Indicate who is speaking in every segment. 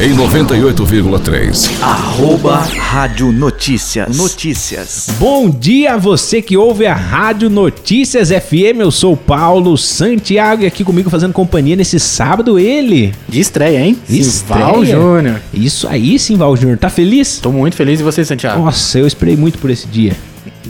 Speaker 1: em 98,3.
Speaker 2: Arroba Rádio Notícias. Notícias.
Speaker 3: Bom dia a você que ouve a Rádio Notícias FM. Eu sou o Paulo Santiago e aqui comigo fazendo companhia nesse sábado ele.
Speaker 4: De estreia, hein? Simval
Speaker 3: Estreia.
Speaker 4: Júnior.
Speaker 3: Isso aí, Simval Júnior. Tá feliz?
Speaker 4: Tô muito feliz de você, Santiago.
Speaker 3: Nossa, eu esperei muito por esse dia.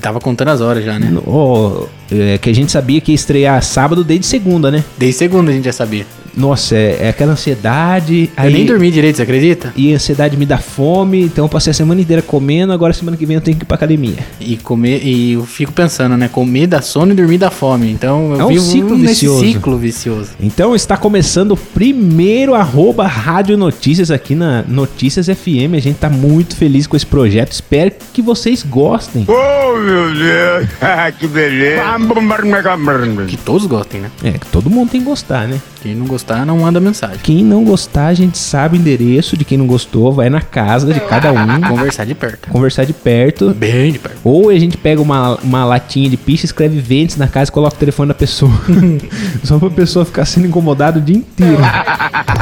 Speaker 4: Tava contando as horas já, né?
Speaker 3: Ó, é que a gente sabia que ia estrear sábado desde segunda, né?
Speaker 4: Desde segunda a gente já sabia.
Speaker 3: Nossa, é, é aquela ansiedade.
Speaker 4: Eu nem dormi direito, você acredita?
Speaker 3: E a ansiedade me dá fome, então eu passei a semana inteira comendo, agora semana que vem eu tenho que ir pra academia.
Speaker 4: E comer, e eu fico pensando, né? Comer dá sono e dormir dá fome. Então eu
Speaker 3: É um
Speaker 4: vivo
Speaker 3: ciclo
Speaker 4: nesse
Speaker 3: vicioso.
Speaker 4: ciclo vicioso.
Speaker 3: Então está começando o primeiro arroba Rádio Notícias aqui na Notícias FM. A gente tá muito feliz com esse projeto. Espero que vocês gostem.
Speaker 5: Oh, meu Deus! Ah, que beleza!
Speaker 4: Que todos gostem, né?
Speaker 3: É, que todo mundo tem que gostar, né?
Speaker 4: Quem não gostar, não manda mensagem.
Speaker 3: Quem não gostar, a gente sabe o endereço de quem não gostou, vai na casa de cada um,
Speaker 4: É Conversar de perto.
Speaker 3: conversar de perto.
Speaker 4: Bem de perto.
Speaker 3: Ou a gente pega uma, uma latinha de picha, escreve ventes na casa e coloca o telefone da pessoa. Só pra pessoa ficar sendo incomodada o dia inteiro.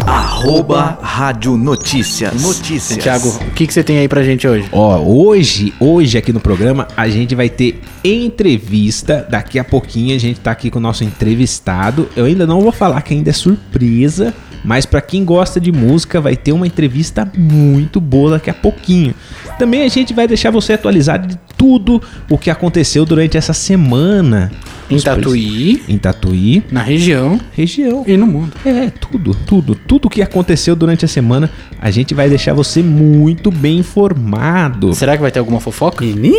Speaker 2: Arroba Rádio Notícias. Notícias.
Speaker 4: Santiago, o que, que você tem aí pra gente hoje?
Speaker 3: Ó, hoje, hoje aqui no programa a gente vai ter entrevista. Daqui a pouquinho a gente tá aqui com o nosso entrevistado. Eu ainda não vou falar que ainda é surpresa, mas pra quem gosta de música vai ter uma entrevista muito boa daqui a pouquinho. Também a gente vai deixar você atualizado de tudo o que aconteceu durante essa semana
Speaker 4: Em Tatuí,
Speaker 3: em Tatuí,
Speaker 4: na região
Speaker 3: região.
Speaker 4: e no mundo.
Speaker 3: É, tudo, tudo, tudo que aconteceu durante a semana, a gente vai deixar você muito bem informado.
Speaker 4: Será que vai ter alguma fofoca?
Speaker 6: Menina,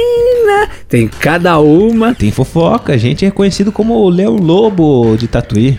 Speaker 6: tem cada uma.
Speaker 3: Tem fofoca, a gente é conhecido como o Léo Lobo de Tatuí.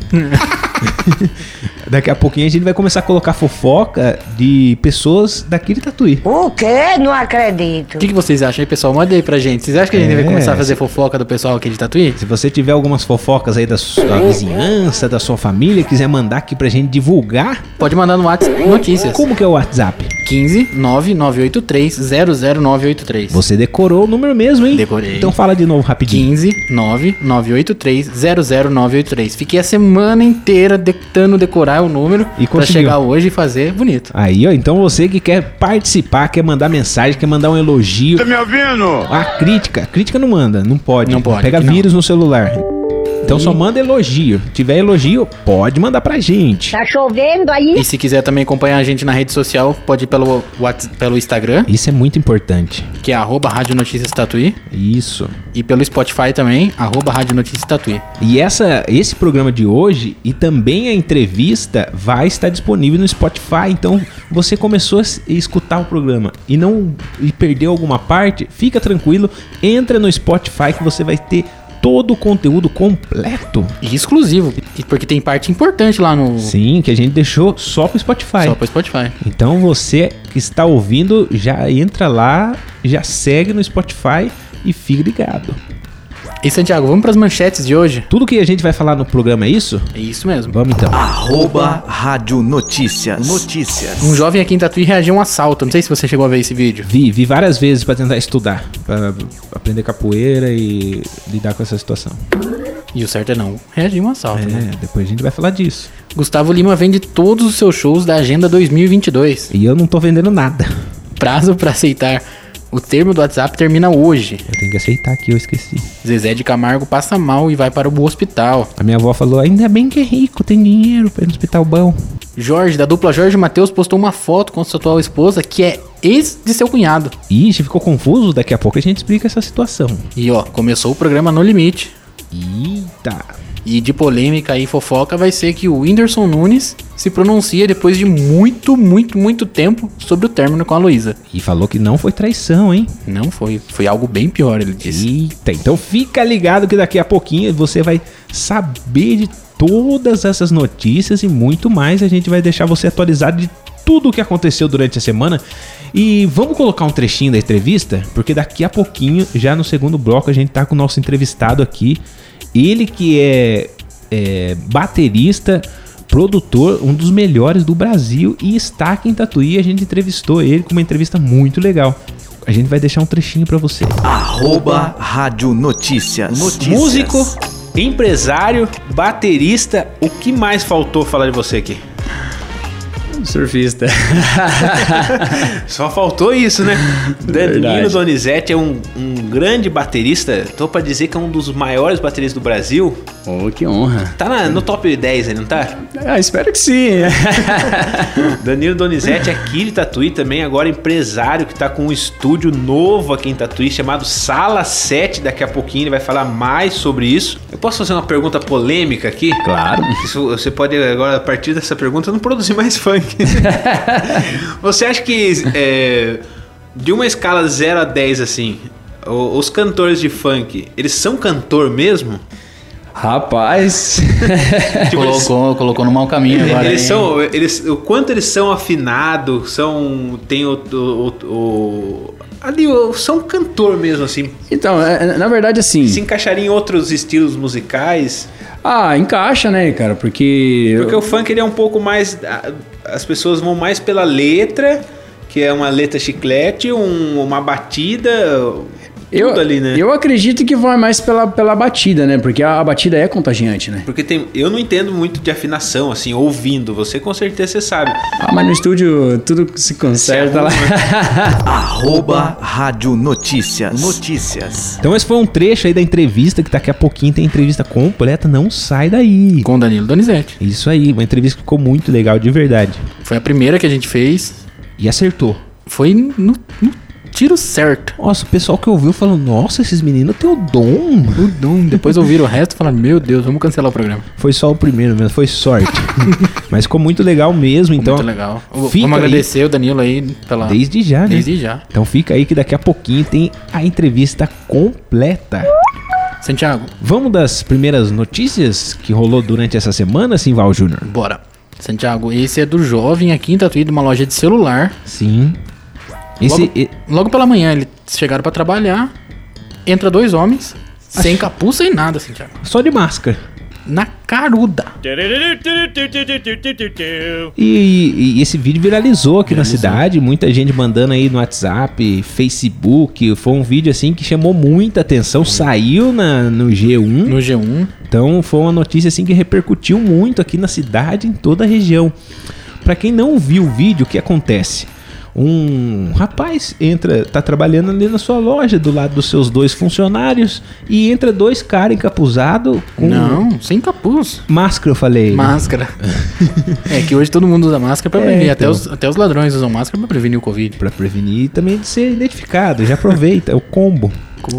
Speaker 3: Daqui a pouquinho a gente vai começar a colocar fofoca de pessoas daqui de Tatuí.
Speaker 7: O quê? Não acredito.
Speaker 4: O que, que vocês acham aí, pessoal? Manda aí pra gente. Vocês acham que a gente
Speaker 3: É.
Speaker 4: deve começar a fazer fofoca do pessoal aqui de Tatuí?
Speaker 3: Se você tiver algumas fofocas aí da sua vizinhança, da sua família, quiser mandar aqui pra gente divulgar,
Speaker 4: Pode mandar no WhatsApp Notícias.
Speaker 3: como que é o WhatsApp?
Speaker 4: 15 9983 00983.
Speaker 3: Você decorou o número mesmo, hein?
Speaker 4: Decorei.
Speaker 3: Então fala de novo rapidinho.
Speaker 4: 15 9983 00983. Fiquei a semana inteira de- tentando decorar o número
Speaker 3: E
Speaker 4: pra
Speaker 3: conseguiu.
Speaker 4: chegar hoje e fazer bonito.
Speaker 3: Aí, ó, então você que quer participar, quer mandar mensagem, quer mandar um elogio,
Speaker 5: Tá me ouvindo?
Speaker 3: A crítica, crítica não manda, não pode.
Speaker 4: Não pode,
Speaker 3: Pega
Speaker 4: não.
Speaker 3: vírus no celular. Então só manda elogio. Se tiver elogio, pode mandar pra gente.
Speaker 7: Tá chovendo aí?
Speaker 4: E se quiser também acompanhar a gente na rede social, pode ir pelo, Whats- pelo Instagram,
Speaker 3: Isso é muito importante.
Speaker 4: que é arroba Rádio Notícias Tatuí,
Speaker 3: Isso.
Speaker 4: e pelo Spotify também, arroba Rádio Notícias Tatuí.
Speaker 3: E essa, esse programa de hoje e também a entrevista vai estar disponível no Spotify. Então, você começou a s- escutar o programa e não e perdeu alguma parte, fica tranquilo, entra no Spotify que você vai ter todo o conteúdo completo.
Speaker 4: E exclusivo, e porque tem parte importante lá no...
Speaker 3: Sim, que a gente deixou só pro Spotify.
Speaker 4: Só pro Spotify.
Speaker 3: Então você que está ouvindo, já entra lá, já segue no Spotify e fique ligado.
Speaker 4: E Santiago, vamos pras manchetes de hoje?
Speaker 3: Tudo que a gente vai falar no programa é isso?
Speaker 4: É isso mesmo.
Speaker 3: Vamos então.
Speaker 2: Arroba Rádio Notícias. Notícias.
Speaker 4: Um jovem aqui em Tatuí reagiu a um assalto. Não sei se você chegou a ver esse vídeo.
Speaker 3: Vi, vi várias vezes para tentar estudar, para aprender capoeira e lidar com essa situação.
Speaker 4: E o certo é não reagir a um assalto, né?
Speaker 3: É, depois a gente vai falar disso.
Speaker 4: Gustavo Lima vende todos os seus shows da Agenda 2022.
Speaker 3: E eu não tô vendendo nada.
Speaker 4: Prazo pra aceitar o termo do WhatsApp termina hoje.
Speaker 3: Eu tenho que aceitar que eu esqueci.
Speaker 4: Zezé de Camargo passa mal e vai para o hospital.
Speaker 3: A minha avó falou: ainda bem que é rico, tem dinheiro para ir no hospital bom.
Speaker 4: Jorge, da dupla Jorge Matheus, postou uma foto com sua atual esposa, que é ex de seu cunhado.
Speaker 3: Ixi, ficou confuso? Daqui a pouco a gente explica essa situação.
Speaker 4: E ó, começou o programa No Limite.
Speaker 3: Eita!
Speaker 4: E de polêmica e fofoca vai ser que o Whindersson Nunes se pronuncia depois de muito, muito, muito tempo sobre o término com a Luísa.
Speaker 3: E falou que não foi traição, hein?
Speaker 4: Não foi, foi algo bem pior, ele disse.
Speaker 3: Eita, então fica ligado que daqui a pouquinho você vai saber de todas essas notícias e muito mais. A gente vai deixar você atualizado de tudo o que aconteceu durante a semana. E vamos colocar um trechinho da entrevista, porque daqui a pouquinho, já no segundo bloco, a gente tá com o nosso entrevistado aqui. Ele que é, é, baterista, produtor, um dos melhores do Brasil e está aqui em Tatuí. A gente entrevistou ele com uma entrevista muito legal. A gente vai deixar um trechinho para você.
Speaker 2: Arroba Rádio Notícias. Notícias.
Speaker 3: Músico, empresário, baterista, o que mais faltou falar de você aqui?
Speaker 6: Surfista.
Speaker 8: Só faltou isso, né? Danilo
Speaker 6: Verdade.
Speaker 8: Donizete é um, um grande baterista. Tô pra dizer que é um dos maiores bateristas do Brasil.
Speaker 6: Oh, que honra.
Speaker 8: Tá na- no top 10 aí, não tá?
Speaker 6: Ah, espero que sim.
Speaker 8: Danilo Donizete é aqui de Tatuí também, agora empresário que tá com um estúdio novo aqui em Tatuí, chamado Sala 7. Daqui a pouquinho ele vai falar mais sobre isso. Eu posso fazer uma pergunta polêmica aqui?
Speaker 6: Claro.
Speaker 8: Isso, você pode agora, a partir dessa pergunta, não produzir mais funk. você acha que é, de uma escala 0 a 10, assim, o- os cantores de funk, eles são cantor mesmo?
Speaker 6: Rapaz.
Speaker 8: Tipo, eles-
Speaker 4: colocou, colocou no mau caminho agora.
Speaker 8: Eles
Speaker 4: hein?
Speaker 8: são, eles, o quanto eles são afinados, são, tem o, o, o- o- ali, o- são um cantor mesmo, assim,
Speaker 6: Então, é- na verdade, assim.
Speaker 8: se encaixaria em outros estilos musicais,
Speaker 6: Ah, encaixa, né, cara? Porque.
Speaker 8: porque o funk ele é um pouco mais, a- as pessoas vão mais pela letra, que é uma letra chiclete, um- uma batida,
Speaker 6: eu,
Speaker 8: tudo ali, né?
Speaker 6: eu acredito que vai mais pela, pela batida, né? Porque a, a batida é contagiante, né?
Speaker 8: Porque tem, eu não entendo muito de afinação, assim, ouvindo, você com certeza você sabe.
Speaker 6: Ah, mas no estúdio tudo se conserta lá.
Speaker 2: Arroba Rádio Notícias. Notícias.
Speaker 3: Então esse foi um trecho aí da entrevista, que daqui a pouquinho tem entrevista completa, não sai daí.
Speaker 4: Com o Danilo Donizete.
Speaker 3: Isso aí, uma entrevista que ficou muito legal, de verdade.
Speaker 4: Foi a primeira que a gente fez.
Speaker 3: E acertou.
Speaker 4: Foi no, no tiro certo.
Speaker 3: Nossa, o pessoal que ouviu falou, nossa, esses meninos têm o dom.
Speaker 4: O Dum. Depois ouviram o resto e falaram, meu Deus, vamos cancelar o programa.
Speaker 3: Foi só o primeiro mesmo, foi sorte. Mas ficou muito legal mesmo, então.
Speaker 4: Muito legal. V-
Speaker 3: fica
Speaker 4: vamos
Speaker 3: aí.
Speaker 4: agradecer o Danilo aí pela...
Speaker 3: Desde já, né?
Speaker 4: Desde já.
Speaker 3: Então fica aí que daqui a pouquinho tem a entrevista completa.
Speaker 4: Santiago,
Speaker 3: Vamos das primeiras notícias que rolou durante essa semana, Simval Júnior?
Speaker 4: bora. Santiago, esse é do jovem aqui em Tatuí, de uma loja de celular.
Speaker 3: Sim. Esse.
Speaker 4: Logo,
Speaker 3: e-
Speaker 4: logo pela manhã, eles chegaram pra trabalhar. Entra dois homens, sem capuz, sem nada, Santiago.
Speaker 3: só de máscara.
Speaker 4: Na caruda.
Speaker 3: E, e esse vídeo viralizou aqui na cidade, muita gente mandando aí no WhatsApp, Facebook. Foi um vídeo assim que chamou muita atenção, saiu na, no G1.
Speaker 4: No G1.
Speaker 3: Então foi uma notícia assim que repercutiu muito aqui na cidade, em toda a região. Pra quem não viu o vídeo, o que acontece? Um rapaz entra, tá trabalhando ali na sua loja do lado dos seus dois funcionários e entra dois caras encapuzados com
Speaker 4: Não, sem capuz.
Speaker 3: máscara, eu falei.
Speaker 4: Máscara. é que hoje todo mundo usa máscara pra
Speaker 3: É,
Speaker 4: prevenir.
Speaker 3: então.
Speaker 4: até, os, até os ladrões usam máscara pra prevenir o Covid.
Speaker 3: Pra prevenir e também de ser identificado. Já aproveita, é o combo.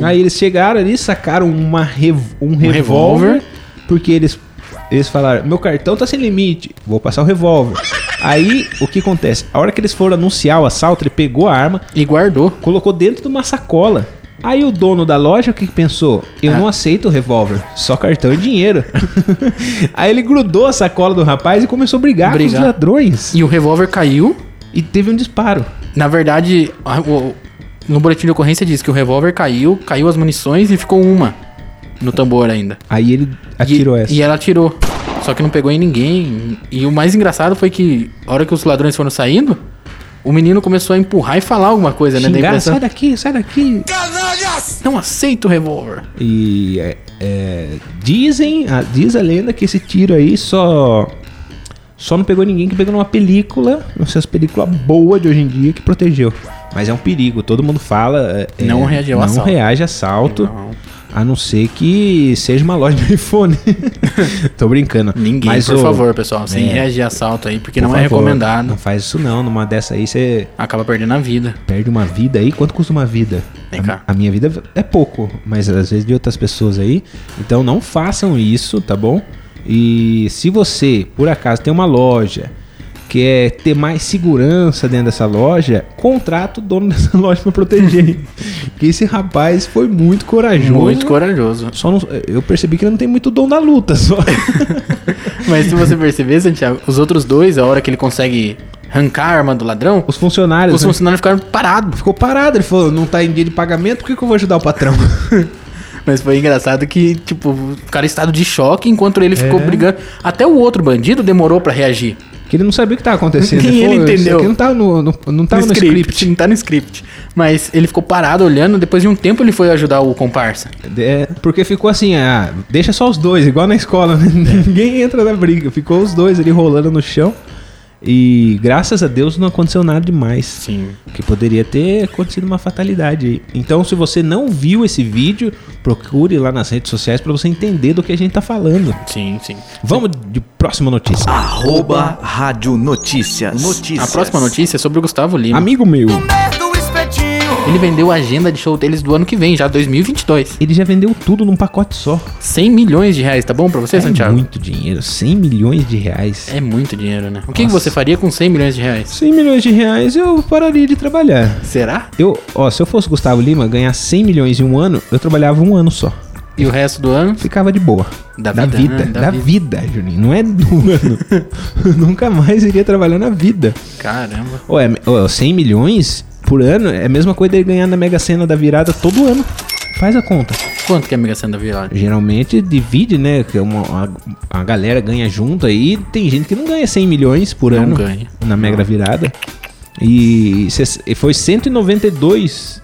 Speaker 3: Aí eles chegaram ali, sacaram uma rev- um, revólver,
Speaker 4: revólver.
Speaker 3: porque eles, eles falaram: meu cartão tá sem limite, vou passar o revólver. Aí o que acontece? A hora que eles foram anunciar o assalto, ele pegou a arma,
Speaker 4: E guardou.
Speaker 3: colocou dentro de uma sacola. Aí o dono da loja o que que pensou? Eu não aceito o revólver, só cartão e dinheiro. Aí ele grudou a sacola do rapaz e começou a brigar, com
Speaker 4: Brigar.
Speaker 3: os ladrões.
Speaker 4: E o revólver caiu.
Speaker 3: E teve um disparo.
Speaker 4: Na verdade, a- o- no boletim de ocorrência diz que o revólver caiu, caiu as munições e ficou uma no tambor ainda.
Speaker 3: Aí ele
Speaker 4: E-
Speaker 3: atirou essa.
Speaker 4: E ela atirou. Só que não pegou em ninguém. E o mais engraçado foi que, a hora que os ladrões foram saindo, o menino começou a empurrar e falar alguma coisa, né? Da
Speaker 3: Xingar,
Speaker 4: impressão,
Speaker 3: sai daqui, sai daqui.
Speaker 4: não aceita o revólver.
Speaker 3: E é, é, dizem, a- diz a lenda que esse tiro aí só só não pegou ninguém que pegou numa película, não sei se película boa de hoje em dia que protegeu. Mas é um perigo, todo mundo fala. é,
Speaker 4: Não reage ao
Speaker 3: não
Speaker 4: assalto.
Speaker 3: reage a assalto,
Speaker 4: Não.
Speaker 3: a não ser que seja uma loja de iPhone. Tô brincando.
Speaker 4: Ninguém,
Speaker 3: Mas,
Speaker 4: por
Speaker 3: ô,
Speaker 4: favor, pessoal. Sem
Speaker 3: é.
Speaker 4: reagir a assalto aí, porque
Speaker 3: por
Speaker 4: não é
Speaker 3: favor,
Speaker 4: recomendado.
Speaker 3: Não faz isso não, numa dessa aí você
Speaker 4: Acaba perdendo a vida.
Speaker 3: perde uma vida aí. Quanto custa uma vida?
Speaker 4: Vem cá.
Speaker 3: A, a minha vida é pouco, mas às vezes de outras pessoas aí. Então não façam isso, tá bom? E se você, por acaso, tem uma loja, quer ter mais segurança dentro dessa loja, contrata o dono dessa loja pra proteger. Porque esse rapaz foi muito corajoso.
Speaker 4: Muito corajoso.
Speaker 3: Só não- eu percebi que ele não tem muito dom da luta, só.
Speaker 4: Mas se você perceber, Santiago, os outros dois, a hora que ele consegue arrancar a arma do ladrão,
Speaker 3: Os funcionários.
Speaker 4: os
Speaker 3: né?
Speaker 4: funcionários ficaram parados.
Speaker 3: Ficou parado, ele falou, não tá em dia de pagamento, por que, que eu vou ajudar o patrão?
Speaker 4: Mas foi engraçado que, tipo, ficaram em estado de choque enquanto ele
Speaker 3: É.
Speaker 4: ficou brigando. Até o outro bandido demorou pra reagir.
Speaker 3: que ele não sabia o que tava acontecendo.
Speaker 4: Nem ele
Speaker 3: falou, isso
Speaker 4: entendeu.
Speaker 3: aqui não tava no, no- não tava no script.
Speaker 4: Não tá no script. Mas ele ficou parado olhando, depois de um tempo ele foi ajudar o comparsa.
Speaker 3: É, porque ficou assim, ah, deixa só os dois, igual na escola, né? Ninguém entra na briga. Ficou os dois ali rolando no chão. E graças a Deus não aconteceu nada demais.
Speaker 4: Sim.
Speaker 3: Que poderia ter acontecido uma fatalidade. aí. Então, se você não viu esse vídeo, procure lá nas redes sociais pra você entender do que a gente tá falando.
Speaker 4: Sim, sim.
Speaker 3: Vamos de próxima notícia.
Speaker 2: Ah, Arroba Rádio Notícias.
Speaker 4: A
Speaker 2: Notícias.
Speaker 4: próxima notícia é sobre o Gustavo Lima.
Speaker 3: Amigo meu,
Speaker 4: Ele vendeu a agenda de show deles do ano que vem, já 2022.
Speaker 3: ele já vendeu tudo num pacote só.
Speaker 4: 100 milhões de reais, tá bom pra você,
Speaker 3: É
Speaker 4: Santiago?
Speaker 3: muito dinheiro, 100 milhões de reais.
Speaker 4: É muito dinheiro, né? O que, que você faria com 100 milhões de reais?
Speaker 3: 100 milhões de reais eu pararia de trabalhar.
Speaker 4: Será?
Speaker 3: Eu, ó, se eu fosse Gustavo Lima, ganhar 100 milhões em um ano, eu trabalhava um ano só.
Speaker 4: E o resto do ano?
Speaker 3: Ficava de boa.
Speaker 4: Da
Speaker 3: da
Speaker 4: vida,
Speaker 3: vida,
Speaker 4: né?
Speaker 3: da,
Speaker 4: Da
Speaker 3: vida. Juninho. Não é do ano. Eu Nunca mais iria trabalhar na vida.
Speaker 4: Caramba.
Speaker 3: Ô, é, ô, 100 milhões por ano é a mesma coisa dele ganhar na Mega Sena da virada todo ano. Faz a conta.
Speaker 4: Quanto que é a Mega Sena da virada?
Speaker 3: Geralmente divide, né? Que uma, a, a galera ganha junto aí. Tem gente que não ganha 100 milhões por
Speaker 4: Não
Speaker 3: ano
Speaker 4: ganha.
Speaker 3: na Mega da Virada. E ses- e foi 192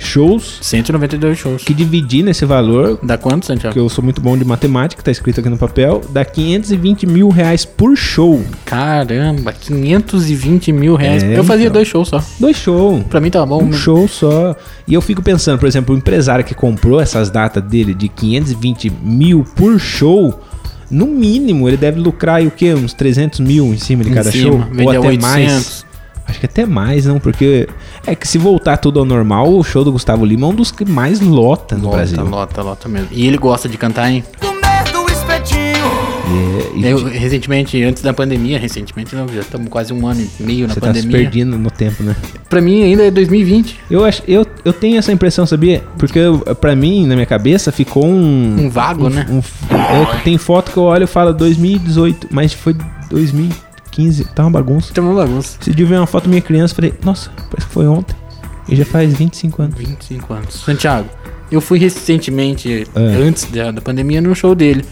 Speaker 3: shows
Speaker 4: 192 shows.
Speaker 3: que dividindo esse valor,
Speaker 4: Dá quanto,
Speaker 3: porque
Speaker 4: Santiago?
Speaker 3: eu sou muito bom de matemática, tá escrito aqui no papel, dá 520 mil reais por show.
Speaker 4: Caramba, 520 mil reais.
Speaker 3: É,
Speaker 4: eu fazia
Speaker 3: então.
Speaker 4: dois shows só.
Speaker 3: Dois shows.
Speaker 4: Pra mim tava bom. né?
Speaker 3: Um show só. E eu fico pensando, por exemplo, o empresário que comprou essas datas dele de 520 mil por show, no mínimo ele deve lucrar aí o quê? Uns 300 mil em cima de
Speaker 4: Em
Speaker 3: cada
Speaker 4: cima,
Speaker 3: show? Ou
Speaker 4: vender
Speaker 3: até
Speaker 4: 800.
Speaker 3: mais. Acho que até mais, não, porque é que se voltar tudo ao normal, o show do Gustavo Lima é um dos que mais lota no
Speaker 4: Lota,
Speaker 3: Brasil.
Speaker 4: lota, lota mesmo. E ele gosta de cantar, hein?
Speaker 3: E- tipo, e
Speaker 4: Eu, recentemente, antes da pandemia, recentemente não, já estamos quase um ano e meio na
Speaker 3: você tá se
Speaker 4: pandemia.
Speaker 3: perdendo no tempo, né?
Speaker 4: pra mim ainda é 2020.
Speaker 3: Eu, acho, eu, eu tenho essa impressão, sabia? Porque eu- pra mim, na minha cabeça, ficou um.
Speaker 4: Um vago, né?
Speaker 3: um- é, tem foto que eu olho e falo 2018, mas foi 2015, tá uma bagunça.
Speaker 4: Tá uma bagunça.
Speaker 3: Esse dia eu vi uma foto minha criança falei, nossa, parece que foi ontem. E já faz 25 anos.
Speaker 4: 25 anos. Santiago, eu fui recentemente,
Speaker 3: É.
Speaker 4: antes da, da pandemia, no show dele.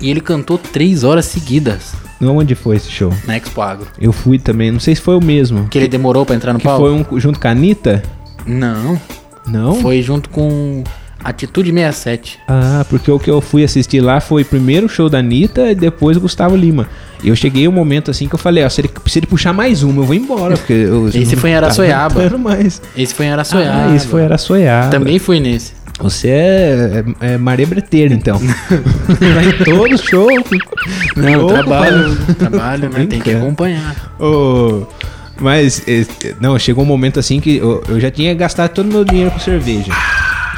Speaker 4: E ele cantou três horas seguidas
Speaker 3: Onde foi esse show?
Speaker 4: na Expo Agro.
Speaker 3: Eu fui também, não sei se foi o mesmo.
Speaker 4: Que ele demorou pra entrar no
Speaker 3: Que
Speaker 4: palco?
Speaker 3: foi um junto com a Anitta?
Speaker 4: Não.
Speaker 3: Não?
Speaker 4: Foi junto com Atitude 67.
Speaker 3: Ah, porque o que eu fui assistir lá foi primeiro o show da Anitta e depois o Gustavo Lima. E eu cheguei um momento assim que eu falei, ó, se ele, se ele puxar mais uma, eu vou embora. Porque eu,
Speaker 4: Esse
Speaker 3: eu
Speaker 4: foi em
Speaker 3: não tava
Speaker 4: Araçoiaba.
Speaker 3: aguentando Mais.
Speaker 4: Esse foi em Araçoiaba.
Speaker 3: Ah, esse foi Araçoiaba.
Speaker 4: Também fui nesse.
Speaker 3: Você é, é, é maré breteiro, então. Vai em todo show.
Speaker 4: Não, eu
Speaker 3: Louco,
Speaker 4: trabalho, trabalho, né? Tem que
Speaker 3: Brincando.
Speaker 4: acompanhar.
Speaker 3: Ô, mas, eh, não, chegou um momento assim que eu, eu já tinha gastado todo o meu dinheiro com cerveja.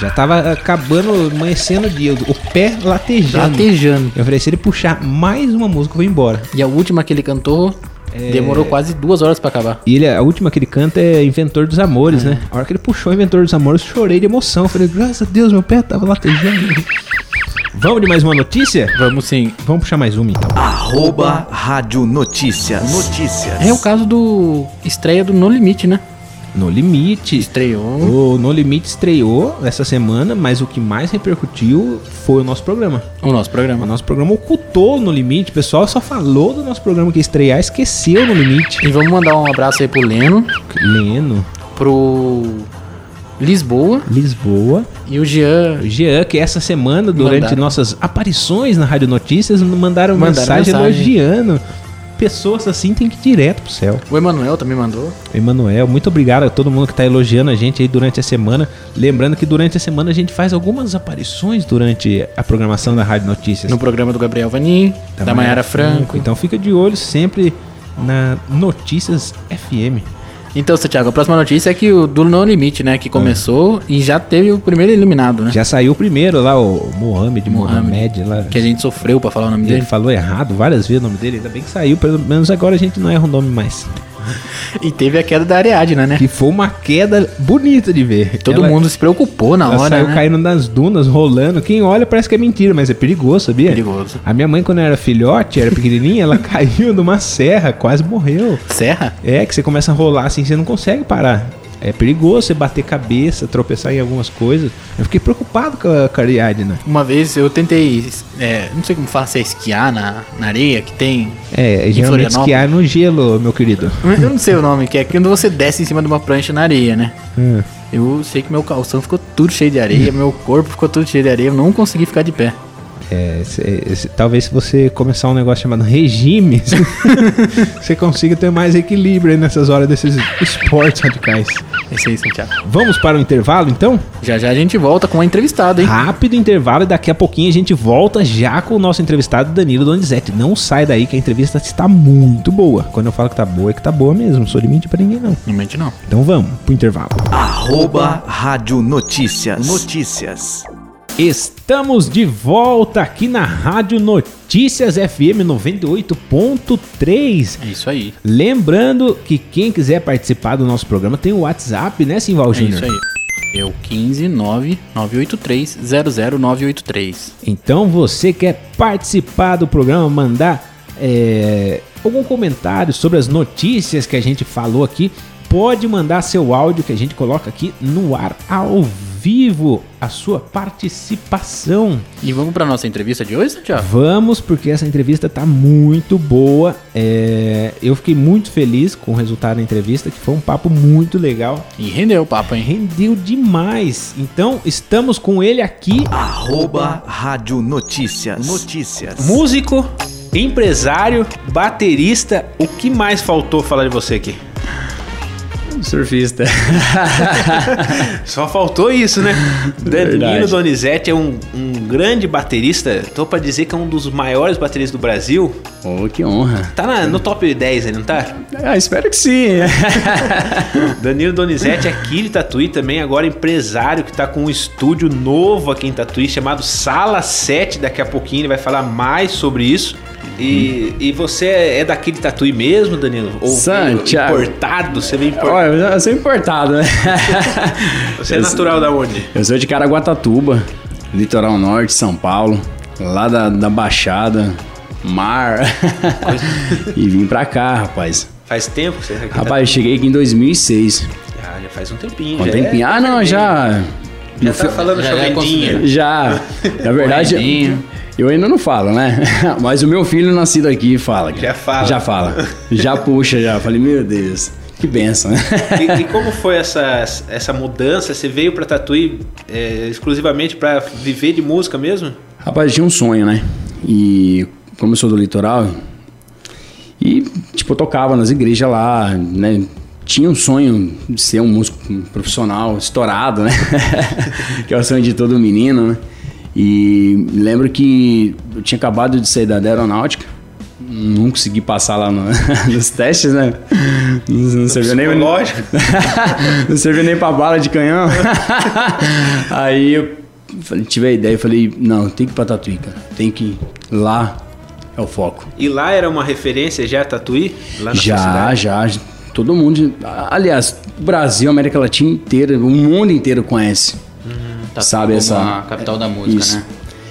Speaker 3: Já tava acabando, amanhecendo o dia, o pé latejando.
Speaker 4: Tá Latejando.
Speaker 3: Eu falei, se ele puxar mais uma música, eu vou embora.
Speaker 4: E a última que ele cantou
Speaker 3: É.
Speaker 4: demorou quase duas horas pra acabar.
Speaker 3: E ele, a última que ele canta é Inventor dos Amores, né? A hora que ele puxou Inventor dos Amores, eu chorei de emoção. Eu falei, graças a Deus, meu pé tava latejando. Vamos de mais uma notícia?
Speaker 4: Vamos sim.
Speaker 3: Vamos puxar mais uma, então.
Speaker 2: Arroba Rádio Notícias. Notícias.
Speaker 4: É o caso do estreia do No Limite, né?
Speaker 3: No Limite.
Speaker 4: Estreou.
Speaker 3: O No Limite estreou essa semana, mas o que mais repercutiu foi o nosso programa.
Speaker 4: O nosso
Speaker 3: O
Speaker 4: programa.
Speaker 3: nosso programa ocultou o No Limite, o pessoal só falou do nosso programa que ia estrear, esqueceu o No Limite.
Speaker 4: E vamos mandar um abraço aí pro Leno,
Speaker 3: Leno,
Speaker 4: pro Lisboa
Speaker 3: Lisboa,
Speaker 4: e o Jean.
Speaker 3: Jean, que essa semana, durante
Speaker 4: Mandaram.
Speaker 3: nossas aparições na Rádio Notícias, mandaram,
Speaker 4: Mandaram
Speaker 3: mensagem,
Speaker 4: mensagem.
Speaker 3: elogiando. Pessoas assim tem que ir direto pro céu.
Speaker 4: O Emanuel também mandou.
Speaker 3: Emanuel, muito obrigado a todo mundo que tá elogiando a gente aí durante a semana. Lembrando que durante a semana a gente faz algumas aparições durante a programação da Rádio Notícias.
Speaker 4: No programa do Gabriel Vanin, da, Mayara Franco.
Speaker 3: Então fica de olho sempre na Notícias FM.
Speaker 4: Então, Santiago, a próxima notícia é que o do No Limite, né? Que começou e já teve o primeiro eliminado, né?
Speaker 3: Já saiu o primeiro lá, o Mohamed, Mohamed, lá.
Speaker 4: Que a gente sofreu pra falar o nome
Speaker 3: Ele
Speaker 4: dele.
Speaker 3: falou errado várias vezes o nome dele, ainda bem que saiu, pelo menos agora a gente não erra o nome mais.
Speaker 4: E teve a queda da Ariadna, né?
Speaker 3: Que foi uma queda bonita de ver.
Speaker 4: Todo
Speaker 3: Ela-
Speaker 4: mundo se preocupou na
Speaker 3: ela
Speaker 4: hora,
Speaker 3: saiu
Speaker 4: né?
Speaker 3: caindo nas dunas, rolando. Quem olha parece que é mentira, mas é perigoso, sabia?
Speaker 4: Perigoso.
Speaker 3: A minha mãe, quando era filhote, era pequenininha, ela caiu numa serra, quase morreu.
Speaker 4: Serra?
Speaker 3: É, que você começa a rolar assim, você não consegue parar. É perigoso você bater cabeça, tropeçar em algumas coisas. Eu fiquei preocupado com a né? Cariadna.
Speaker 4: Uma vez eu tentei, é, não sei como fala, se é esquiar na, na areia que tem.
Speaker 3: É,
Speaker 4: Em
Speaker 3: geralmente
Speaker 4: Florianópolis?
Speaker 3: esquiar no gelo, meu querido.
Speaker 4: Eu não sei o nome que é, quando você desce em cima de uma prancha na areia, né?
Speaker 3: Hum.
Speaker 4: É. Eu sei que meu calção ficou tudo cheio de areia, meu corpo ficou tudo cheio de areia, eu não consegui ficar de pé.
Speaker 3: é, se- se- talvez se você começar um negócio chamado regime, você consiga ter mais equilíbrio aí nessas horas desses esportes radicais.
Speaker 4: É isso aí, Santiago.
Speaker 3: Vamos para o intervalo, então?
Speaker 4: Já já a gente volta com uma entrevistada, hein?
Speaker 3: Rápido intervalo e daqui a pouquinho a gente volta já com o nosso entrevistado Danilo Donizete. Não sai daí que a entrevista está muito boa. Quando eu falo que tá boa, é que tá boa mesmo. Não sou de mentir pra ninguém, não.
Speaker 4: Não mente não.
Speaker 3: Então vamos pro intervalo.
Speaker 2: Arroba Rádio Notícias. Notícias.
Speaker 3: Estamos de volta aqui na Rádio Notícias FM 98.3.
Speaker 4: É isso aí.
Speaker 3: Lembrando que quem quiser participar do nosso programa tem o WhatsApp, né, Simval
Speaker 4: É isso
Speaker 3: Júnior?
Speaker 4: aí. É o 159-983-00983.
Speaker 3: Então você quer participar do programa, mandar é, algum comentário sobre as notícias que a gente falou aqui, pode mandar seu áudio que a gente coloca aqui no ar ao vivo a sua participação.
Speaker 4: E vamos pra nossa entrevista de hoje, Santiago?
Speaker 3: Vamos, porque essa entrevista tá muito boa. É, eu fiquei muito feliz com o resultado da entrevista, que foi um papo muito legal.
Speaker 4: E rendeu o papo, hein?
Speaker 3: Rendeu demais. Então, estamos com ele aqui.
Speaker 2: Arroba Rádio Notícias. Notícias.
Speaker 8: Músico, empresário, baterista, o que mais faltou falar de você aqui?
Speaker 9: Surfista.
Speaker 8: Só faltou isso, né? Danilo
Speaker 9: Verdade.
Speaker 8: Donizete é um, um grande baterista. Tô pra dizer que é um dos maiores bateristas do Brasil.
Speaker 9: Oh, que honra.
Speaker 8: Tá na- no top 10 aí, não tá?
Speaker 9: Ah, espero que sim.
Speaker 8: Danilo Donizete é aqui de Tatuí também, agora empresário que tá com um estúdio novo aqui em Tatuí, chamado Sala 7. Daqui a pouquinho ele vai falar mais sobre isso. E, e você é daqui de Tatuí mesmo, Danilo? Ou
Speaker 9: Santiago.
Speaker 8: importado? Você vem importado?
Speaker 9: Olha, eu sou importado, né?
Speaker 8: Você é natural da onde?
Speaker 9: Eu sou de Caraguatatuba, litoral norte, São Paulo, lá da, da Baixada, mar. e vim pra cá, rapaz.
Speaker 8: Faz tempo que você é aqui em
Speaker 9: Rapaz, eu cheguei aqui em 2006.
Speaker 8: Tatuí? Ah, já faz um tempinho.
Speaker 9: Um
Speaker 8: já
Speaker 9: tempinho.
Speaker 8: é-
Speaker 9: Ah, não, já.
Speaker 8: Já tá falando
Speaker 4: já é
Speaker 8: chovendinha.
Speaker 4: considerado.
Speaker 9: Já. Na verdade,
Speaker 4: Corredinho.
Speaker 9: eu ainda não falo, né? Mas o meu filho nascido aqui fala. cara.
Speaker 8: Já fala.
Speaker 9: Já fala. Já puxa, já. Falei, meu Deus, que benção, né?
Speaker 8: E, e como foi essa, essa mudança? Você veio pra Tatuí é, exclusivamente pra viver de música mesmo?
Speaker 9: Rapaz, eu tinha um sonho, né? E como eu sou do litoral, e tipo, eu tocava nas igrejas lá, né? Tinha um sonho de ser um músico profissional, estourado, né? que é o sonho de todo menino, né? E lembro que eu tinha acabado de sair da da aeronáutica, não consegui passar lá no- nos testes, né? Não, não serviu nem
Speaker 8: Lógico.
Speaker 9: não serviu nem pra bala de canhão. Aí eu falei, tive a ideia e falei, não, tem que ir pra Tatuí, cara. Tem que ir lá, é o foco.
Speaker 8: E lá era uma referência já, Tatuí? Lá na sua
Speaker 9: Já,
Speaker 8: cidade?
Speaker 9: já, todo mundo, aliás, o Brasil, a América Latina inteira, o mundo inteiro conhece.
Speaker 4: Tá
Speaker 9: sabe
Speaker 4: como
Speaker 9: essa...
Speaker 4: a capital da música, né?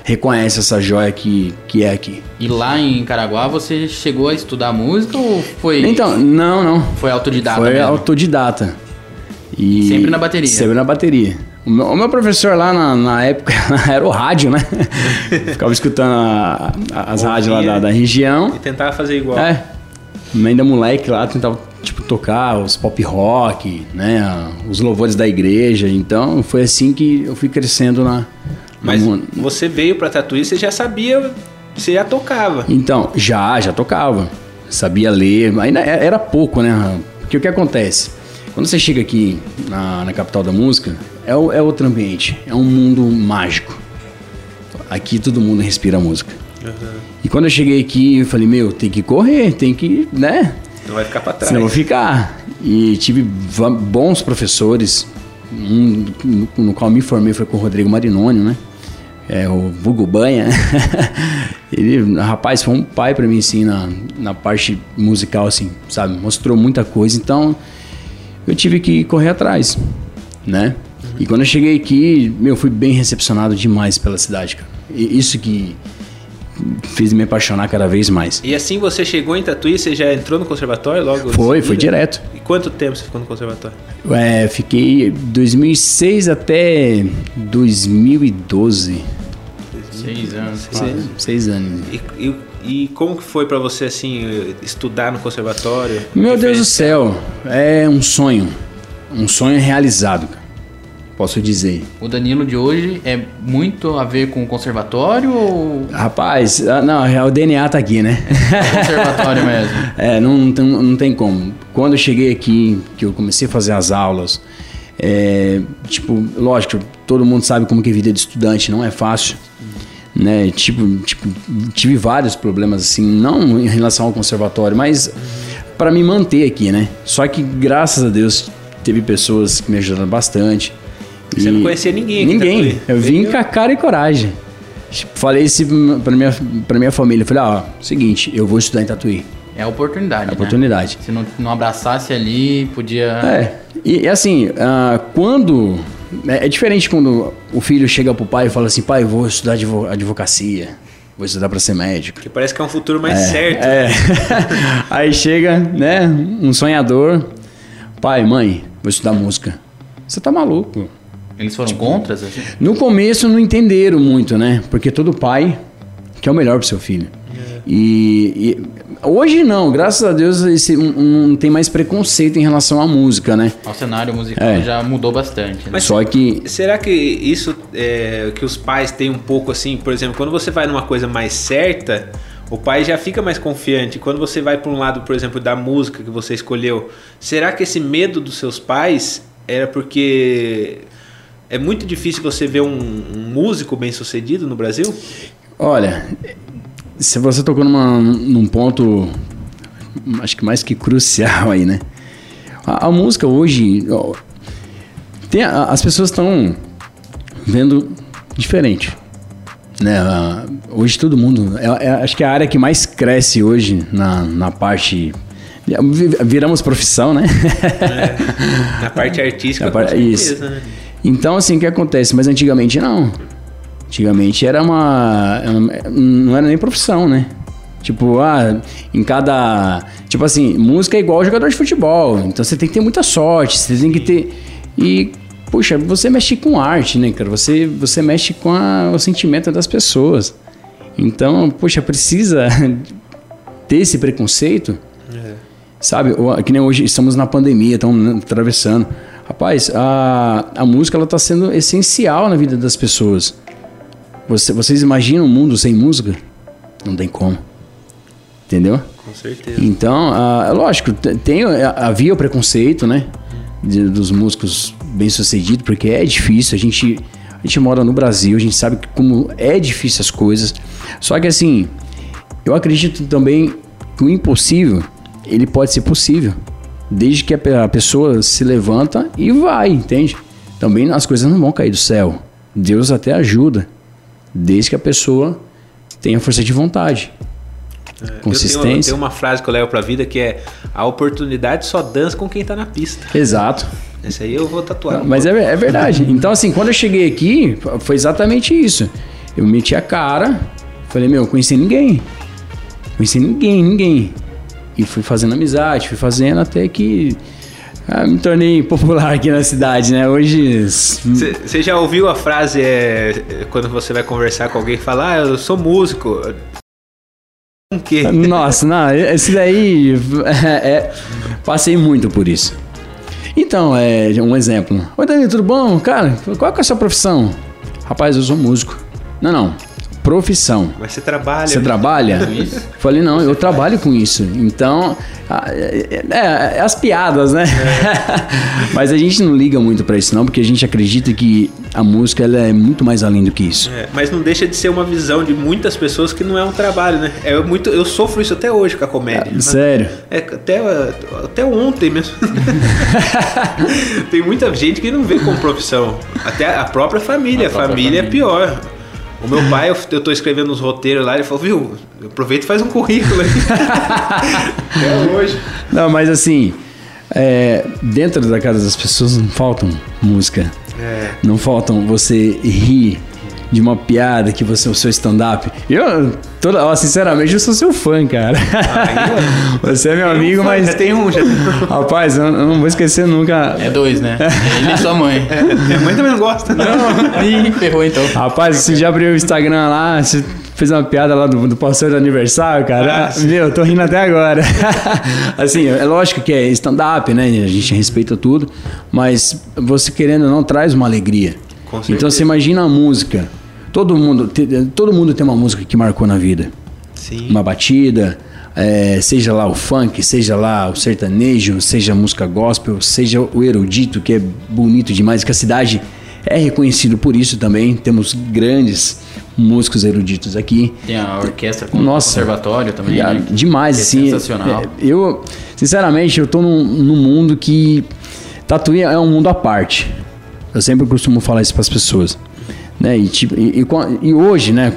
Speaker 9: Reconhece essa joia que, que é aqui.
Speaker 4: E lá em Caraguá você chegou a estudar música ou foi
Speaker 9: Então, não, não.
Speaker 4: foi autodidata
Speaker 9: Foi
Speaker 4: mesmo?
Speaker 9: autodidata. E
Speaker 4: Sempre na bateria.
Speaker 9: Sempre na bateria. O meu, o meu professor lá na, na época era o rádio, né? Ficava escutando a- a- as rádios lá da, da região.
Speaker 8: E tentava fazer igual.
Speaker 9: É. Ainda moleque lá tentava, tipo, tocar os pop rock, né? a- Os louvores da igreja. Então, foi assim que eu fui crescendo na... na
Speaker 8: Mas
Speaker 9: mu-
Speaker 8: você veio pra Tatuí, você já sabia, você já tocava.
Speaker 9: Então, já, já tocava. Sabia ler, mas ainda era era pouco, né? Porque o que acontece? Quando você chega aqui na, na capital da música, é, o- é outro ambiente, é um mundo mágico. Aqui todo mundo respira música. E quando eu cheguei aqui, eu falei, meu, tem que correr, tem que, né?
Speaker 8: Não vai ficar pra trás.
Speaker 9: Senão eu vou ficar. E tive va- bons professores. Um no, no qual eu me formei foi com o Rodrigo Marinoni, né? É, o Vugo Banha. Ele, rapaz, foi um pai pra mim, assim, na, na parte musical, assim, sabe? Mostrou muita coisa. Então, eu tive que correr atrás, né? E quando eu cheguei aqui, meu, fui bem recepcionado demais pela cidade, cara. E isso que fez me apaixonar cada vez mais.
Speaker 8: E assim você chegou em Tatuí, você já entrou no conservatório logo? em
Speaker 9: Foi,
Speaker 8: seguida?
Speaker 9: foi direto.
Speaker 8: E quanto tempo você ficou no conservatório?
Speaker 9: É, fiquei 2006 até 2012.
Speaker 4: Seis anos.
Speaker 9: Seis, seis anos.
Speaker 8: E, e- e como que foi pra você, assim, estudar no conservatório?
Speaker 9: Meu Deus do céu, é um sonho. Um sonho realizado, cara. posso dizer.
Speaker 4: O Danilo de hoje é muito a ver com o conservatório ou
Speaker 9: Rapaz, ah, não, é o DNA tá aqui, né?
Speaker 4: conservatório mesmo?
Speaker 9: É, não, não, tem- não tem como. Quando eu cheguei aqui, que eu comecei a fazer as aulas, é, tipo, lógico, todo mundo sabe como que é vida de estudante, não é fácil. Né? Tipo, tipo, tive vários problemas, assim, não em relação ao conservatório, mas para me manter aqui, né? Só que, graças a Deus, teve pessoas que me ajudaram bastante.
Speaker 8: Você não
Speaker 9: E-
Speaker 8: conhecia ninguém aqui,
Speaker 9: Ninguém.
Speaker 8: tá, Clay?
Speaker 9: eu vim com a cara e coragem. Falei isso pra minha, pra minha família. Falei, ó, seguinte, eu vou estudar em Tatuí.
Speaker 4: É a oportunidade,
Speaker 9: É a
Speaker 4: né?
Speaker 9: oportunidade.
Speaker 4: Se não, não abraçasse ali, podia...
Speaker 9: É, e e assim, ah, quando. É, é diferente quando o filho chega pro pai e fala assim: pai, eu vou estudar advo- advocacia, vou estudar pra ser médico.
Speaker 8: Que parece que é um futuro mais certo.
Speaker 9: É. Aí chega, né, um sonhador: pai, mãe, vou estudar música. Você tá maluco.
Speaker 4: Eles foram contras, assim?
Speaker 9: No começo não entenderam muito, né? Porque todo pai quer o melhor pro seu filho. E, e hoje não, graças a Deus esse, um- um- não tem mais preconceito em relação à música, né?
Speaker 4: O cenário musical
Speaker 9: É.
Speaker 4: já mudou bastante. né?
Speaker 8: Mas
Speaker 9: Só que
Speaker 8: Será que isso é, que os pais têm um pouco assim, por exemplo, quando você vai numa coisa mais certa, o pai já fica mais confiante. Quando você vai para um lado, por exemplo, da música que você escolheu, será que esse medo dos seus pais era porque é muito difícil você ver um, um músico bem sucedido no Brasil?
Speaker 9: Olha, se você tocou numa- num ponto, acho que mais que crucial aí, né? A, a música hoje, ó, tem a- as pessoas estão vendo diferente, né? A- Hoje todo mundo, é- é- acho que é a área que mais cresce hoje na, na parte, vi- viramos profissão, né?
Speaker 8: Na parte artística,
Speaker 9: Na parte- isso.
Speaker 8: né?
Speaker 9: Então, assim, o que acontece? Mas antigamente não. Antigamente era uma. era uma- Não era nem profissão, né? Tipo, ah, em cada. Tipo assim, música é igual jogador de futebol. Então você tem que ter muita sorte, você tem que ter. E, puxa, você mexe com arte, né, cara? Você, você mexe com a- o sentimento das pessoas. Então, poxa, precisa ter esse preconceito Sabe, o- que nem hoje estamos na pandemia, estamos atravessando. Rapaz, a, a música ela tá sendo essencial na vida das pessoas. Você- vocês imaginam um mundo sem música? Não tem como. Entendeu?
Speaker 8: Com certeza.
Speaker 9: Então, ah, é lógico, te- tem, havia o preconceito, né? de- dos músicos bem-sucedidos, porque é difícil. A gente, a gente mora no Brasil, a gente sabe que como é difícil as coisas. Só que assim, eu acredito também que o impossível, ele pode ser possível. Desde que a pe- a pessoa se levanta e vai, entende? Também as coisas não vão cair do céu. Deus até ajuda. Desde que a pessoa tenha força de vontade.
Speaker 8: É, Eu tenho, eu
Speaker 9: Consistência.
Speaker 8: tenho uma frase que eu levo pra vida que é: a oportunidade só dança com quem tá na pista.
Speaker 9: Exato.
Speaker 8: Esse aí eu vou tatuar.
Speaker 9: Não, mas é, é verdade. Então, assim, quando eu cheguei aqui, foi exatamente isso. Eu meti a cara, falei, meu, eu conheci ninguém. Conheci ninguém, ninguém. E fui fazendo amizade, fui fazendo até que ah, me tornei popular aqui na cidade, né? Hoje.
Speaker 8: Você já ouviu a frase é, é, quando você vai conversar com alguém e fala, ah, eu sou músico. Um quê?
Speaker 9: Nossa, não, esse daí. é, é, passei muito por isso. Então, é um exemplo. Oi, Dani, tudo bom? Cara, qual que é a sua profissão? Rapaz, eu sou músico. Não, não. Profissão.
Speaker 8: Mas você trabalha.
Speaker 9: Você trabalha? Falei, não, eu trabalho com isso. Então, a- é, é- é as piadas, né? Mas a gente não liga muito pra isso, não, porque a gente acredita que a música ela é muito mais além do que isso.
Speaker 8: É, mas não deixa de ser uma visão de muitas pessoas que não é um trabalho, né? É muito, eu sofro isso até hoje com a comédia. Mas-
Speaker 9: Sério.
Speaker 8: É, até, até ontem mesmo. Tem muita gente que não vê como profissão. Até a própria família. A, família, é pior. O meu pai, eu, eu tô escrevendo uns roteiros lá, ele falou, viu, aproveita e faz um currículo aí. até hoje.
Speaker 9: Não, mas assim, é, dentro
Speaker 8: É.
Speaker 9: da casa das pessoas não faltam música. Não faltam você rir, de uma piada que você, é o seu stand-up. Eu, toda, ó, sinceramente, eu sou seu fã, cara. você é meu amigo, mas.
Speaker 8: Já Ah, tem um, já tem um.
Speaker 9: Rapaz, eu, eu não vou esquecer nunca.
Speaker 4: É dois, né? Ele e sua mãe.
Speaker 8: Minha mãe também não gosta, né?
Speaker 9: É.
Speaker 4: Ih, ferrou então.
Speaker 9: Rapaz, você já abriu o Instagram lá, você fez uma piada lá do, do pastor de aniversário, cara.
Speaker 8: Ah,
Speaker 9: Meu, eu tô rindo até agora. assim, é lógico que é stand-up, né? A gente respeita tudo, mas você querendo ou não traz uma alegria.
Speaker 8: Com certeza.
Speaker 9: então você imagina a música. Todo mundo, te- todo mundo tem uma música que marcou na vida.
Speaker 8: Sim.
Speaker 9: Uma batida, é, seja lá o funk, seja lá o sertanejo, seja a música gospel, seja o erudito, que é bonito demais, que a cidade é reconhecido por isso também. Temos grandes músicos eruditos aqui.
Speaker 4: Tem a orquestra com
Speaker 9: Nossa.
Speaker 4: conservatório também.
Speaker 9: E, ah,
Speaker 4: né?
Speaker 9: Demais,
Speaker 4: Que é
Speaker 9: assim.
Speaker 4: Sensacional.
Speaker 9: é, Eu, sinceramente, eu tô num, num mundo que. Tatuí é um mundo à parte. Eu sempre costumo falar isso para as pessoas. Né? E, tipo, e, e com a- e hoje, né,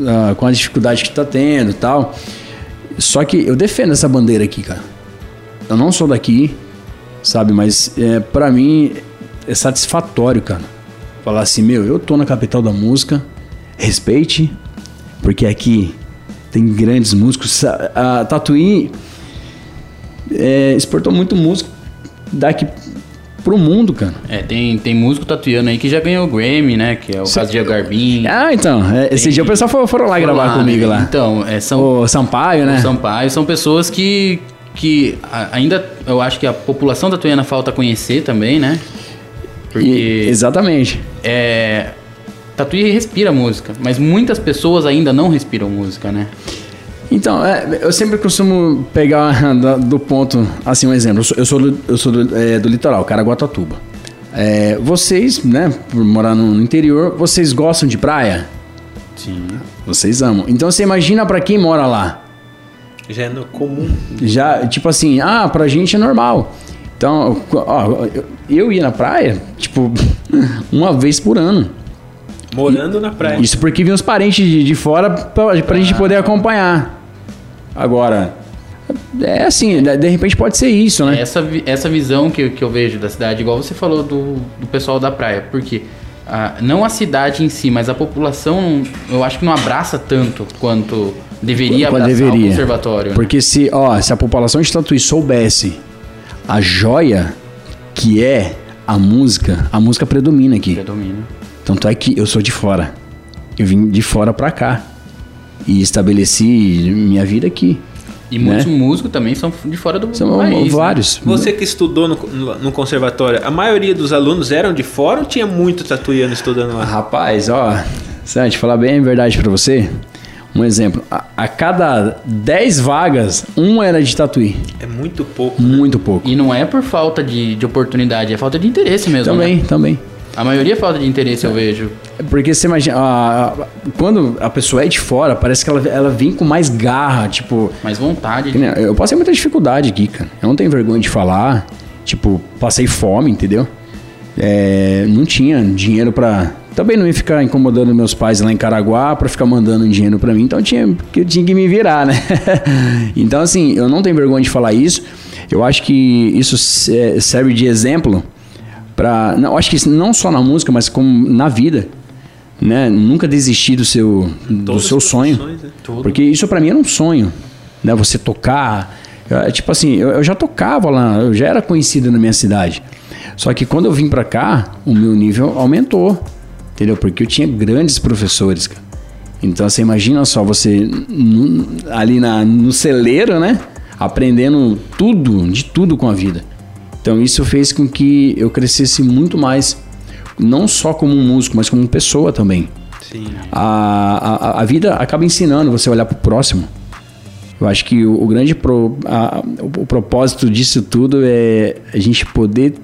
Speaker 9: ah, com a dificuldade que tá tendo e tal. Só que eu defendo essa bandeira aqui, cara. Eu não sou daqui, sabe? Mas é, para mim é satisfatório, cara. Falar assim, meu, eu tô na capital da música, respeite, porque aqui tem grandes músicos. Sa- A Tatuí é, exportou muito músico daqui pro mundo, cara.
Speaker 4: É, tem, tem músico tatuiano aí que já ganhou o Grammy, né? Que é o caso de El Garbim.
Speaker 9: Ah, então. é, esse
Speaker 4: Tem-
Speaker 9: dia o pessoal foi- foram, lá
Speaker 4: Foram
Speaker 9: gravar
Speaker 4: lá,
Speaker 9: comigo
Speaker 4: né?
Speaker 9: lá.
Speaker 4: Então, é, são,
Speaker 9: o Sampaio, né?
Speaker 4: o Sampaio, são pessoas que, que a- ainda, eu acho que a população tatuiana falta conhecer também, né? Porque...
Speaker 9: E- exatamente.
Speaker 4: é, Tatuí respira música, mas muitas pessoas ainda não respiram música, né?
Speaker 9: Então, é, eu sempre costumo pegar da- do, ponto, assim, um exemplo. Eu sou, eu sou, do, eu sou do, é, do litoral, Caraguatatuba. É, vocês, né, por morar no, no interior, vocês gostam de praia?
Speaker 4: Sim.
Speaker 9: Vocês amam. Então você imagina pra quem mora lá.
Speaker 8: Já é no comum.
Speaker 9: Já, tipo assim, ah, pra gente é normal. Então, ó, eu, eu ia na praia, tipo, uma vez por ano.
Speaker 8: Morando na praia.
Speaker 9: Isso porque vinham os parentes de, de fora pra, pra gente poder acompanhar. Agora, é assim, de, de repente pode ser isso, né?
Speaker 4: Essa, vi- essa visão que, eu- que eu vejo da cidade, igual você falou do, do pessoal da praia, porque ah, não a cidade em si, mas a população, eu acho que não abraça tanto quanto deveria
Speaker 9: Quando
Speaker 4: abraçar o conservatório. né?
Speaker 9: Porque se, ó, se a população de Tatuí soubesse a joia que é a música, a música predomina aqui.
Speaker 4: Predomina.
Speaker 9: Tanto é que eu sou de fora. Eu vim de fora pra cá. E estabeleci minha vida aqui.
Speaker 4: E
Speaker 9: Né?
Speaker 4: muitos músicos também são de fora do
Speaker 9: São
Speaker 4: país. né?
Speaker 9: vários.
Speaker 8: Você que estudou no, no- no conservatório, a maioria dos alunos eram de fora ou tinha muito tatuiano estudando lá?
Speaker 9: Rapaz, ó, Sante, falar bem a verdade pra você. Um exemplo, a, a cada 10 vagas, um era de Tatuí.
Speaker 8: É muito pouco.
Speaker 9: Muito pouco.
Speaker 4: E não é por falta de, de oportunidade, é falta de interesse mesmo.
Speaker 9: também,
Speaker 4: né?
Speaker 9: também.
Speaker 4: A maioria é falta de interesse, eu vejo.
Speaker 9: Porque você imagina, a- a- quando a pessoa é de fora, parece que ela, ela vem com mais garra, tipo,
Speaker 4: Mas vontade.
Speaker 9: Que nem- Eu passei muita dificuldade aqui, cara. Eu não tenho vergonha de falar. Tipo, passei fome, entendeu? É, não tinha dinheiro pra. Também não ia ficar incomodando meus pais lá em Caraguá pra ficar mandando dinheiro pra mim. Então eu tinha, que eu tinha que me virar, né? então, assim, eu não tenho vergonha de falar isso. Eu acho que isso se- é, serve de exemplo pra. Não, eu acho que isso não só na música, mas como na vida. Né? Nunca desistir do seu, do
Speaker 8: Todas
Speaker 9: seu
Speaker 8: as
Speaker 9: sonho.
Speaker 8: profissões, né?
Speaker 9: Porque isso pra mim era um sonho, né? Você tocar. É, tipo assim, eu, eu já tocava lá, eu já era conhecido na minha cidade. Só que quando eu vim pra cá, o meu nível aumentou, entendeu? Porque eu tinha grandes professores, cara. Então você imagina só você n- ali na, no celeiro, né? Aprendendo tudo, de tudo com a vida. Então isso fez com que eu crescesse muito mais, não só como um músico, mas como pessoa também
Speaker 8: Sim.
Speaker 9: a, a, a vida acaba ensinando você a olhar pro próximo. Eu acho que o, o grande pro, a- o, o propósito disso tudo é a gente poder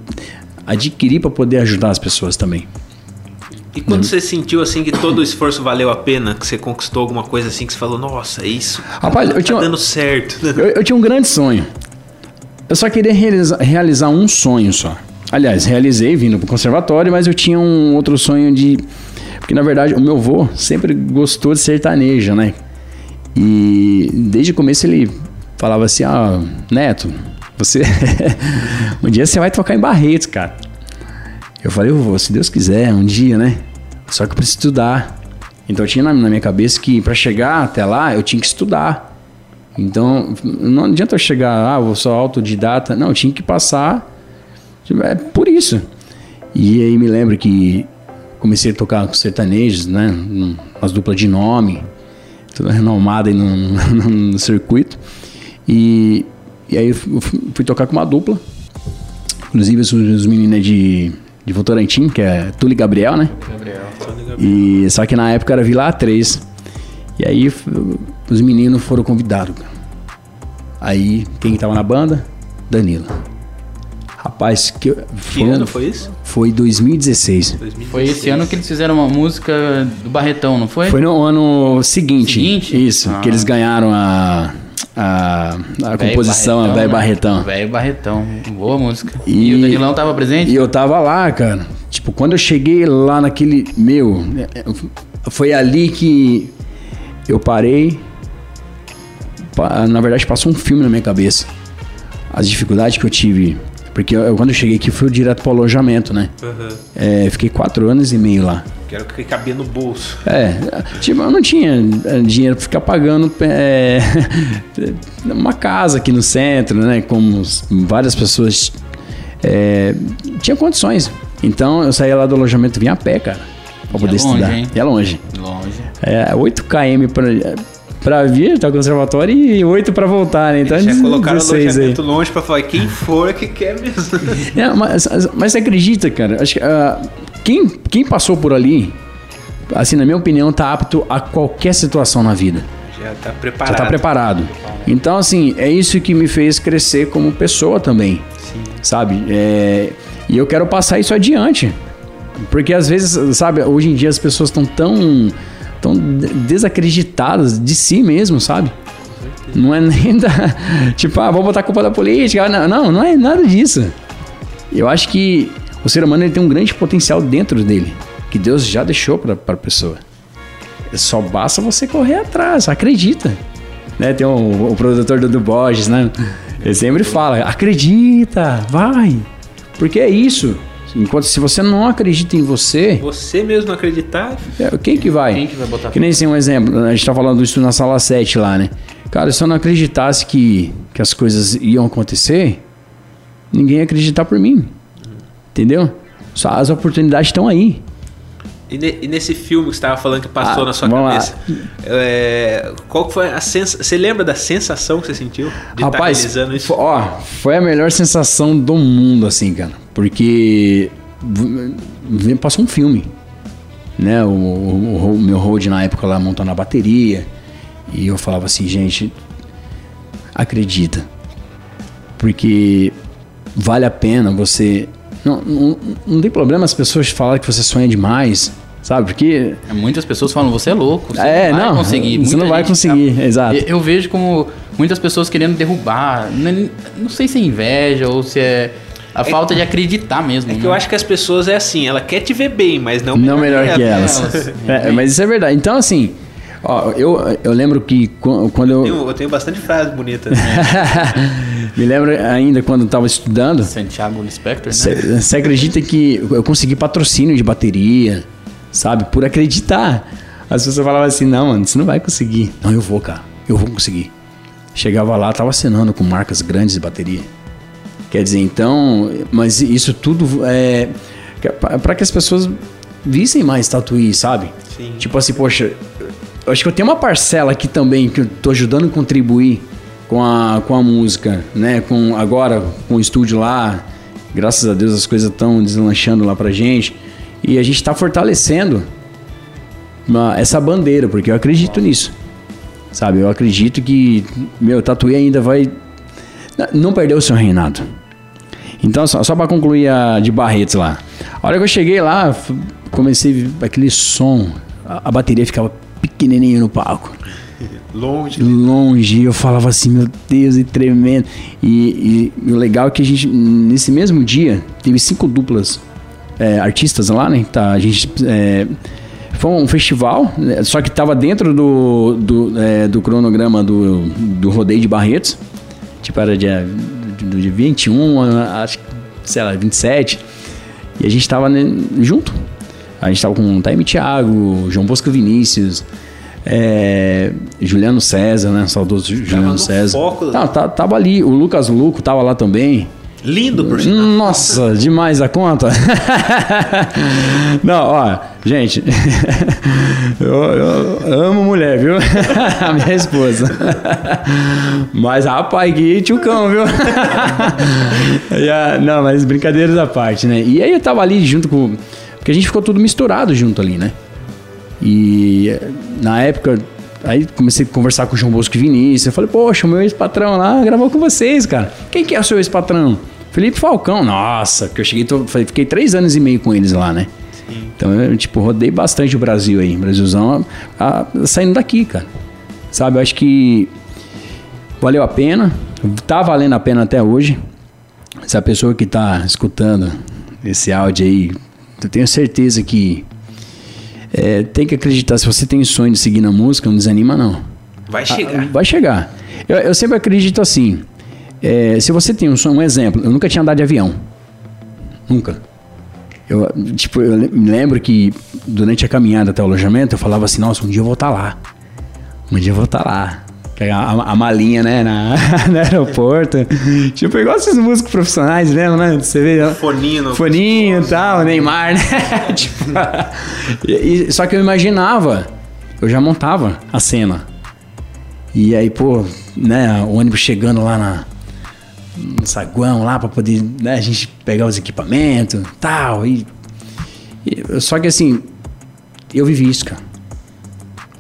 Speaker 9: adquirir para poder ajudar as pessoas também.
Speaker 8: E quando
Speaker 9: Uhum.
Speaker 8: você sentiu assim que todo o esforço valeu a pena, que você conquistou alguma coisa assim que você falou, nossa, é isso.
Speaker 9: Rapaz, eu
Speaker 8: tá
Speaker 9: tinha,
Speaker 8: dando certo.
Speaker 9: eu, eu tinha um grande sonho. Eu só queria realiza- realizar um sonho só. Aliás, realizei vindo pro conservatório, mas eu tinha um outro sonho de. Porque na verdade o meu avô sempre gostou de sertanejo, né? E desde o começo ele falava assim: Ah, Neto, você. um dia você vai tocar em Barretos, cara. Eu falei: Eu vou, se Deus quiser, um dia, né? Só que eu preciso estudar. Então eu tinha na, na minha cabeça que para chegar até lá eu tinha que estudar. Então não adianta eu chegar, ah, vou só autodidata. Não, eu tinha que passar é por isso. E aí me lembro que comecei a tocar com sertanejos, né? Num- Umas duplas de nome, toda renomada aí no, no- no circuito. E, e aí eu fu- fu- fui tocar com uma dupla. Inclusive os, os meninos né, de, de Votorantim, que é Tuli e Gabriel, né? E só que na época era Vila A3. E aí f- os meninos foram convidados. cara. Aí quem que tava na banda? Danilo. Rapaz, que, eu-
Speaker 8: Que
Speaker 9: um-
Speaker 8: ano foi isso?
Speaker 9: Foi 2016.
Speaker 4: Foi esse ano que eles fizeram uma música do Barretão, não foi?
Speaker 9: Foi no ano seguinte.
Speaker 4: Seguinte?
Speaker 9: Isso,
Speaker 4: Ah.
Speaker 9: que eles ganharam a a, a
Speaker 4: Véio
Speaker 9: composição, a Véio Barretão.
Speaker 4: né? Véio Barretão, boa música. E,
Speaker 9: E-
Speaker 4: o Danilão tava presente?
Speaker 9: E eu tava lá, cara. Tipo, quando eu cheguei lá naquele. Meu, foi ali que eu parei. Pa- Na verdade, passou um filme na minha cabeça. As dificuldades que eu tive. Porque eu- quando eu cheguei aqui, fui direto pro alojamento, né?
Speaker 4: Uhum.
Speaker 9: É, fiquei quatro anos e meio lá.
Speaker 8: Quero que cabia no bolso.
Speaker 9: É, tipo, eu não tinha eh, dinheiro pra ficar pagando eh, uma casa aqui no centro, né? Como s- várias pessoas eh, tinham condições. Então eu saía lá do alojamento e vinha a pé, cara, pra poder
Speaker 4: longe,
Speaker 9: estudar.
Speaker 4: hein?
Speaker 9: E é longe.
Speaker 4: Longe.
Speaker 9: É 8 km pra, pra vir até o conservatório e 8 pra voltar, né? Então
Speaker 8: Eles já
Speaker 9: é
Speaker 8: colocaram o
Speaker 9: 16 aí.
Speaker 8: alojamento longe pra falar quem for que quer mesmo. tá
Speaker 9: É, mas, mas você acredita, cara? Acho que, ah, quem, quem passou por ali, assim, na minha opinião, tá apto a qualquer situação na vida.
Speaker 8: Já tá
Speaker 9: Já
Speaker 8: preparado.
Speaker 9: tá preparado. Então, assim, é isso que me fez crescer como pessoa também. Sabe? É, e eu quero passar isso adiante. Porque às vezes, sabe, hoje em dia as pessoas estão tão, tão de- desacreditadas de si mesmo, sabe? Não é nem da. Tipo, ah, vou botar a culpa da política. Não, não, não é nada disso. Eu acho que o ser humano ele tem um grande potencial dentro dele, que Deus já deixou para a pessoa. Só basta você correr atrás, acredita. Né, tem o, o produtor do, do Borges, né? Ele sempre fala, acredita, vai. Porque é isso. Enquanto se você não acredita em você,
Speaker 8: Você mesmo não acreditar,
Speaker 9: é, Quem que vai?
Speaker 4: Quem que vai botar
Speaker 9: Que nem assim um exemplo, a gente tá falando disso na sala 7 lá, né? Cara, se eu não acreditasse que, que as coisas iam acontecer, ninguém ia acreditar por mim. Entendeu? Só as oportunidades estão aí.
Speaker 8: E, ne- e nesse filme que você estava falando que passou
Speaker 9: Ah,
Speaker 8: na sua
Speaker 9: vamos lá.
Speaker 8: cabeça, é, qual que foi a sensação? Você lembra da sensação que você sentiu de
Speaker 4: tá
Speaker 8: estar
Speaker 9: Rapaz,
Speaker 8: realizando isso?
Speaker 9: fo- ó, foi a melhor sensação do mundo, assim, cara. Porque v- v- passou um filme, né? O, o- o ro- meu road na época lá montando a bateria. E eu falava assim, gente, acredita. Porque vale a pena você... Não, não, não tem problema as pessoas falarem que você sonha demais, sabe? Porque...
Speaker 4: Muitas pessoas falam, você é louco, você
Speaker 9: é,
Speaker 4: não vai
Speaker 9: não,
Speaker 4: conseguir. Muita
Speaker 9: você não vai
Speaker 4: gente- tá
Speaker 9: conseguir, exato.
Speaker 4: Eu- Eu vejo como muitas pessoas querendo derrubar. Não, não sei se é inveja ou se é a falta de acreditar mesmo. né?
Speaker 8: É que eu acho que as pessoas é assim, ela quer te ver bem, mas não,
Speaker 9: Não melhor que
Speaker 4: elas.
Speaker 9: elas. É, mas isso é verdade. Então, assim, ó, eu, eu lembro que qu- quando
Speaker 8: Eu
Speaker 9: eu.
Speaker 8: tenho, eu tenho bastante frases bonitas. né?
Speaker 9: me lembro ainda quando eu tava estudando.
Speaker 4: Santiago Inspector, né?
Speaker 9: Você acredita que eu consegui patrocínio de bateria, sabe? Por acreditar. As pessoas falavam assim: não, mano, você não vai conseguir. Não, eu vou, cara. Eu vou conseguir. Chegava lá, tava assinando com marcas grandes de bateria. Quer dizer, então, mas isso tudo é para que as pessoas vissem mais Tatuí, sabe?
Speaker 8: Sim.
Speaker 9: Tipo assim, poxa, eu acho que eu tenho uma parcela aqui também que eu tô ajudando a contribuir com a, com a música, né? Com agora com o estúdio lá, graças a Deus as coisas estão deslanchando lá pra gente e a gente tá fortalecendo uma- essa bandeira, porque eu acredito nisso. Sabe? Eu acredito que meu Tatuí ainda vai não perdeu o seu reinado. Então, só, só para concluir a de Barretos lá. A hora que eu cheguei lá, f- comecei a ver aquele som. A, a bateria ficava pequenininho no palco. Longe. Longe. Eu falava assim, meu Deus, e tremendo. E, e o legal é que a gente, nesse mesmo dia, teve cinco duplas é, artistas lá, né? Tá, a gente. é, foi um festival, né, só que tava dentro do, do, é, do cronograma do, do rodeio de Barretos. Tipo, era dia, do dia 21, a- acho que, sei lá, 27. E a gente tava né, junto. A gente tava com Taime Thiago, João Bosco Vinícius, é, Juliano César, né? Saudoso Ju- Juliano
Speaker 8: no
Speaker 9: César.
Speaker 8: foco.
Speaker 9: Tá, tá- tava ali, o Lucas Luco tava lá também.
Speaker 8: Lindo, por sinal.
Speaker 9: Nossa, demais a conta. Não, ó, gente, eu, eu amo mulher, viu? A minha esposa. Mas, rapaz, que tchucão, viu? E a- Não, mas brincadeiras à parte, né? E aí eu tava ali junto com... Porque a gente ficou tudo misturado junto ali, né? E eh, na época, aí comecei a conversar com o João Bosco e Vinícius. Eu falei, poxa, o meu ex-patrão lá gravou com vocês, cara. Quem que é o seu ex-patrão? Felipe Falcão. Nossa, porque eu cheguei, tô- falei, fiquei três anos e meio com eles lá, né? Então eu, tipo, rodei bastante o Brasil aí. Brasilzão, a- a- saindo daqui, cara. Sabe, eu acho que valeu a pena. Tá valendo a pena até hoje. Se a pessoa que tá escutando esse áudio aí, eu tenho certeza que é, tem que acreditar. Se você tem um sonho de seguir na música, não desanima, não. Ah,
Speaker 8: Vai chegar.
Speaker 9: Vai chegar. Eu, eu sempre acredito assim. é, se você tem um sonho, um exemplo, eu nunca tinha andado de avião. Nunca. Eu, tipo, eu le- me lembro que durante a caminhada até o alojamento, eu falava assim, nossa, um dia eu vou estar lá. Um dia eu vou estar lá. Pegar a, a malinha, né, na, no aeroporto. Tipo, igual esses músicos profissionais, lembra, né? Você vê...
Speaker 8: Foninho no-
Speaker 9: Foninho e tal, Neymar, né? tipo, e- e- só que eu imaginava, eu já montava a cena. E aí, pô, né, o ônibus chegando lá na, no um saguão lá pra poder, né, a gente pegar os equipamentos tal, e e- Só que assim, eu vivi isso, cara.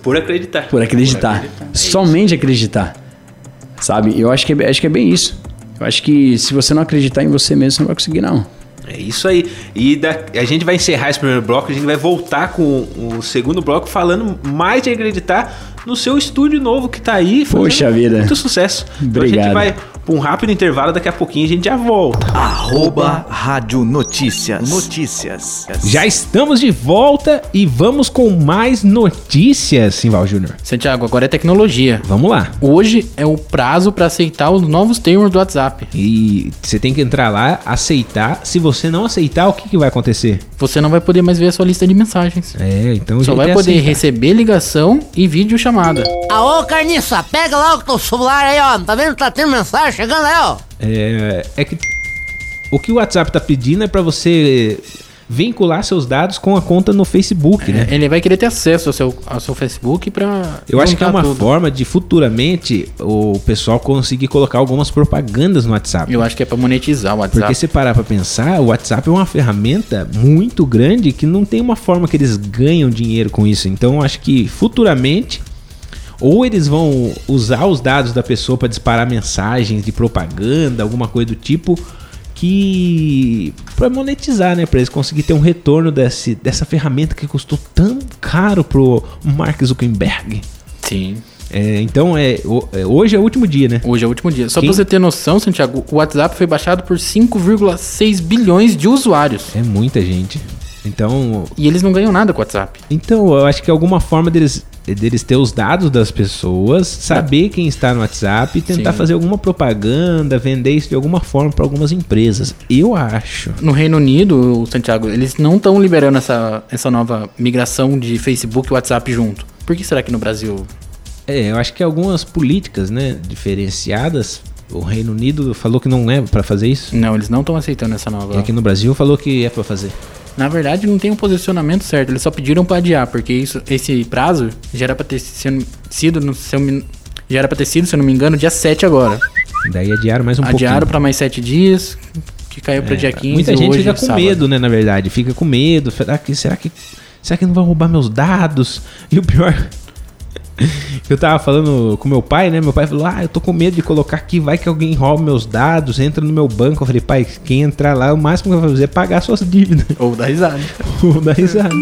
Speaker 8: Por acreditar.
Speaker 9: Por acreditar. É Somente acreditar. Sabe? Eu acho que, é- acho que é bem isso. Eu acho que se você não acreditar em você mesmo, você não vai conseguir, não.
Speaker 8: É isso aí. E da- a gente vai encerrar esse primeiro bloco, a gente vai voltar com o segundo bloco falando mais de acreditar no seu estúdio novo que tá aí. fazendo
Speaker 9: Poxa vida.
Speaker 8: Muito sucesso. Então
Speaker 9: Obrigado.
Speaker 8: a gente vai pra um rápido intervalo, daqui a pouquinho a gente já volta.
Speaker 2: Arroba Rádio Notícias. Notícias.
Speaker 3: Já estamos de volta e vamos com mais notícias, Simval Júnior.
Speaker 4: Santiago, agora é tecnologia.
Speaker 3: Vamos lá.
Speaker 4: Hoje é o prazo para aceitar os novos termos do WhatsApp.
Speaker 3: E você tem que entrar lá, aceitar. Se você não aceitar, o que, que vai acontecer?
Speaker 4: Você não vai poder mais ver a sua lista de mensagens.
Speaker 3: É, então o
Speaker 4: Só
Speaker 3: jeito
Speaker 4: vai
Speaker 3: é
Speaker 4: poder
Speaker 3: aceitar.
Speaker 4: receber ligação e vídeo chamada.
Speaker 10: Aô, Ah, carniça, pega lá o teu celular aí, ó. Tá vendo? Tá tendo mensagem chegando aí, ó.
Speaker 3: É, é que o que o WhatsApp tá pedindo é pra você vincular seus dados com a conta no Facebook, né?
Speaker 4: Ele vai querer ter acesso ao seu, ao seu Facebook para.
Speaker 3: Eu acho que é uma forma de futuramente o pessoal conseguir colocar algumas propagandas no WhatsApp.
Speaker 4: Eu acho que é pra monetizar o WhatsApp.
Speaker 3: Porque se parar pra pensar, o WhatsApp é uma ferramenta muito grande que não tem uma forma que eles ganham dinheiro com isso. Então eu acho que futuramente ou eles vão usar os dados da pessoa pra disparar mensagens de propaganda, alguma coisa do tipo que Pra monetizar, né, Pra eles conseguir ter um retorno desse, dessa ferramenta que custou tão caro pro Mark Zuckerberg.
Speaker 4: Sim.
Speaker 3: É, então é, o- é, hoje é o último dia, né?
Speaker 4: Hoje é o último dia. Só
Speaker 3: Quem-
Speaker 4: pra você ter noção, Santiago, o WhatsApp foi baixado por 5,6 bilhões de usuários.
Speaker 3: É muita gente. Então
Speaker 4: E eles não ganham nada com o WhatsApp.
Speaker 3: Então, eu acho que alguma forma deles, deles ter os dados das pessoas, saber quem está no WhatsApp e tentar
Speaker 4: Sim.
Speaker 3: fazer alguma propaganda, vender isso de alguma forma para algumas empresas. Eu acho.
Speaker 4: No Reino Unido, o Santiago, eles não estão liberando essa, essa nova migração de Facebook e WhatsApp junto. Por que será que no Brasil
Speaker 3: É, eu acho que algumas políticas, né, diferenciadas, o Reino Unido falou que não é para fazer isso.
Speaker 4: Não, eles não estão aceitando essa
Speaker 3: E
Speaker 4: nova.
Speaker 3: aqui no Brasil falou que é para fazer.
Speaker 4: Na verdade, não tem um posicionamento certo. Eles só pediram pra adiar, porque isso, esse prazo já era pra ter sido- sido, no- se eu me- já era pra ter sido, se eu não me engano, dia 7 agora.
Speaker 3: Daí adiaram mais um
Speaker 4: Adiaram
Speaker 3: pouquinho. É,
Speaker 4: pra mais 7 dias, que caiu pra dia 15.
Speaker 3: Muita gente
Speaker 4: hoje,
Speaker 3: fica com
Speaker 4: sábado.
Speaker 3: medo, né, na verdade. Fica com medo. Será que, será que, será que não vai roubar meus dados? E o pior... Eu tava falando com meu pai, né? Meu pai falou, ah, eu tô com medo de colocar aqui, vai que alguém rouba meus dados, entra no meu banco. Eu falei, pai, quem entrar lá, o máximo que vai fazer é pagar suas dívidas.
Speaker 4: Ou da risada.
Speaker 3: Ou dar risada.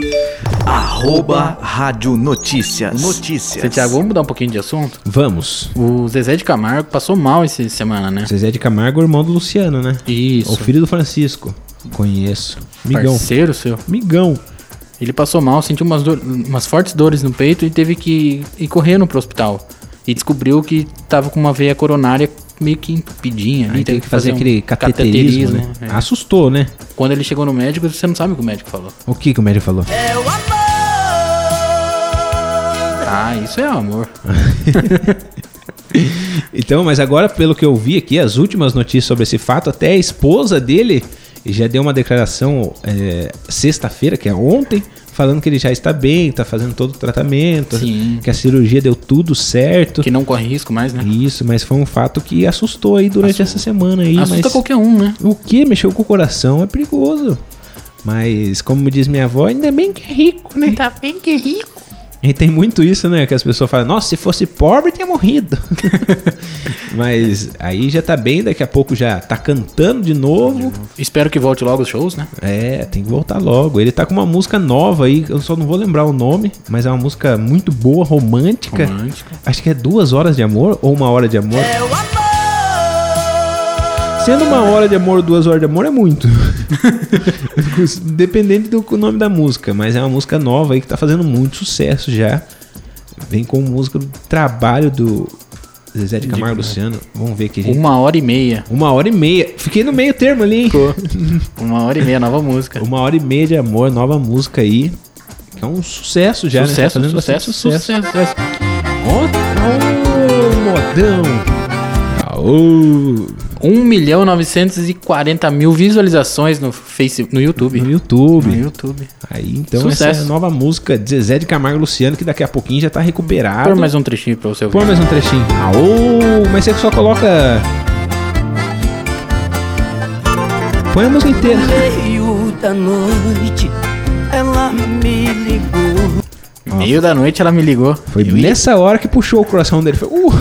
Speaker 2: Arroba Rádio Notícias. Notícias.
Speaker 4: Santiago, vamos mudar um pouquinho de assunto?
Speaker 3: Vamos.
Speaker 4: O Zezé de Camargo passou mal essa semana, né?
Speaker 3: Zezé de Camargo, irmão do Luciano, né?
Speaker 4: Isso.
Speaker 3: O filho do Francisco. Conheço. Migão.
Speaker 4: Parceiro seu.
Speaker 3: Migão.
Speaker 4: Ele passou mal, sentiu umas, dor- umas fortes dores no peito e teve que ir correndo pro hospital. E descobriu que tava com uma veia coronária meio que entupidinha.
Speaker 3: Aí
Speaker 4: e
Speaker 3: teve que fazer aquele cateterismo, um né?
Speaker 4: É.
Speaker 3: Assustou, né?
Speaker 4: Quando ele chegou no médico, você não sabe o que o médico falou.
Speaker 3: O que, que o médico falou?
Speaker 4: Ah, isso é amor.
Speaker 3: Então, mas agora, pelo que eu vi aqui, as últimas notícias sobre esse fato, até a esposa dele já deu uma declaração é, sexta-feira, que é ontem, falando que ele já está bem, está fazendo todo o tratamento,
Speaker 4: Sim.
Speaker 3: que a cirurgia deu tudo certo.
Speaker 4: Que não corre risco mais, né?
Speaker 3: Isso, mas foi um fato que assustou aí durante essa semana aí.
Speaker 4: Assusta
Speaker 3: mas
Speaker 4: qualquer um, né?
Speaker 3: O que mexeu com o coração é perigoso. Mas, como diz minha avó, ainda bem que é rico, né?
Speaker 10: Tá bem que rico.
Speaker 3: E tem muito isso, né? Que as pessoas falam, nossa, se fosse pobre, tinha morrido. Mas aí já tá bem, daqui a pouco já tá cantando de novo.
Speaker 4: Espero que volte logo os shows, né?
Speaker 3: É, tem que voltar logo. Ele tá com uma música nova aí, eu só não vou lembrar o nome, mas é uma música muito boa, romântica.
Speaker 4: Romântica.
Speaker 3: Acho que é duas horas de amor ou uma hora de amor. Sendo uma hora de amor, duas horas de amor é muito. Dependente do nome da música, mas é uma música nova aí que tá fazendo muito sucesso já. Vem com música do trabalho do Zezé de Camargo Um Luciano. Vamos ver aqui, gente.
Speaker 4: Uma hora e meia.
Speaker 3: Uma hora e meia. Fiquei no meio termo ali, hein?
Speaker 4: Uma hora e meia, nova música.
Speaker 3: Uma hora e meia de amor, nova música aí. Que é um sucesso já,
Speaker 4: Sucesso,
Speaker 3: né? Tá fazendo bastante
Speaker 4: sucesso, sucesso, sucesso,
Speaker 3: Ô, modão! Aô!
Speaker 4: Um milhão novecentos e quarenta mil visualizações no Face, no YouTube.
Speaker 3: No YouTube.
Speaker 4: No YouTube.
Speaker 3: Aí então essa
Speaker 4: Sucesso.
Speaker 3: é a nova música de Zezé de Camargo e Luciano, que daqui a pouquinho já tá recuperado.
Speaker 4: Pôr mais um trechinho pra você ouvir.
Speaker 3: Põe mais um trechinho. Aô! Mas você só coloca. Põe a música inteira.
Speaker 4: Meio da noite ela me ligou.
Speaker 3: Foi nessa hora que puxou o coração dele. Foi, uh!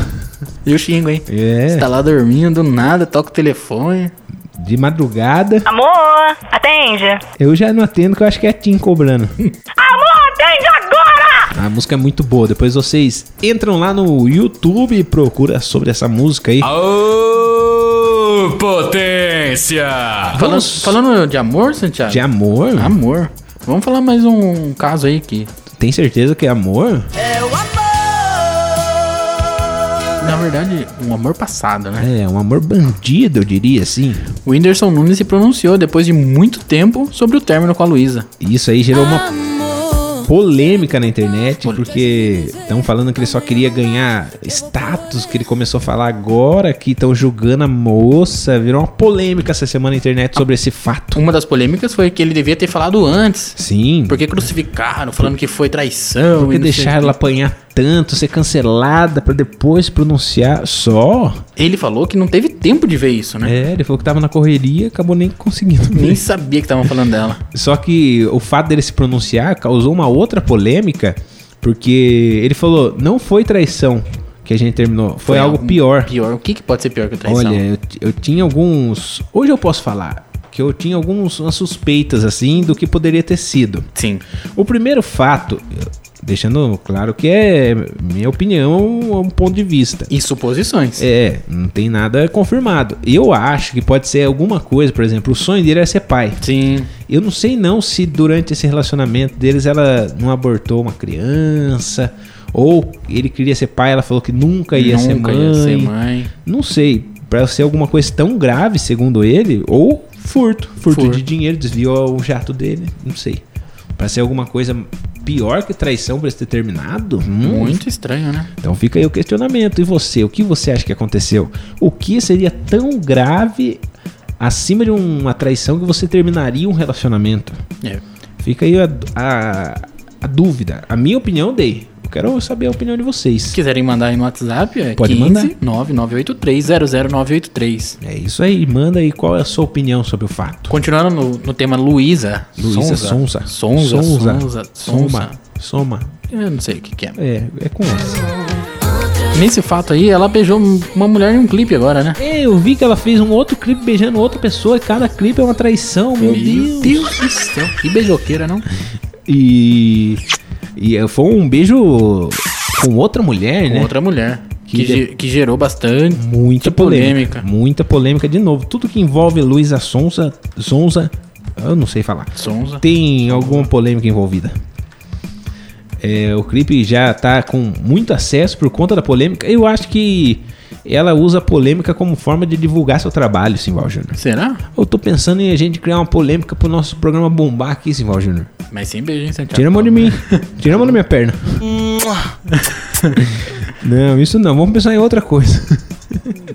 Speaker 4: E o xingo, hein? Você
Speaker 3: É,
Speaker 4: tá lá dormindo, do nada, toca o telefone.
Speaker 3: de madrugada.
Speaker 11: Amor, atende.
Speaker 3: Eu já não atendo, que eu acho que é a Tim cobrando.
Speaker 11: Amor, atende agora!
Speaker 3: A música é muito boa. Depois vocês entram lá no YouTube e procura sobre essa música aí.
Speaker 4: Falando, falando de amor, Santiago?
Speaker 3: De amor?
Speaker 4: amor. Vamos falar mais um caso aí que,
Speaker 3: Tem certeza que é amor?
Speaker 4: na verdade, um amor passado, né?
Speaker 3: É, um amor bandido, eu diria assim.
Speaker 4: O Whindersson Nunes se pronunciou depois de muito tempo sobre o término com a Luísa.
Speaker 3: E Isso aí gerou uma polêmica na internet, porque estão falando que ele só queria ganhar status, que ele começou a falar agora, que estão julgando a moça. Virou uma polêmica essa semana na internet sobre esse fato.
Speaker 4: Uma das polêmicas foi que ele devia ter falado antes.
Speaker 3: Sim.
Speaker 4: Porque crucificaram, falando que foi traição.
Speaker 3: Porque
Speaker 4: e não sei
Speaker 3: deixaram
Speaker 4: o
Speaker 3: ela apanhar tanto, ser cancelada pra depois pronunciar só?
Speaker 4: quê. Ele falou que não teve tempo de ver isso, né?
Speaker 3: É, ele falou que tava na correria, acabou nem conseguindo.
Speaker 4: Nem sabia que estavam falando dela.
Speaker 3: Só que o fato dele se pronunciar causou uma outra polêmica, porque ele falou: não foi traição que a gente terminou, foi, algo
Speaker 4: algum-
Speaker 3: pior.
Speaker 4: Pior. O que, que pode ser pior que a traição?
Speaker 3: Olha, eu, ti- eu tinha alguns. Hoje eu posso falar que eu tinha algumas suspeitas assim do que poderia ter sido.
Speaker 4: Sim.
Speaker 3: O primeiro fato, deixando claro que é minha opinião, é um ponto de vista.
Speaker 4: E suposições.
Speaker 3: É, não tem nada confirmado. Eu acho que pode ser alguma coisa, por exemplo, o sonho dele era ser pai.
Speaker 4: Sim.
Speaker 3: Eu não sei não se durante esse relacionamento deles ela não abortou uma criança ou ele queria ser pai, ela falou que nunca ia, ser,
Speaker 4: Nunca
Speaker 3: mãe.
Speaker 4: ia ser mãe.
Speaker 3: Não sei, Pra ser alguma coisa tão grave, segundo ele, ou furto, furto,
Speaker 4: Furto.
Speaker 3: de dinheiro, desviou o jato dele, não sei. Pra ser alguma coisa pior que traição pra ele ter terminado? Hum,
Speaker 4: Muito estranho, né?
Speaker 3: então fica aí o questionamento. E você, o que você acha que aconteceu? O que seria tão grave acima de uma traição que você terminaria um relacionamento?
Speaker 4: É.
Speaker 3: Fica aí a, a- a dúvida. A minha opinião eu dei. Eu quero saber a opinião de vocês.
Speaker 4: Se quiserem mandar aí no WhatsApp, é
Speaker 3: Pode mandar.
Speaker 4: 99983
Speaker 3: É isso aí. Manda aí qual é a sua opinião sobre o fato.
Speaker 4: Continuando no, no tema Luísa.
Speaker 3: Luísa
Speaker 4: Sonza.
Speaker 3: Sonza.
Speaker 4: Sonza. Sonza. Sonza.
Speaker 3: Soma. Soma.
Speaker 4: Eu não sei o que, que é.
Speaker 3: É, é com essa.
Speaker 4: Nesse fato aí, ela beijou uma mulher em um clipe agora, né?
Speaker 3: É, Eu vi que ela fez um outro clipe beijando outra pessoa e cada clipe é uma traição, meu Deus.
Speaker 4: do céu. Que beijoqueira, não?
Speaker 3: E. E eh, foi um beijo com outra mulher,
Speaker 4: Com
Speaker 3: né?
Speaker 4: outra mulher. Que,
Speaker 3: Que
Speaker 4: ge- que gerou bastante
Speaker 3: Muita polêmica. Muita polêmica de novo. Tudo que envolve Luísa Sonza. Sonza. Eu não sei falar.
Speaker 4: Sonza.
Speaker 3: Tem alguma polêmica envolvida. É, o clipe já tá com muito acesso por conta da polêmica. Eu acho que ela usa a polêmica como forma de divulgar seu trabalho, Simval Júnior.
Speaker 4: Será?
Speaker 3: Eu tô pensando em a gente criar uma polêmica pro nosso programa bombar aqui, Simval Júnior.
Speaker 4: Mas sem beijo, hein, Santiago?
Speaker 3: Tira a mão de mim. Tira a mão da minha perna. não, isso não. Vamos pensar em outra coisa.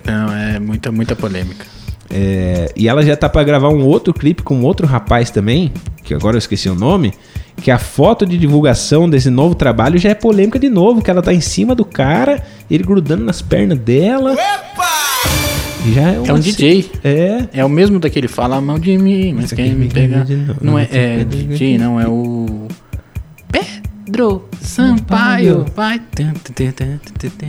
Speaker 4: Não, é muita, muita polêmica.
Speaker 3: É, e ela já tá pra gravar um outro clipe com outro rapaz também, que agora eu esqueci o nome, que a foto de divulgação desse novo trabalho já é polêmica de novo, que ela tá em cima do cara, ele grudando nas pernas dela. Já é,
Speaker 4: É um
Speaker 3: uma-
Speaker 4: DJ.
Speaker 3: É.
Speaker 4: É o mesmo daquele fala mal de mim, mas quem me pega. Não
Speaker 3: né?
Speaker 4: é, é DJ, não, é o. Pedro Sampaio. Vai.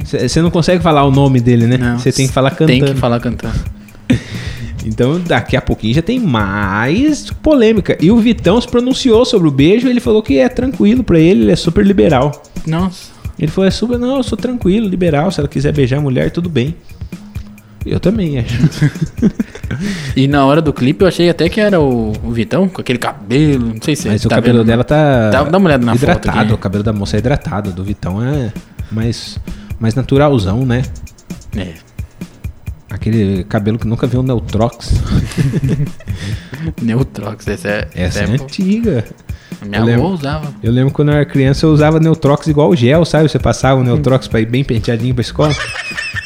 Speaker 3: C- Você não consegue falar o nome dele, né? Você tem que falar cantando.
Speaker 4: Tem que falar cantando.
Speaker 3: Então, daqui a pouquinho já tem mais polêmica. E o Vitão se pronunciou sobre o beijo, ele falou que é tranquilo pra ele, ele é super liberal.
Speaker 4: Nossa.
Speaker 3: Ele falou, é super, não, eu sou tranquilo, liberal, se ela quiser beijar a mulher, tudo bem. Eu também é. acho.
Speaker 4: Tá E na hora do clipe eu achei até que era o, o Vitão, com aquele cabelo, não sei se
Speaker 3: Mas
Speaker 4: você
Speaker 3: o cabelo
Speaker 4: vendo. né?
Speaker 3: dela tá
Speaker 4: Dá, dá uma olhada na
Speaker 3: hidratado,
Speaker 4: foto.
Speaker 3: o cabelo da moça é hidratado, do Vitão é mais, mais naturalzão, né?
Speaker 4: Aqui. É.
Speaker 3: Aquele cabelo que nunca viu o Neutrox.
Speaker 4: Neutrox, essa é.
Speaker 3: Essa é antiga.
Speaker 4: Minha
Speaker 3: Eu
Speaker 4: avó
Speaker 3: lembro-
Speaker 4: usava.
Speaker 3: Eu lembro quando eu era criança eu usava Neutrox igual o gel, sabe? Você passava o Neutrox pra ir bem penteadinho pra escola.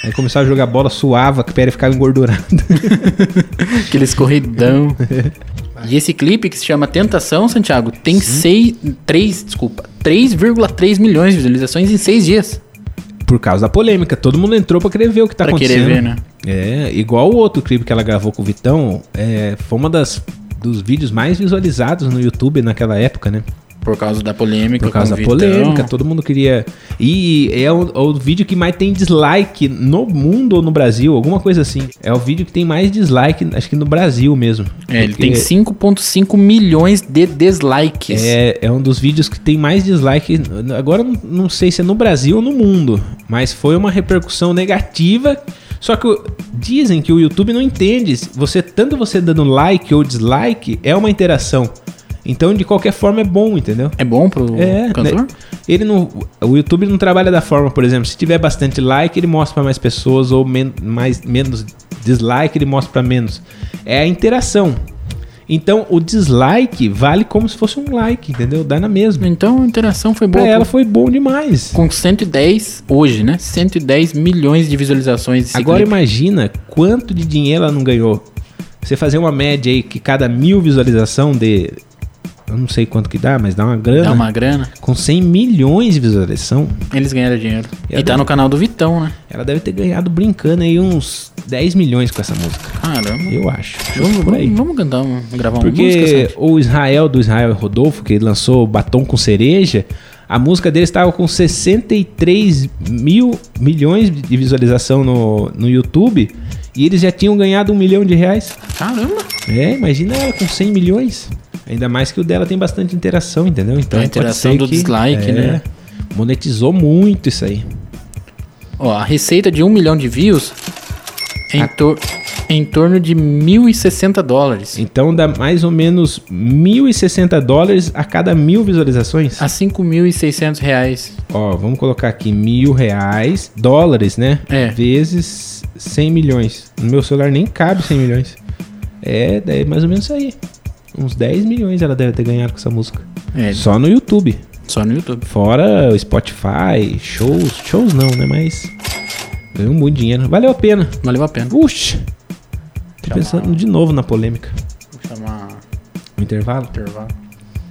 Speaker 3: Aí começava a jogar bola, suava, que a pele ficava engordurada.
Speaker 4: Aquele escorridão. e esse clipe que se chama Tentação, Santiago, tem seis, três, desculpa, 3,3 milhões de visualizações em seis dias.
Speaker 3: Por causa da polêmica, todo mundo entrou pra querer ver o que tá
Speaker 4: Pra querer
Speaker 3: acontecendo.
Speaker 4: ver, né?
Speaker 3: É, igual o outro clipe que ela gravou com o Vitão, é, foi uma das dos vídeos mais visualizados no YouTube naquela época, né?
Speaker 4: Por causa da polêmica.
Speaker 3: Por causa
Speaker 4: com
Speaker 3: da
Speaker 4: o Vitão.
Speaker 3: polêmica, todo mundo queria. E é o, o vídeo que mais tem dislike no mundo ou no Brasil, alguma coisa assim. É o vídeo que tem mais dislike, acho que no Brasil mesmo.
Speaker 4: É, ele tem
Speaker 3: Porque
Speaker 4: 5,5 milhões de dislikes.
Speaker 3: É, é um dos vídeos que tem mais dislike. Agora eu não, não sei se é no Brasil ou no mundo, mas foi uma repercussão negativa. Só que o- dizem que o YouTube não entende. Você tanto você dando like ou dislike é uma interação. Então de qualquer forma é bom, entendeu?
Speaker 4: É bom pro cantor?
Speaker 3: né? Ele não, o YouTube não trabalha da forma, por exemplo, se tiver bastante like, ele mostra pra mais pessoas ou men- mais, menos dislike, ele mostra pra menos. É a interação. Então, o dislike vale como se fosse um like, entendeu? Dá na mesma.
Speaker 4: Então a interação foi
Speaker 3: Pra
Speaker 4: boa.
Speaker 3: ela foi bom demais.
Speaker 4: Com 110, hoje, né? 110 milhões de visualizações. desse
Speaker 3: Agora
Speaker 4: clipe.
Speaker 3: imagina quanto de dinheiro ela não ganhou. Você fazer uma média aí que cada mil visualização de... Eu não sei quanto que dá, mas dá uma grana.
Speaker 4: Dá uma grana.
Speaker 3: Com 100 milhões de visualização,
Speaker 4: Eles ganharam dinheiro.
Speaker 3: Eu
Speaker 4: e tá
Speaker 3: não-
Speaker 4: no canal do Vitão, né?
Speaker 3: Ela deve ter ganhado brincando aí uns 10 milhões com essa música.
Speaker 4: Caramba.
Speaker 3: Eu acho.
Speaker 4: Vamos,
Speaker 3: Por aí.
Speaker 4: vamos, vamos cantar, um- gravar uma música,
Speaker 3: Porque
Speaker 4: Santi?
Speaker 3: o Israel do Israel Rodolfo, que lançou Batom com Cereja, a música dele estava com 63 mil milhões de visualização no, no YouTube e eles já tinham ganhado um milhão de reais.
Speaker 4: Caramba.
Speaker 3: É, imagina ela com 100 milhões. Ainda mais que o dela tem bastante interação, entendeu? Então,
Speaker 4: A É, interação
Speaker 3: pode ser
Speaker 4: do
Speaker 3: que- é,
Speaker 4: dislike, né?
Speaker 3: Monetizou muito isso aí.
Speaker 4: Ó, a receita de um milhão de views é em, tor- é em torno de 1.060 dólares.
Speaker 3: Então dá mais ou menos 1.060 dólares a cada mil visualizações.
Speaker 4: A 5.600 reais.
Speaker 3: Ó, vamos colocar aqui mil reais, dólares, né?
Speaker 4: É.
Speaker 3: Vezes 100 milhões. No meu celular nem cabe 100 milhões. É, daí é mais ou menos isso aí. Uns 10 milhões ela deve ter ganhado com essa música.
Speaker 4: É,
Speaker 3: Só no YouTube.
Speaker 4: só no YouTube.
Speaker 3: Fora o Spotify, shows. Shows não, né? Mas ganhou muito dinheiro. Valeu a pena.
Speaker 4: Valeu a pena.
Speaker 3: Puxa. Tô pensando de novo na polêmica.
Speaker 4: Vou chamar
Speaker 3: O intervalo.
Speaker 4: intervalo.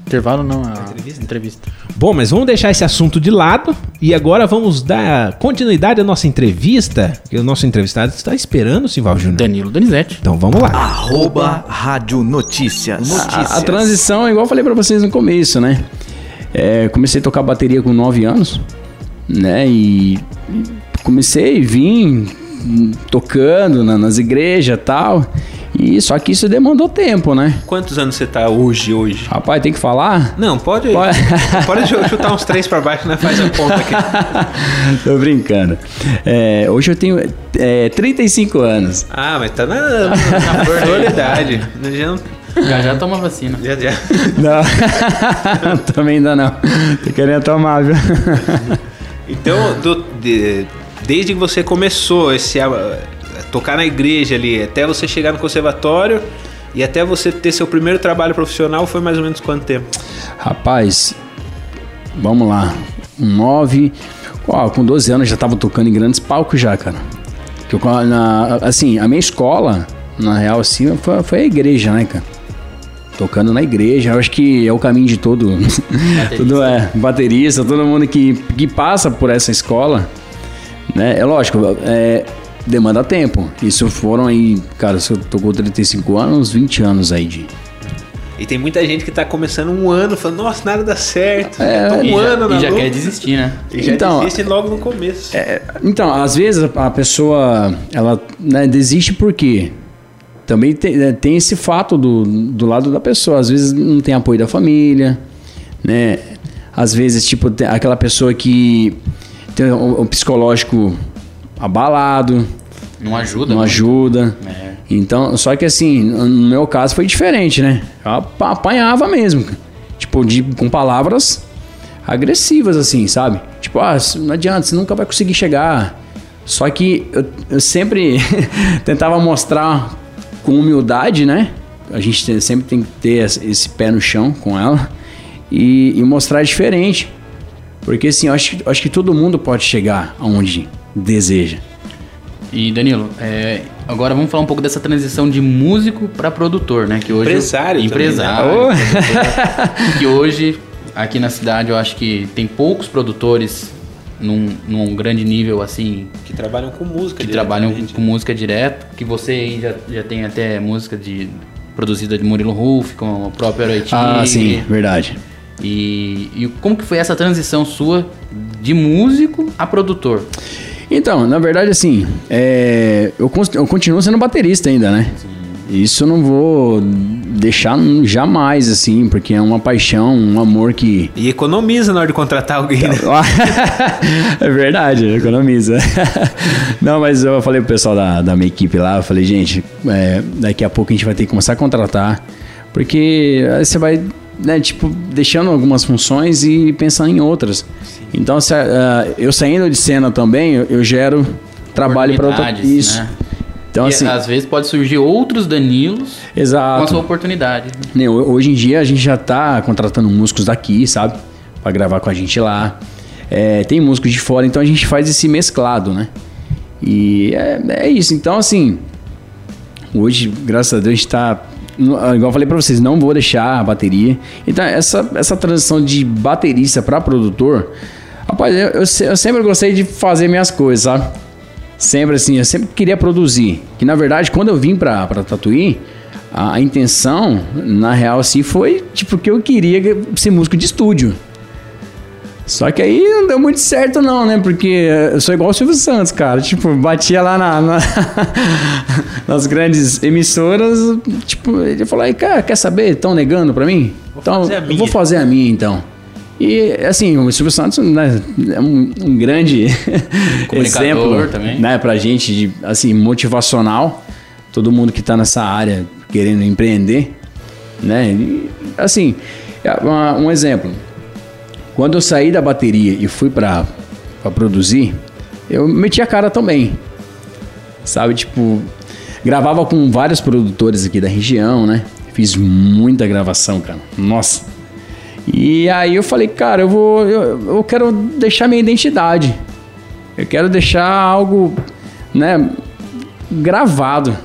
Speaker 4: Intervalo não, a entrevista.
Speaker 3: Bom, mas vamos deixar esse assunto de lado e agora vamos dar continuidade à nossa entrevista, que o nosso entrevistado está esperando, Simval Júnior.
Speaker 4: Danilo Donizete.
Speaker 3: Então vamos lá.
Speaker 2: Arroba Rádio Notícias.
Speaker 9: A, a
Speaker 2: Notícias.
Speaker 9: transição, igual eu falei pra vocês no começo, né? É, comecei a tocar bateria com 9 anos, né? E, e comecei a vir hum, tocando na- nas igrejas e tal. E só que isso demandou tempo, né?
Speaker 8: Quantos anos você tá hoje, hoje?
Speaker 9: Rapaz, tem que falar?
Speaker 8: Não, pode,
Speaker 9: Pode.
Speaker 8: pode. chu- chutar uns três pra baixo, né? Faz a conta aqui.
Speaker 9: Tô brincando. É, hoje eu tenho é, 35 anos.
Speaker 8: Ah, mas tá na, na flor da idade. Já, não-
Speaker 4: Já já toma vacina.
Speaker 8: já, já.
Speaker 9: Não, também ainda não. Tô querendo tomar, viu?
Speaker 8: Então, do- de- desde que você começou esse a, a tocar na igreja ali, até você chegar no conservatório e até você ter seu primeiro trabalho profissional, foi mais ou menos quanto tempo?
Speaker 9: Rapaz, vamos lá. Um nove ó, com 12 anos já tava tocando em grandes palcos já, cara. Que eu, na, assim, a minha escola, na real, assim, foi, foi a igreja, né, cara? Tocando na igreja, eu acho que é o caminho de todo. todo é, baterista, todo mundo que, que passa por essa escola. Né? É lógico, é, demanda tempo. Isso foram aí, cara, se eu tocou 35 anos, 20 anos aí de,
Speaker 8: E tem muita gente que tá começando um ano falando, nossa, nada dá certo.
Speaker 9: É,
Speaker 8: tô um
Speaker 9: e já-
Speaker 8: ano na
Speaker 4: e já
Speaker 8: luta."
Speaker 4: quer desistir, né?
Speaker 8: E já é
Speaker 9: Então,
Speaker 8: desiste logo no começo.
Speaker 9: É, então, às vezes a a pessoa ela né, desiste porque também tem, né, tem esse fato do, do lado da pessoa. Às vezes não tem apoio da família, né? Às vezes, tipo, tem aquela pessoa que tem um, um psicológico abalado,
Speaker 4: Não ajuda.
Speaker 9: não
Speaker 4: né?
Speaker 9: ajuda.
Speaker 4: É.
Speaker 9: Então, só que assim, no meu caso foi diferente, né? Eu apa- apanhava mesmo. cara. Tipo, de, com palavras agressivas, assim, sabe? Tipo, ah, isso não adianta, você nunca vai conseguir chegar. Só que eu, eu sempre tentava mostrar com humildade, né? A gente tem- sempre tem que ter esse- esse pé no chão com ela e, e mostrar diferente. Porque assim, eu acho, que- eu acho que todo mundo pode chegar aonde deseja.
Speaker 4: E Danilo, é, agora vamos falar um pouco dessa transição de músico pra produtor, né? Que hoje
Speaker 8: Empresário
Speaker 4: empresário,
Speaker 8: também,
Speaker 4: produtor, que hoje aqui na cidade eu acho que tem poucos produtores num, num grande nível assim
Speaker 8: Que trabalham com música.
Speaker 4: que
Speaker 8: direto,
Speaker 4: trabalham
Speaker 8: né,
Speaker 4: com,
Speaker 8: gente?
Speaker 4: com música direto, que você aí já, já tem até música de produzida de Murilo Ruf com o próprio Herói
Speaker 9: Ah,
Speaker 4: Tigre.
Speaker 9: sim, verdade.
Speaker 4: E, e como que foi essa transição sua de músico a produtor?
Speaker 9: Então, na verdade, assim, é, eu, cons- eu continuo sendo baterista ainda, né? Isso eu não vou deixar n- jamais, assim, porque é uma paixão, um amor que.
Speaker 8: E economiza na hora de contratar alguém, né?
Speaker 9: é verdade, economiza. não, mas eu falei pro pessoal da, da minha equipe lá, eu falei, gente, é, daqui a pouco a gente vai ter que começar a contratar, porque aí você vai, né, tipo, deixando algumas funções e pensando em outras. Então, se, ah, eu saindo de cena também, eu, eu gero trabalho para outra.
Speaker 4: Oportunidades,
Speaker 9: Isso.
Speaker 4: né?
Speaker 9: Então,
Speaker 4: e
Speaker 9: assim,
Speaker 4: às vezes pode surgir outros Danilos com a sua
Speaker 9: exato.
Speaker 4: oportunidade.
Speaker 9: Né, ho- Hoje em dia a gente já tá contratando músicos daqui, sabe? Pra gravar com a gente lá. É, tem músicos de fora, então a gente faz esse mesclado, né? E é, é isso. Então, assim, hoje, graças a Deus, a gente tá. no- ah, Igual eu falei pra vocês, não vou deixar a bateria. Então, essa, essa transição de baterista pra produtor, rapaz, eu, eu se- eu sempre gostei de fazer minhas coisas, sabe? Sempre assim, eu sempre queria produzir. Que na verdade, quando eu vim pra, pra Tatuí, a, a intenção, na real, assim, foi tipo que eu queria ser músico de estúdio. Só que aí não deu muito certo, não, né? Porque eh, eu sou igual o Silvio Santos, cara. Tipo, batia lá na- na- nas grandes emissoras. Tipo, ele falou: aí, cara, quer saber? Estão negando pra mim? então,
Speaker 8: fazer a
Speaker 9: eu
Speaker 8: minha."
Speaker 9: vou fazer a minha, então. E, assim, o Silvio Santos né, é um, um grande
Speaker 4: um Comunicador
Speaker 9: exemplo
Speaker 4: também.
Speaker 9: né, pra gente, de, assim, motivacional. Todo mundo que tá nessa área querendo empreender, né? E, assim, é uma- um exemplo. Quando eu saí da bateria e fui pra, pra produzir, eu meti a cara também. Sabe, tipo, gravava com vários produtores aqui da região, né? Fiz muita gravação, cara. Nossa. E aí eu falei, cara, eu vou. Eu, eu quero deixar minha identidade. Eu quero deixar algo, né? Gravado.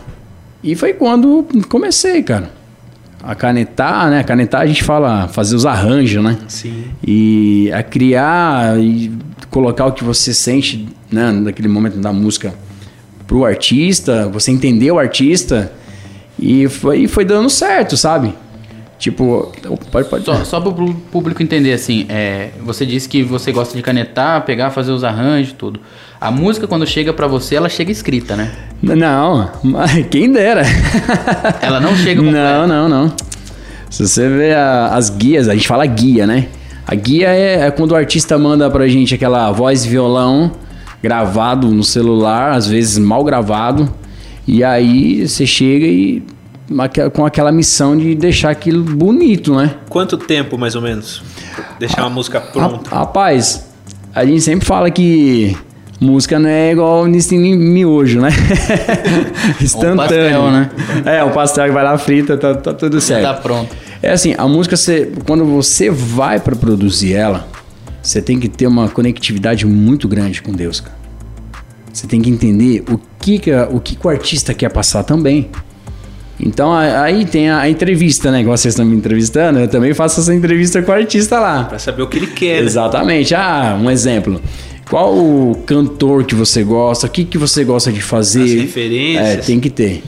Speaker 9: E foi quando comecei, cara. A canetar, né? A canetar a gente fala fazer os arranjos, né?
Speaker 8: Sim.
Speaker 9: e a criar e colocar o que você sente né, naquele momento da música pro artista, você entender o artista e foi, e foi dando certo, sabe? Tipo, opa, pode, pode.
Speaker 4: Só, só para o público entender, assim, é, você disse que você gosta de canetar, pegar, fazer os arranjos, tudo. A música, quando chega pra você, ela chega escrita, né?
Speaker 9: Não, mas quem dera.
Speaker 4: Ela não chega completa.
Speaker 9: Não, não, não. Se você vê a- as guias, a gente fala guia, né? A guia é, é quando o artista manda pra gente aquela voz e violão gravado no celular, às vezes mal gravado, e aí você chega e aquela- com aquela missão de deixar aquilo bonito, né?
Speaker 8: Quanto tempo, mais ou menos? Deixar uma música pronta.
Speaker 9: Rapaz, a gente sempre fala que Música não é igual Nistin Miojo, né? Instantâneo.
Speaker 12: pastel, né?
Speaker 9: É, o pastel que vai lá frita, tá, tá tudo certo.
Speaker 12: Tá pronto.
Speaker 9: É assim, a música, você, quando você vai pra produzir ela, você tem que ter uma conectividade muito grande com Deus, cara. Você tem que entender o que, que, a- o, que, que o artista quer passar também. Então a- aí tem a, a entrevista, né? Igual vocês estão me entrevistando, eu também faço essa entrevista com o artista lá.
Speaker 8: Pra saber o que ele quer. né?
Speaker 9: Exatamente. Ah, um exemplo. Qual o cantor que você gosta? O que, que você gosta de fazer?
Speaker 8: As referências.
Speaker 9: É, tem que ter.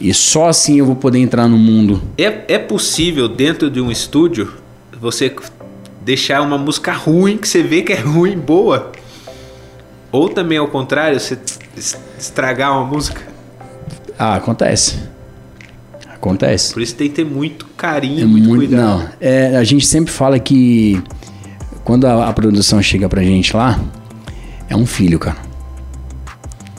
Speaker 9: E só assim eu vou poder entrar no mundo.
Speaker 8: É, é possível dentro de um estúdio você deixar uma música ruim que você vê que é ruim boa? Ou também ao contrário, você es- estragar uma música?
Speaker 9: Ah, acontece. Acontece.
Speaker 8: Por isso tem que ter muito carinho,
Speaker 9: É
Speaker 8: muito,
Speaker 9: muito-
Speaker 8: cuidado.
Speaker 9: não. É, a gente sempre fala que quando a, a produção chega pra gente lá, é um filho, cara.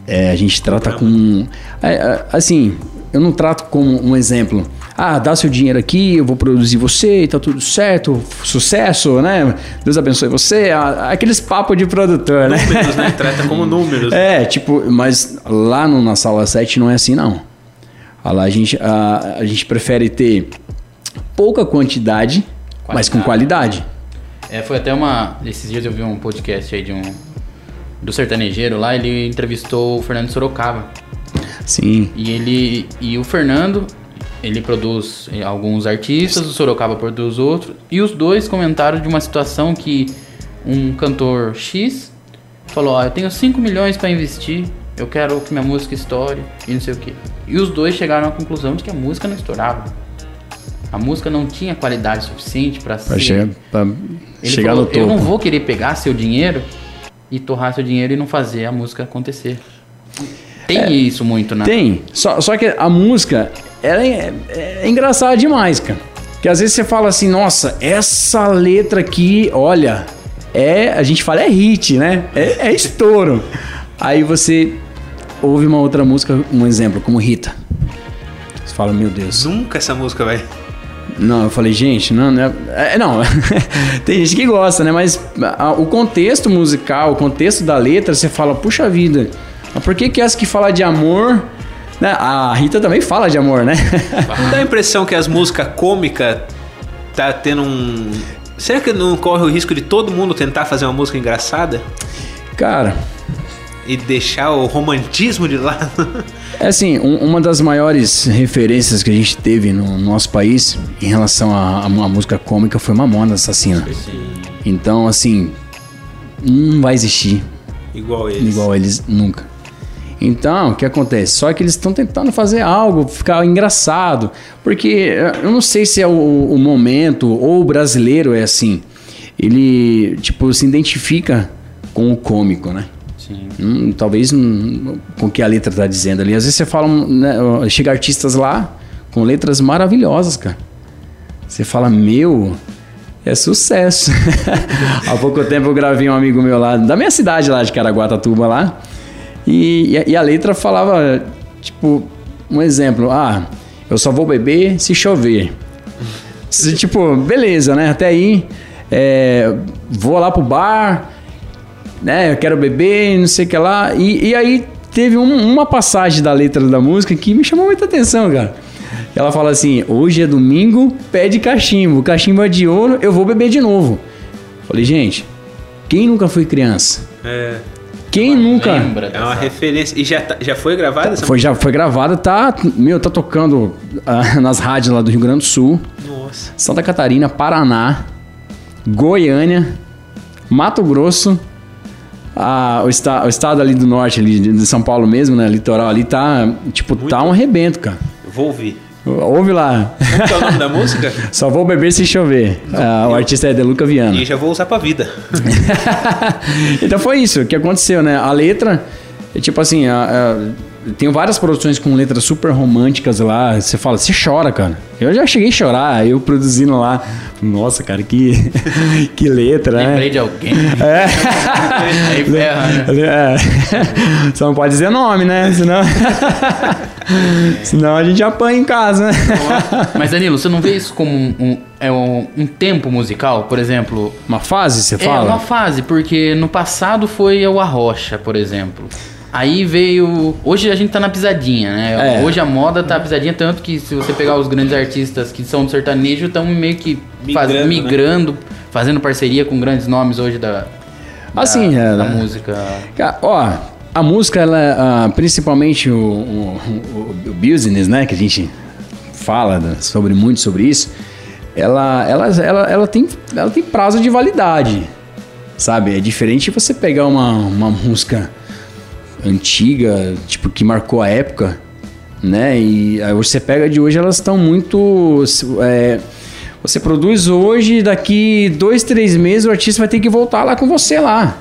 Speaker 9: É, a gente trata com. é, é, assim, eu não trato como um exemplo. Ah, dá seu dinheiro aqui, eu vou produzir você, tá tudo certo, sucesso, né? Deus abençoe você. Ah, Aqueles papos de produtor, né?
Speaker 8: Números, né? Trata como números.
Speaker 9: É, tipo, mas lá no- na sala 7 não é assim, não. Ah, Lá a gente, a, a gente prefere ter pouca quantidade, mas com qualidade.
Speaker 4: É, foi até uma. Esses dias eu vi um podcast aí de um. Do sertanejeiro lá, ele entrevistou o Fernando Sorocaba.
Speaker 9: Sim.
Speaker 4: E ele. E o Fernando, ele produz eh, alguns artistas, o Sorocaba produz outros. E os dois comentaram de uma situação que um cantor X falou, ó, eu tenho 5 milhões pra investir, eu quero que minha música estoure e não sei o quê. E os dois chegaram à conclusão de que a música não estourava. A música não tinha qualidade suficiente pra
Speaker 9: Pra
Speaker 4: ser.
Speaker 9: chegar, pra
Speaker 4: Ele
Speaker 9: chegar
Speaker 4: falou,
Speaker 9: no topo.
Speaker 4: Eu não vou querer pegar seu dinheiro e torrar seu dinheiro e não fazer a música acontecer. Tem isso muito, né?
Speaker 9: É, Tem. Só, só que a música, ela é, é engraçada demais, cara. Porque às vezes você fala assim, nossa, essa letra aqui, olha, é. A gente fala é hit, né? É, é estouro. Aí você ouve uma outra música, um exemplo, como Rita. Você fala, meu Deus.
Speaker 8: Nunca essa música vai.
Speaker 9: Não, eu falei, gente, não, não é, é, não. Tem gente que gosta, né? Mas a- o contexto musical, o contexto da letra, você fala, puxa vida, mas por que que essa que fala de amor, né? A Rita também fala de amor, né?
Speaker 8: Não dá a impressão que as músicas cômicas tá tendo um. Será que não corre o risco de todo mundo tentar fazer uma música engraçada?
Speaker 9: Cara,
Speaker 8: E deixar o romantismo de lado?
Speaker 9: é assim, um- uma das maiores referências que a gente teve no nosso país em relação à à música cômica foi Mamona Assassina. Então, assim, não vai existir
Speaker 8: Igual eles.
Speaker 9: Igual eles nunca. Então, o que acontece? Só que eles estão tentando fazer algo, ficar engraçado. Porque eh, eu não sei se é o, o momento ou o brasileiro é assim. Ele, tipo, se identifica com o cômico, né?
Speaker 4: Sim.
Speaker 9: Hum, talvez hum, com o que a letra tá dizendo ali. Às vezes você fala, um, né, ó, chega artistas lá com letras maravilhosas, cara. Você fala, meu, é sucesso. Há pouco tempo eu gravei um amigo meu lá, da minha cidade lá de Caraguatatuba lá. E, e a- e a letra falava, tipo, um exemplo, ah, eu só vou beber se chover. Se, tipo, beleza, né? Até aí, é, vou lá pro bar, né? Eu quero beber, não sei o que lá. E, e aí teve um- uma passagem da letra da música que me chamou muita atenção, cara. Ela fala assim: hoje é domingo, pede cachimbo, cachimbo é de ouro, eu vou beber de novo. Falei, gente, quem nunca foi criança?
Speaker 8: É,
Speaker 9: Quem nunca.
Speaker 8: é uma referência. E já, tá- já foi gravada essa
Speaker 9: Foi, já foi gravada, tá. Meu, tá tocando ah, nas rádios lá do Rio Grande do Sul,
Speaker 8: Nossa.
Speaker 9: Santa Catarina, Paraná, Goiânia, Mato Grosso, ah, o, esta- o estado ali do norte, ali de de São Paulo mesmo, né? Litoral ali tá. Tipo, tá um arrebento, cara.
Speaker 8: Eu Vou ouvir.
Speaker 9: Ouve lá.
Speaker 8: Como que é o nome da música?
Speaker 9: Só vou beber se chover. Ah, o artista é Deluca Viana.
Speaker 8: E já vou usar pra vida.
Speaker 9: Então foi isso que aconteceu, né? A letra, é tipo assim, a- a- Tem várias produções com letras super românticas lá. Você fala, você chora, cara. Eu já cheguei a chorar, eu produzindo lá. Nossa, cara, que, que letra, né?
Speaker 4: Lembrei de alguém.
Speaker 9: É.
Speaker 4: Aí ferra, né?
Speaker 9: É. Só não pode dizer nome, né? Senão, senão a gente apanha em casa, né?
Speaker 4: Mas Danilo, você não vê isso como um, um- é um, um tempo musical, por exemplo?
Speaker 9: Uma fase, você
Speaker 4: É
Speaker 9: fala?
Speaker 4: uma fase, porque no passado foi o Arrocha, por exemplo. Aí veio. Hoje a gente tá na pisadinha, né?
Speaker 9: É.
Speaker 4: Hoje a moda tá pisadinha, tanto que se você pegar os grandes artistas que são do sertanejo, estão meio que faz-
Speaker 8: Migrando, né?
Speaker 4: migrando, fazendo parceria com grandes nomes hoje da, da-
Speaker 9: Assim, é,
Speaker 4: da
Speaker 9: né?
Speaker 4: música.
Speaker 9: Cara, ó, a música, ela, ah, principalmente o, o, o- o business, né, que a gente fala né, sobre muito sobre isso, ela, ela, ela, ela, tem, ela tem prazo de validade, sabe? É diferente você pegar uma, uma música antiga, tipo, que marcou a época, né? E aí você pega de hoje, elas estão muito... é, você produz hoje, daqui dois, três meses o artista vai ter que voltar lá com você lá.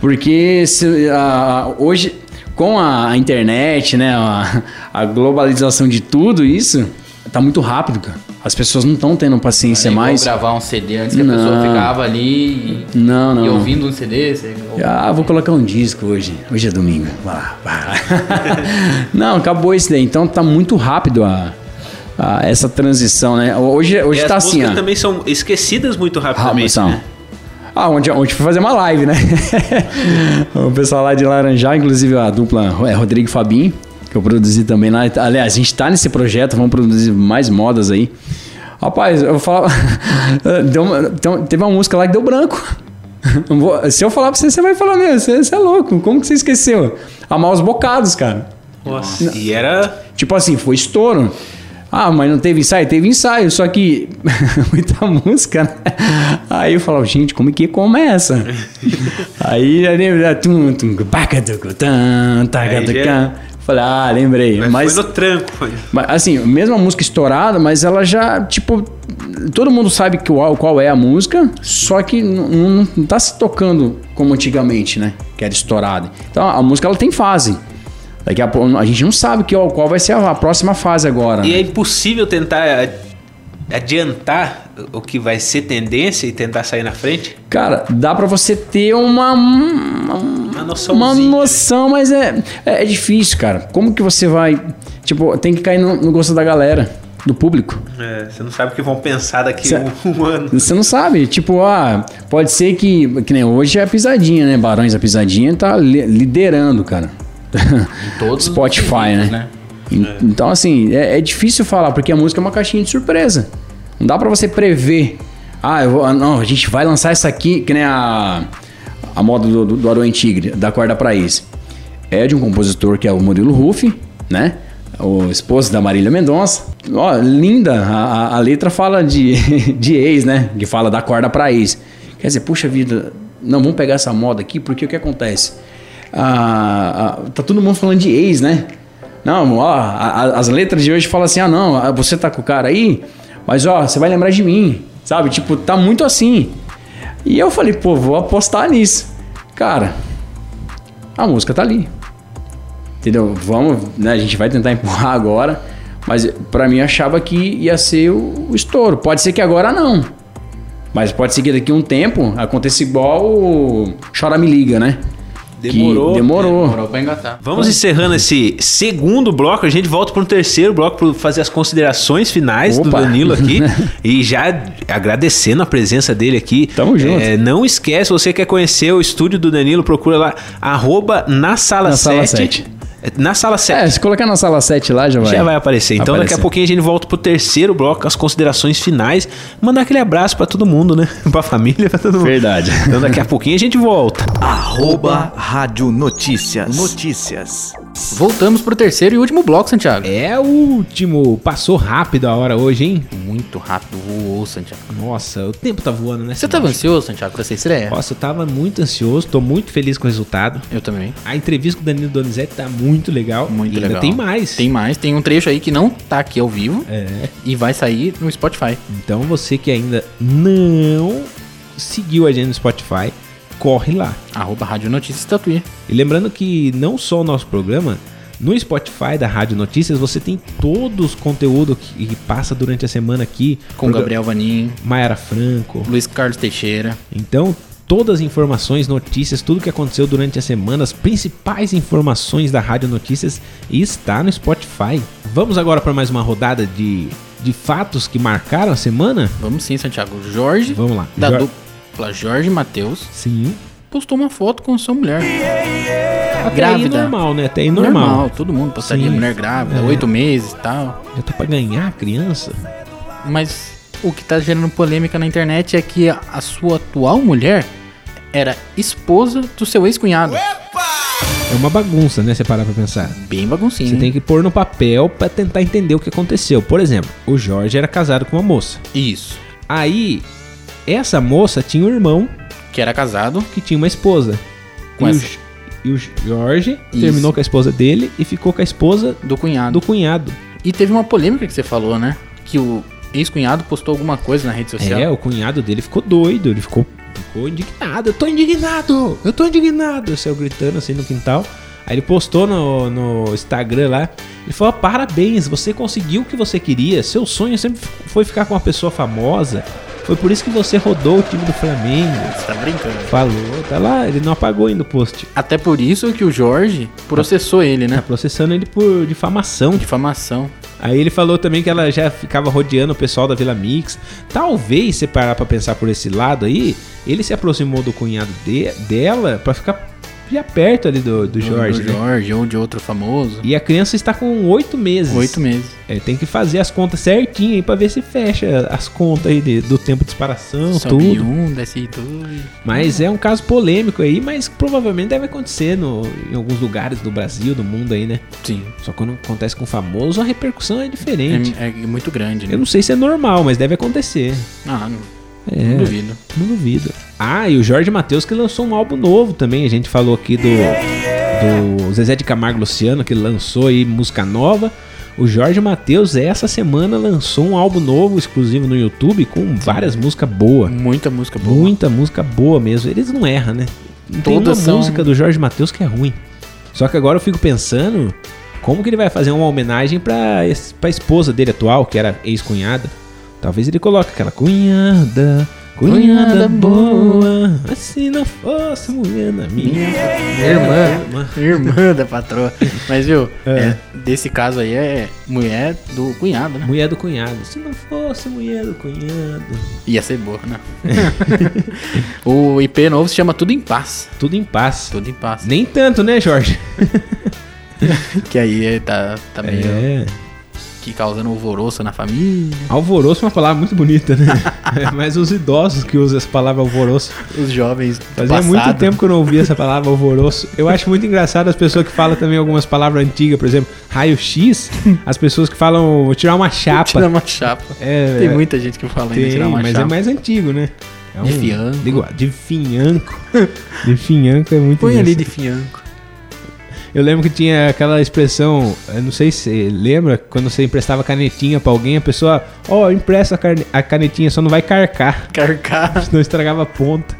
Speaker 9: Porque se, a- hoje, com a internet, né, a, a globalização de tudo isso, tá muito rápido, cara. As pessoas não estão tendo paciência
Speaker 4: É igual
Speaker 9: mais.
Speaker 4: gravar um CD antes que a
Speaker 9: Não.
Speaker 4: pessoa ficava ali e,
Speaker 9: Não, não.
Speaker 4: e
Speaker 9: não.
Speaker 4: ouvindo um CD, você
Speaker 9: Ah, vou colocar um disco hoje. Hoje é domingo. Vai lá, vai lá. Não, acabou isso daí. Então tá muito rápido a, a- essa transição, né? Hoje, hoje
Speaker 8: e
Speaker 9: tá
Speaker 8: as
Speaker 9: assim,
Speaker 8: músicas
Speaker 9: ó.
Speaker 8: também são esquecidas muito rapidamente.
Speaker 9: Ramazão.
Speaker 8: né?
Speaker 9: Ah, onde, onde foi fazer uma live, né? o pessoal lá de Laranjal, inclusive a dupla é, Rodrigo e Fabinho, que eu produzi também lá. Aliás, a gente tá nesse projeto, vamos produzir mais modas aí. Rapaz, eu falava. deu uma- então, teve uma música lá que deu branco. Não vou- Se eu falar pra você, você vai falar, meu, você, você é louco, como que você esqueceu? Amar os bocados, cara.
Speaker 8: Nossa, e era...
Speaker 9: Tipo assim, foi estouro. Ah, mas não teve ensaio? Teve ensaio, só que muita música, né? Aí eu falava, gente, como é que começa? aí já lembra, tum, tum, bacatucu, tan,
Speaker 8: Aí
Speaker 9: tacatucã.
Speaker 8: já-
Speaker 9: Falei, ah, lembrei. Mas,
Speaker 8: Foi no tranco. foi.
Speaker 9: mas, assim, mesmo a música estourada, mas ela já, tipo, todo mundo sabe que, o- qual é a música, só que não, não, não tá se tocando como antigamente, né? Que era estourada. Então a música ela tem fase. Daqui a pouco a gente não sabe que, ó, qual vai ser a, a próxima fase agora. né?
Speaker 8: E é impossível tentar a- adiantar o que vai ser tendência e tentar sair na frente?
Speaker 9: Cara, dá pra você ter uma. um, Uma,
Speaker 8: Uma
Speaker 9: uma
Speaker 8: noçãozinha. né?
Speaker 9: noção, mas é, é, é difícil, cara. Como que você vai. Tipo, tem que cair no, no gosto da galera, do público.
Speaker 8: É, você não sabe o que vão pensar daqui
Speaker 9: Cê-
Speaker 8: um, um ano.
Speaker 9: Você não sabe, tipo, ah, pode ser que, que nem hoje é a pisadinha, né? Barões da Pisadinha tá li- liderando, cara.
Speaker 4: todos os
Speaker 9: Spotify, né?
Speaker 4: quesitos, né?
Speaker 9: En- Então, assim, é, é difícil falar, porque a música é uma caixinha de surpresa. Não dá pra você prever. Ah, eu vou, ah, não, a gente vai lançar essa aqui, que nem a, a moda do, do, do Aruan Tigre, da Corda Paraíso. É de um compositor que é o Murilo Rufi, né? O esposo da Marília Mendonça. Ó, linda, a, a- a letra fala de, de ex, né? Que fala da corda pra ex. Quer dizer, puxa vida, não, vamos pegar essa moda aqui, porque o que acontece? Ah, ah, tá todo mundo falando de ex, né? Não, ó, a- a- as letras de hoje falam assim: ah, não, ah, você tá com o cara aí, mas ó, você vai lembrar de mim, sabe? Tipo, tá muito assim. E eu falei, pô, vou apostar nisso. Cara, a música tá ali. Entendeu? Vamos, né? A gente vai tentar empurrar agora, mas pra mim eu achava que ia ser o, o estouro. Pode ser que agora não. Mas pode ser que daqui a um tempo aconteça igual o Chora Me Liga, né? Que
Speaker 8: Demorou.
Speaker 9: demorou.
Speaker 4: demorou pra engatar.
Speaker 8: Vamos encerrando esse segundo bloco. A gente volta para um terceiro bloco para fazer as considerações finais do
Speaker 9: Opa.
Speaker 8: Danilo aqui. e já agradecendo a presença dele aqui.
Speaker 9: Tamo junto.
Speaker 8: É, não esquece, você quer conhecer o estúdio do Danilo, procura lá, arroba na sala
Speaker 9: Na sala
Speaker 8: 7.
Speaker 9: sete.
Speaker 8: É, Na sala 7.
Speaker 9: É, se colocar na sala 7 lá já vai.
Speaker 8: Já vai aparecer. Então daqui a
Speaker 9: Aparecer.
Speaker 8: pouquinho a gente volta pro terceiro bloco, as considerações finais. Mandar aquele abraço pra todo mundo, né? Pra família, pra todo mundo.
Speaker 9: Verdade.
Speaker 8: Então daqui a pouquinho a gente volta.
Speaker 2: Arroba Rádio Notícias. Notícias.
Speaker 12: Voltamos pro terceiro e último bloco, Santiago.
Speaker 3: É o último. Passou rápido a hora hoje, hein?
Speaker 12: Muito rápido, voou, Santiago.
Speaker 3: Nossa, o tempo tá voando, né?
Speaker 12: Você tá- tava ansioso, Santiago, com essa estreia?
Speaker 3: Nossa, eu tava muito ansioso, tô muito feliz com o resultado.
Speaker 12: Eu também.
Speaker 3: A entrevista com o Danilo Donizete tá muito legal.
Speaker 12: Muito
Speaker 3: E ainda
Speaker 12: legal.
Speaker 3: tem mais.
Speaker 12: Tem mais, tem um trecho aí que não tá aqui ao vivo
Speaker 3: É.
Speaker 12: e vai sair no Spotify.
Speaker 3: Então você que ainda não seguiu a gente no Spotify, corre lá.
Speaker 12: Arroba Rádio Notícias Tatuí.
Speaker 3: E lembrando que não só o nosso programa, No Spotify da Rádio Notícias você tem todos os conteúdos que que passa durante a semana aqui.
Speaker 4: Com
Speaker 3: Progra-
Speaker 4: Gabriel Vaninho,
Speaker 3: Mayara Franco.
Speaker 4: Luiz Carlos Teixeira.
Speaker 3: Então, todas as informações, notícias, tudo que aconteceu durante a semana, as principais informações da Rádio Notícias está no Spotify. Vamos agora para mais uma rodada de, de fatos que marcaram a semana?
Speaker 4: Vamos sim, Santiago. Jorge,
Speaker 3: Vamos lá.
Speaker 4: da
Speaker 3: Jo-
Speaker 4: dupla Jorge Matheus,
Speaker 3: Sim.
Speaker 4: postou uma foto com sua mulher.
Speaker 3: Até
Speaker 4: Grávida.
Speaker 3: aí normal, né? Até aí normal.
Speaker 4: todo mundo postaria
Speaker 3: Sim.
Speaker 4: mulher grávida,
Speaker 3: É.
Speaker 4: oito meses e tal.
Speaker 3: Já tá pra ganhar a criança?
Speaker 4: Mas o que tá gerando polêmica na internet é que a, a sua atual mulher era esposa do seu ex-cunhado.
Speaker 3: É uma bagunça, né? Se parar pra pensar.
Speaker 4: Bem baguncinho.
Speaker 3: Você tem que pôr no papel pra tentar entender o que aconteceu. Por exemplo, o Jorge era casado com uma moça.
Speaker 4: Isso.
Speaker 3: Aí, essa moça tinha um irmão
Speaker 4: Que era casado.
Speaker 3: que tinha uma esposa.
Speaker 4: Com
Speaker 3: e, o,
Speaker 4: essa.
Speaker 3: J- e o Jorge
Speaker 4: Isso.
Speaker 3: terminou com a esposa dele e ficou com a esposa
Speaker 4: Do cunhado.
Speaker 3: do cunhado.
Speaker 4: E teve uma polêmica que você falou, né? Que o ex-cunhado postou alguma coisa na rede social.
Speaker 3: É, o cunhado dele ficou doido, ele ficou, ficou indignado. Eu tô indignado, eu tô indignado. Saiu gritando assim no quintal. Aí ele postou no, no Instagram lá. Ele falou: parabéns, você conseguiu o que você queria. Seu sonho sempre foi ficar com uma pessoa famosa. Foi por isso que você rodou o time do Flamengo.
Speaker 4: Você tá brincando.
Speaker 3: Falou, tá lá, ele não apagou ainda o post.
Speaker 4: Até por isso que o Jorge processou ele,
Speaker 3: Tá
Speaker 4: né?
Speaker 3: processando ele por difamação. tipo,
Speaker 4: Difamação.
Speaker 3: Aí ele falou também que ela já ficava rodeando o pessoal da Vila Mix. Talvez, se parar pra pensar por esse lado aí, ele se aproximou do cunhado de- dela pra ficar já perto ali do, do Jorge.
Speaker 4: Do
Speaker 3: né?
Speaker 4: Jorge ou de outro famoso.
Speaker 3: E a criança está com oito meses.
Speaker 4: Oito meses.
Speaker 3: É, tem que fazer as contas certinho aí pra ver se fecha as contas aí de- do tempo de disparação,
Speaker 4: Sobe
Speaker 3: Então, tudo.
Speaker 4: um, desce dois.
Speaker 3: Mas é um caso polêmico aí, mas provavelmente deve acontecer no- em alguns lugares do Brasil, do mundo aí, né?
Speaker 4: Sim.
Speaker 3: Só quando acontece com famoso, a repercussão é diferente.
Speaker 4: É, é muito grande, né?
Speaker 3: Eu não sei se é normal, mas deve acontecer.
Speaker 4: Ah, não,
Speaker 3: É,
Speaker 4: não duvido.
Speaker 3: não duvido. Ah, e o Jorge Matheus que lançou um álbum novo também. A gente falou aqui do, do Zezé de Camargo Luciano, que lançou aí música nova. O Jorge Matheus, essa semana, lançou um álbum novo exclusivo no YouTube com várias músicas boas.
Speaker 4: Muita música boa.
Speaker 3: Muita música boa mesmo. Eles não erram, né? Não tem
Speaker 4: Todas
Speaker 3: uma
Speaker 4: são- né?
Speaker 3: música do Jorge Matheus que é ruim. Só que agora eu fico pensando como que ele vai fazer uma homenagem pra, es- pra esposa dele atual, que era ex-cunhada. Talvez ele coloque aquela cunhada, cunhada,
Speaker 4: Cunhada boa,
Speaker 3: boa, assim não fosse mulher da minha
Speaker 4: Irmã. Irmã da patroa. Mas, viu, é, desse caso aí é mulher do cunhado, né?
Speaker 3: mulher do cunhado. Se não fosse mulher do cunhado.
Speaker 4: Ia ser boa, né? o IP novo se chama Tudo em Paz.
Speaker 3: Tudo em paz.
Speaker 4: Tudo em Paz.
Speaker 3: Nem tanto, né, Jorge?
Speaker 4: Que aí é- tá, tá meio
Speaker 3: É.
Speaker 4: que causando alvoroço na família.
Speaker 3: Alvoroço é uma palavra muito bonita, né? É, Mas os idosos que usam essa palavra alvoroço.
Speaker 4: Os jovens do
Speaker 3: Fazia
Speaker 4: passado.
Speaker 3: muito tempo que eu não ouvia essa palavra alvoroço. Eu acho muito engraçado as pessoas que falam também algumas palavras antigas, por exemplo, raio-x, as pessoas que falam "Vou tirar uma chapa.
Speaker 4: Tirar uma chapa.
Speaker 3: É,
Speaker 4: Tem muita gente que fala ainda
Speaker 3: tem,
Speaker 4: tirar uma
Speaker 3: mas
Speaker 4: chapa.
Speaker 3: é mais antigo, né? É
Speaker 4: De fianco.
Speaker 3: Digo, de finhanco. de finhanco é muito
Speaker 4: Põe ali de
Speaker 3: engraçado.
Speaker 4: fianco.
Speaker 3: Eu lembro que tinha aquela expressão, eu não sei se você lembra, quando você emprestava canetinha pra alguém, a pessoa, ó, empresta a carne- a canetinha, só não vai carcar.
Speaker 4: Carcar.
Speaker 3: não estragava a ponta.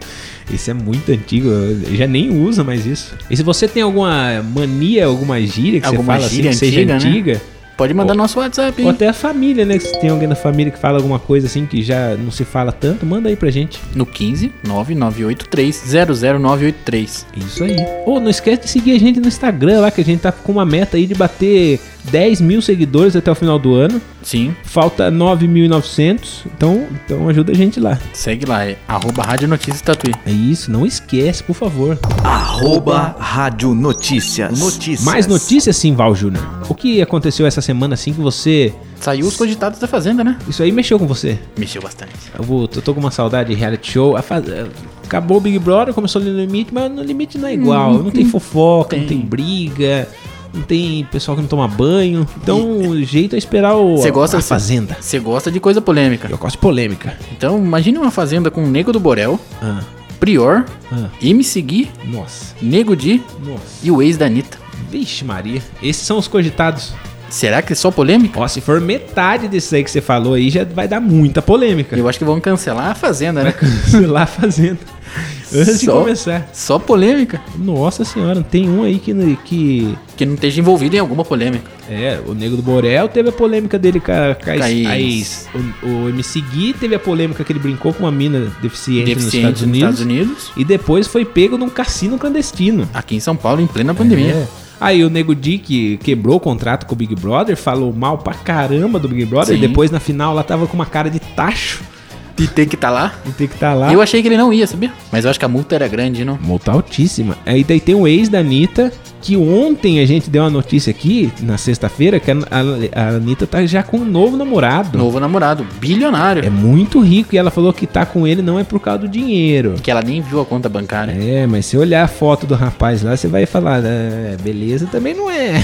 Speaker 3: Isso é muito antigo, eu já nem usa mais isso. E se você tem alguma mania, alguma gíria que
Speaker 4: Alguma
Speaker 3: você fala assim,
Speaker 4: gíria
Speaker 3: que seja
Speaker 4: antiga, né?
Speaker 3: antiga,
Speaker 4: Pode mandar
Speaker 3: Ó.
Speaker 4: nosso WhatsApp,
Speaker 3: ou
Speaker 4: hein?
Speaker 3: até a família, né? Se tem alguém da família que fala alguma coisa assim que já não se fala tanto, manda aí pra gente.
Speaker 4: No 15 9983 00983.
Speaker 3: Isso aí. Ou não esquece de seguir a gente no Instagram lá, que a gente tá com uma meta aí de bater 10 mil seguidores até o final do ano.
Speaker 4: Sim,
Speaker 3: Falta 9.900, então, então ajuda a gente lá.
Speaker 4: segue lá. É arroba Rádio Notícias Tatuí.
Speaker 3: É isso, não esquece, por favor.
Speaker 2: Arroba Rádio Notícias. Notícias.
Speaker 3: Mais notícias sim, Val Júnior. O que aconteceu essa semana assim que você.
Speaker 4: Saiu os cogitados da Fazenda, né?
Speaker 3: Isso aí mexeu com você?
Speaker 4: Mexeu bastante.
Speaker 3: Eu, vou, eu tô com uma saudade de reality show. A faz- eh, Acabou o Big Brother, começou no limite, mas no limite não é igual. Não tem fofoca, não tem briga, não tem pessoal que não toma banho. Então o jeito é esperar o,
Speaker 4: Você gosta
Speaker 3: a
Speaker 4: desse-
Speaker 3: Fazenda.
Speaker 4: Você gosta de coisa polêmica.
Speaker 3: assim? Eu gosto de polêmica.
Speaker 4: Então, imagine uma Fazenda com Nego do Borel,
Speaker 3: Ah,
Speaker 4: Prior,
Speaker 3: ah,
Speaker 4: MC Gui,
Speaker 3: nossa,
Speaker 4: Nego Di
Speaker 3: nossa.
Speaker 4: e o ex da Anitta.
Speaker 3: Vixe, Maria. Esses são os cogitados.
Speaker 4: Será que é só polêmica?
Speaker 3: Ó, se for metade desses aí que você falou aí, já vai dar muita polêmica.
Speaker 4: Eu acho que vão cancelar a Fazenda, né?
Speaker 3: Sei lá fazendo. Antes de
Speaker 12: Só-
Speaker 3: começar.
Speaker 12: Só polêmica.
Speaker 3: Nossa senhora, tem um aí que, que.
Speaker 12: Que não esteja envolvido em alguma polêmica.
Speaker 3: É, o Nego do Borel teve a polêmica dele com a, com a
Speaker 12: Com a
Speaker 3: ex.
Speaker 12: ex.
Speaker 3: a ex. O, o MC Gui teve a polêmica que ele brincou com uma mina deficiente,
Speaker 12: Deficiente
Speaker 3: nos, Estados
Speaker 12: nos
Speaker 3: Unidos,
Speaker 12: Estados Unidos.
Speaker 3: E depois foi pego num cassino clandestino.
Speaker 12: Aqui em São Paulo, em plena pandemia.
Speaker 3: É. Aí o Nego Di que quebrou o contrato com o Big Brother, falou mal pra caramba do Big Brother.
Speaker 12: Sim.
Speaker 3: E depois na final ela tava com uma cara de tacho.
Speaker 12: E tem que
Speaker 4: tá
Speaker 12: estar lá.
Speaker 3: E tem que estar lá.
Speaker 12: Eu achei que ele não ia, sabia? Mas eu acho que a multa era grande, não?
Speaker 3: Multa altíssima. Aí daí tem o ex da Anitta, que ontem a gente deu uma notícia aqui, na sexta-feira, que a, a, a Anitta tá já com um novo namorado.
Speaker 12: Novo namorado, bilionário.
Speaker 3: É muito rico e ela falou que tá com ele não é por causa do dinheiro.
Speaker 12: Que ela nem viu a conta bancária.
Speaker 3: É, mas se olhar a foto do rapaz lá, você vai falar, "É, beleza também não é.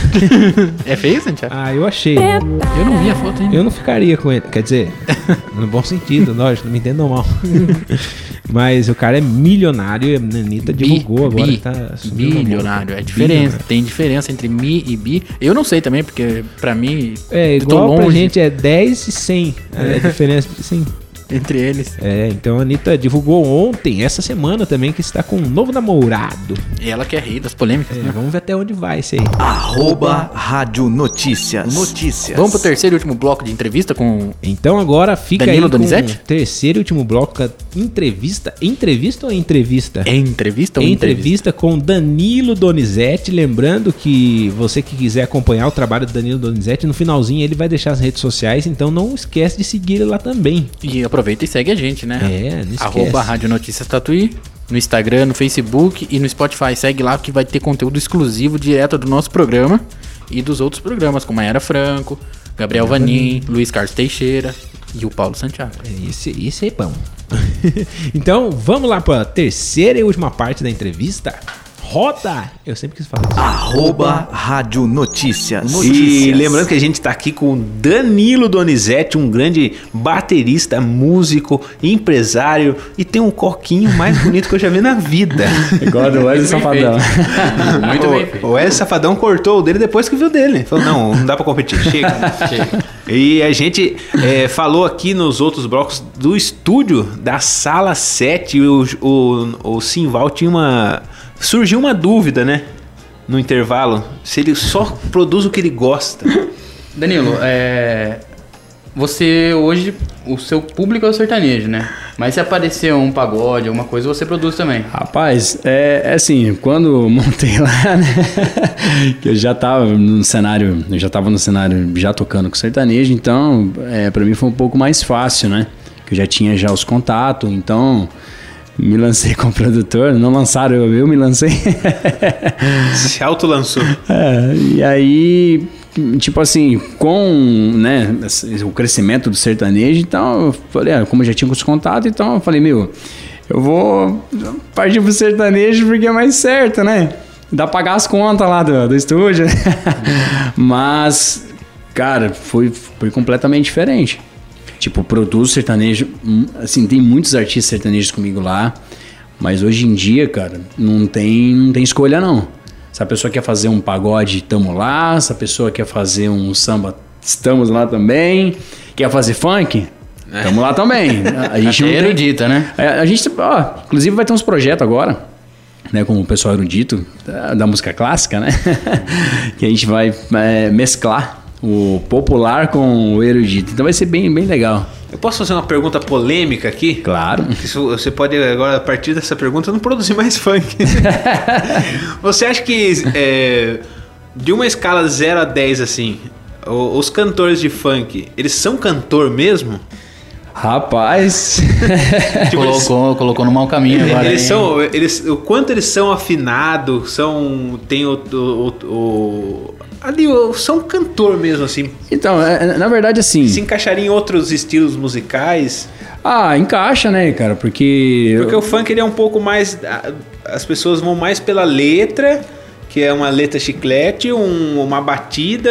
Speaker 12: É feio, Santiago?
Speaker 3: Ah, eu achei.
Speaker 12: Eu não vi a foto ainda.
Speaker 3: Eu não ficaria com ele. Quer dizer, no bom sentido, lógico, não me entendam mal. Mas o cara é milionário e a Anitta divulgou agora
Speaker 12: bi,
Speaker 3: que tá subiu na
Speaker 12: bilionário.
Speaker 3: boca.
Speaker 12: É diferença.
Speaker 3: Bilionário.
Speaker 12: Tem diferença entre mi e bi. Eu não sei também, porque pra mim.
Speaker 3: É,
Speaker 12: eu tô
Speaker 3: igual pra
Speaker 12: longe
Speaker 3: gente é 10 e 100. É a diferença, sim.
Speaker 12: Entre eles.
Speaker 3: É, então a Anitta divulgou ontem, essa semana também, que está com um novo namorado.
Speaker 12: E ela que é rei das polêmicas,
Speaker 3: É,
Speaker 12: né?
Speaker 3: vamos ver até onde vai isso aí.
Speaker 2: Arroba Rádio Notícias. Notícias.
Speaker 12: Vamos pro terceiro e último bloco de entrevista com.
Speaker 3: Então agora fica
Speaker 12: Danilo
Speaker 3: aí com
Speaker 12: Donizete?
Speaker 3: o terceiro e último bloco, a entrevista. Entrevista ou é entrevista?
Speaker 12: É entrevista ou entrevista?
Speaker 3: Entrevista com Danilo Donizete. Lembrando que você que quiser acompanhar o trabalho do Danilo Donizete, no finalzinho ele vai deixar as redes sociais, então não esquece de seguir ele lá também.
Speaker 12: E aproveita e segue a gente, né?
Speaker 3: É, não esquece.
Speaker 12: Arroba Rádio Notícias Tatuí. No Instagram, no Facebook e no Spotify. Segue lá que vai ter conteúdo exclusivo direto do nosso programa e dos outros programas, como Maera Franco, Gabriel Vanin, Luiz Carlos Teixeira e o Paulo Santiago.
Speaker 3: Isso, isso é bom. então vamos lá para a terceira e última parte da entrevista. Roda! Eu sempre quis falar isso.
Speaker 2: Arroba Rádio Notícias.
Speaker 8: E lembrando que a gente tá aqui com o Danilo Donizete, um grande baterista, músico, empresário e tem um coquinho mais bonito que eu já vi na vida.
Speaker 9: Igual a do Wesley Safadão.
Speaker 8: Muito bem. O Wesley Safadão cortou o dele depois que viu dele. Falou, não, não dá pra competir, chega. E a gente é, falou aqui nos outros blocos do estúdio da sala 7. O, o, o Simval tinha uma. Surgiu uma dúvida, né? No intervalo. Se ele só produz o que ele gosta.
Speaker 4: Danilo, é, você hoje, o seu público é o sertanejo, né? Mas se aparecer um pagode, alguma coisa, você produz também.
Speaker 9: Rapaz, é, é assim, quando eu montei lá, né? que eu já tava no cenário, eu já tava no cenário já tocando com sertanejo, então é, para mim foi um pouco mais fácil, né? Que eu já tinha já os contatos, então me lancei como produtor, não lançaram, eu, eu me lancei.
Speaker 8: Se autolançou.
Speaker 9: É, e aí, tipo assim, com né, esse- o crescimento do sertanejo, então eu falei, ah, como eu já tinha os contatos, então eu falei, meu, eu vou partir pro sertanejo porque é mais certo, né? Dá pra pagar as contas lá do, do estúdio. né? Mas, cara, foi, foi completamente diferente. Tipo, produzo sertanejo. hum, Assim, tem muitos artistas sertanejos comigo lá. Mas hoje em dia, cara, não tem, não tem escolha, não. Se a pessoa quer fazer um pagode, tamo lá. Se a pessoa quer fazer um samba, estamos lá também. Quer fazer funk? Tamo lá também. A, a gente não
Speaker 4: É
Speaker 9: tem-
Speaker 4: erudita, né?
Speaker 9: é, a gente, ó, inclusive vai ter uns projetos agora, né, com o pessoal erudito da, da música clássica, né? que a gente vai é, mesclar o popular com o erudito. Então vai ser bem, bem legal.
Speaker 8: Eu posso fazer uma pergunta polêmica aqui?
Speaker 9: Claro.
Speaker 8: Isso, você pode agora, a partir dessa pergunta, não produzir mais funk. você acha que é, de uma escala 0 a 10, assim, o- os cantores de funk, eles são cantor mesmo?
Speaker 9: Rapaz,
Speaker 8: Tipo, eles,
Speaker 4: Colocou, colocou no mau caminho agora.
Speaker 8: eles
Speaker 4: hein?
Speaker 8: são. Eles, o quanto eles são afinados, são. Tem o. o- o- ali, o- são cantor mesmo, assim.
Speaker 9: então, é, na verdade assim,
Speaker 8: Se encaixaria em outros estilos musicais.
Speaker 9: ah, encaixa, né, cara? Porque,
Speaker 8: Porque o funk ele é um pouco mais. a- As pessoas vão mais pela letra, que é uma letra chiclete, um- uma batida.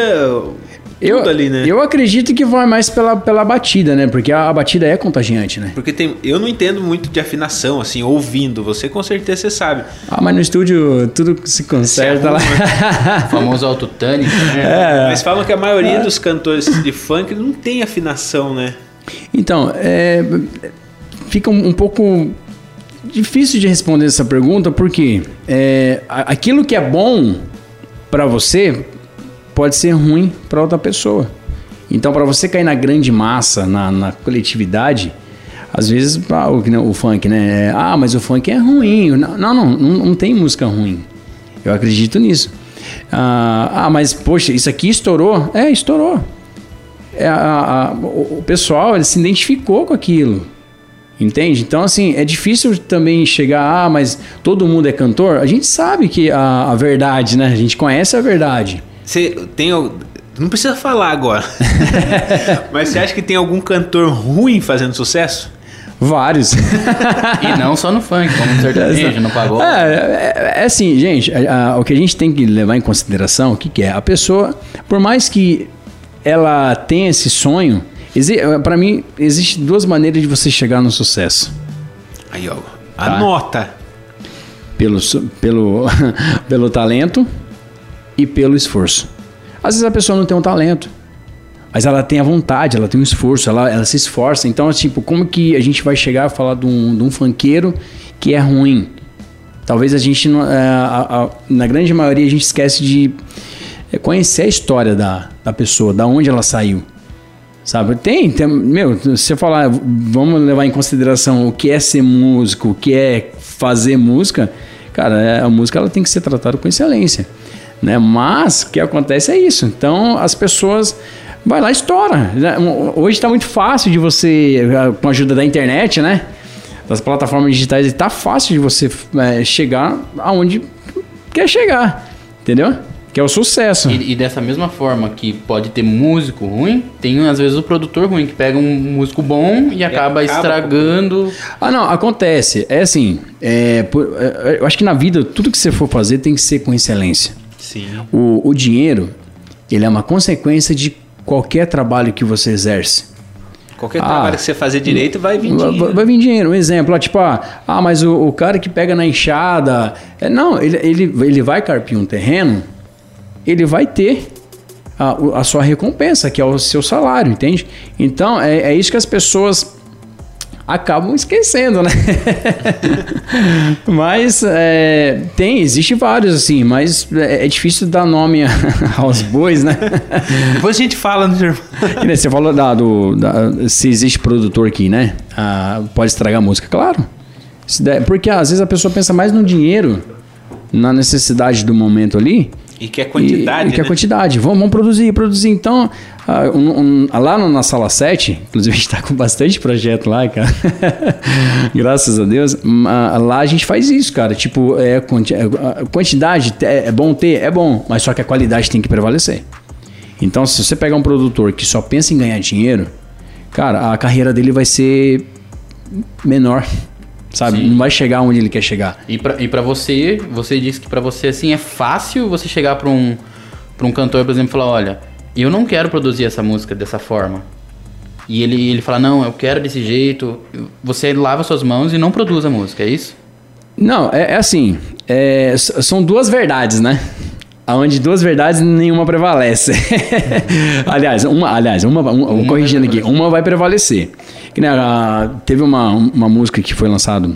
Speaker 9: eu,
Speaker 8: tudo ali, né?
Speaker 9: eu acredito que vai mais pela, pela batida, né? Porque a, a batida é contagiante, né?
Speaker 8: Porque tem, eu não entendo muito de afinação, assim, ouvindo. Você com certeza você sabe.
Speaker 9: Ah, mas no estúdio tudo se conserta lá.
Speaker 4: O famoso autotune. Né?
Speaker 9: É.
Speaker 8: Mas falam que a maioria dos cantores de funk não tem afinação, né?
Speaker 9: Então, é, fica um, um pouco difícil de responder essa pergunta porque é, a- aquilo que é bom pra você pode ser ruim pra outra pessoa. Então, pra você cair na grande massa, na, na coletividade, às vezes ah, o, que nem o funk, né? É, ah, mas o funk é ruim. Não, não, não, não, não tem música ruim. Eu acredito nisso. Ah, ah, mas poxa, isso aqui estourou? É, estourou. É, a- a- o, o pessoal ele se identificou com aquilo. Entende? Então, assim, é difícil também chegar, ah, mas todo mundo é cantor. A gente sabe que a, a verdade, né? A gente conhece a verdade.
Speaker 8: Você tem. al- Não precisa falar agora. Mas você acha que tem algum cantor ruim fazendo sucesso?
Speaker 9: Vários.
Speaker 4: E não só no funk, como no sertanejo, no pagode.
Speaker 9: É, é, é assim, gente, a- a- o que a gente tem que levar em consideração, o que, que é? A pessoa, por mais que ela tenha esse sonho, para mim, existe duas maneiras de você chegar no sucesso.
Speaker 8: Aí,
Speaker 9: Tá.
Speaker 8: ó. Anota.
Speaker 9: Pelo, su- pelo, pelo talento e pelo esforço. Às vezes a pessoa não tem um talento, mas ela tem a vontade, ela tem um esforço, ela, ela se esforça. Então, tipo, como que a gente vai chegar a falar de um, de um funkeiro que é ruim? Talvez a gente, não- é, a- a- na grande maioria, a gente esquece de é, conhecer a história da, da pessoa, da onde ela saiu. Sabe? Tem, tem- meu, se você falar, v- vamos levar em consideração o que é ser músico, o que é fazer música, cara, é, a música ela tem que ser tratada com excelência, né? Mas o que acontece é isso. Então as pessoas vai lá e estoura. né? Um- Hoje tá muito fácil de você ah, com a ajuda da internet, né? Das plataformas digitais, tá fácil de você eh, chegar aonde quer chegar, entendeu? Que é o sucesso.
Speaker 4: E, e dessa mesma forma que pode ter músico ruim, tem às vezes o produtor ruim, que pega um músico bom e acaba, estragando.
Speaker 9: Ah, não, acontece. É assim, é, por- é, eu acho que na vida tudo que você for fazer tem que ser com excelência.
Speaker 8: Sim.
Speaker 9: O, o dinheiro, ele é uma consequência de qualquer trabalho que você exerce.
Speaker 8: Qualquer
Speaker 9: Ah.
Speaker 8: trabalho que você fazer direito vai vir
Speaker 9: Vai-
Speaker 8: dinheiro.
Speaker 9: Vai vir dinheiro. Um exemplo, ó, tipo, ah, ah, mas o, o cara que pega na enxada. é, não, ele, ele, ele vai carpir um terreno, ele vai ter a, o- a sua recompensa, que é o seu salário, entende? Então, é, é isso que as pessoas acabam esquecendo, né? mas é, tem, existe vários, assim, mas é, é difícil dar nome a- aos bois, né?
Speaker 8: Depois a gente fala no irmão.
Speaker 9: Que nem Você falou da, do, da- se existe produtor aqui, né? Ah, pode estragar a música, claro. Se der- porque às vezes a pessoa pensa mais no dinheiro, na necessidade do momento ali.
Speaker 8: E que é
Speaker 9: E,
Speaker 8: quantidade,
Speaker 9: e que é
Speaker 8: né?
Speaker 9: quantidade. Vamos, vamos produzir, produzir. Então, ah, um- um- lá no- na sala 7, inclusive a gente tá com bastante projeto lá, cara. Graças a Deus. Hum, ah, Lá a gente faz isso, cara. Tipo, é, quanti- é, a quantidade é é bom ter? É bom, mas só que a qualidade tem que prevalecer. Então, se você pegar um produtor que só pensa em ganhar dinheiro, cara, a carreira dele vai ser menor, sabe? Não vai chegar onde ele quer chegar.
Speaker 4: E pra, e pra você, você disse que pra você assim é fácil você chegar pra um, pra um cantor, por exemplo, e falar, olha, eu não quero produzir essa música dessa forma. E ele, ele fala, não, eu quero desse jeito. Você lava suas mãos e não produz a música, é isso?
Speaker 9: Não, é, é assim. é, s- são duas verdades, né? Onde duas verdades nenhuma prevalece. aliás, uma, aliás, uma, uma- vou corrigindo aqui, uma vai prevalecer. Que, né, a- teve uma, uma música que foi lançada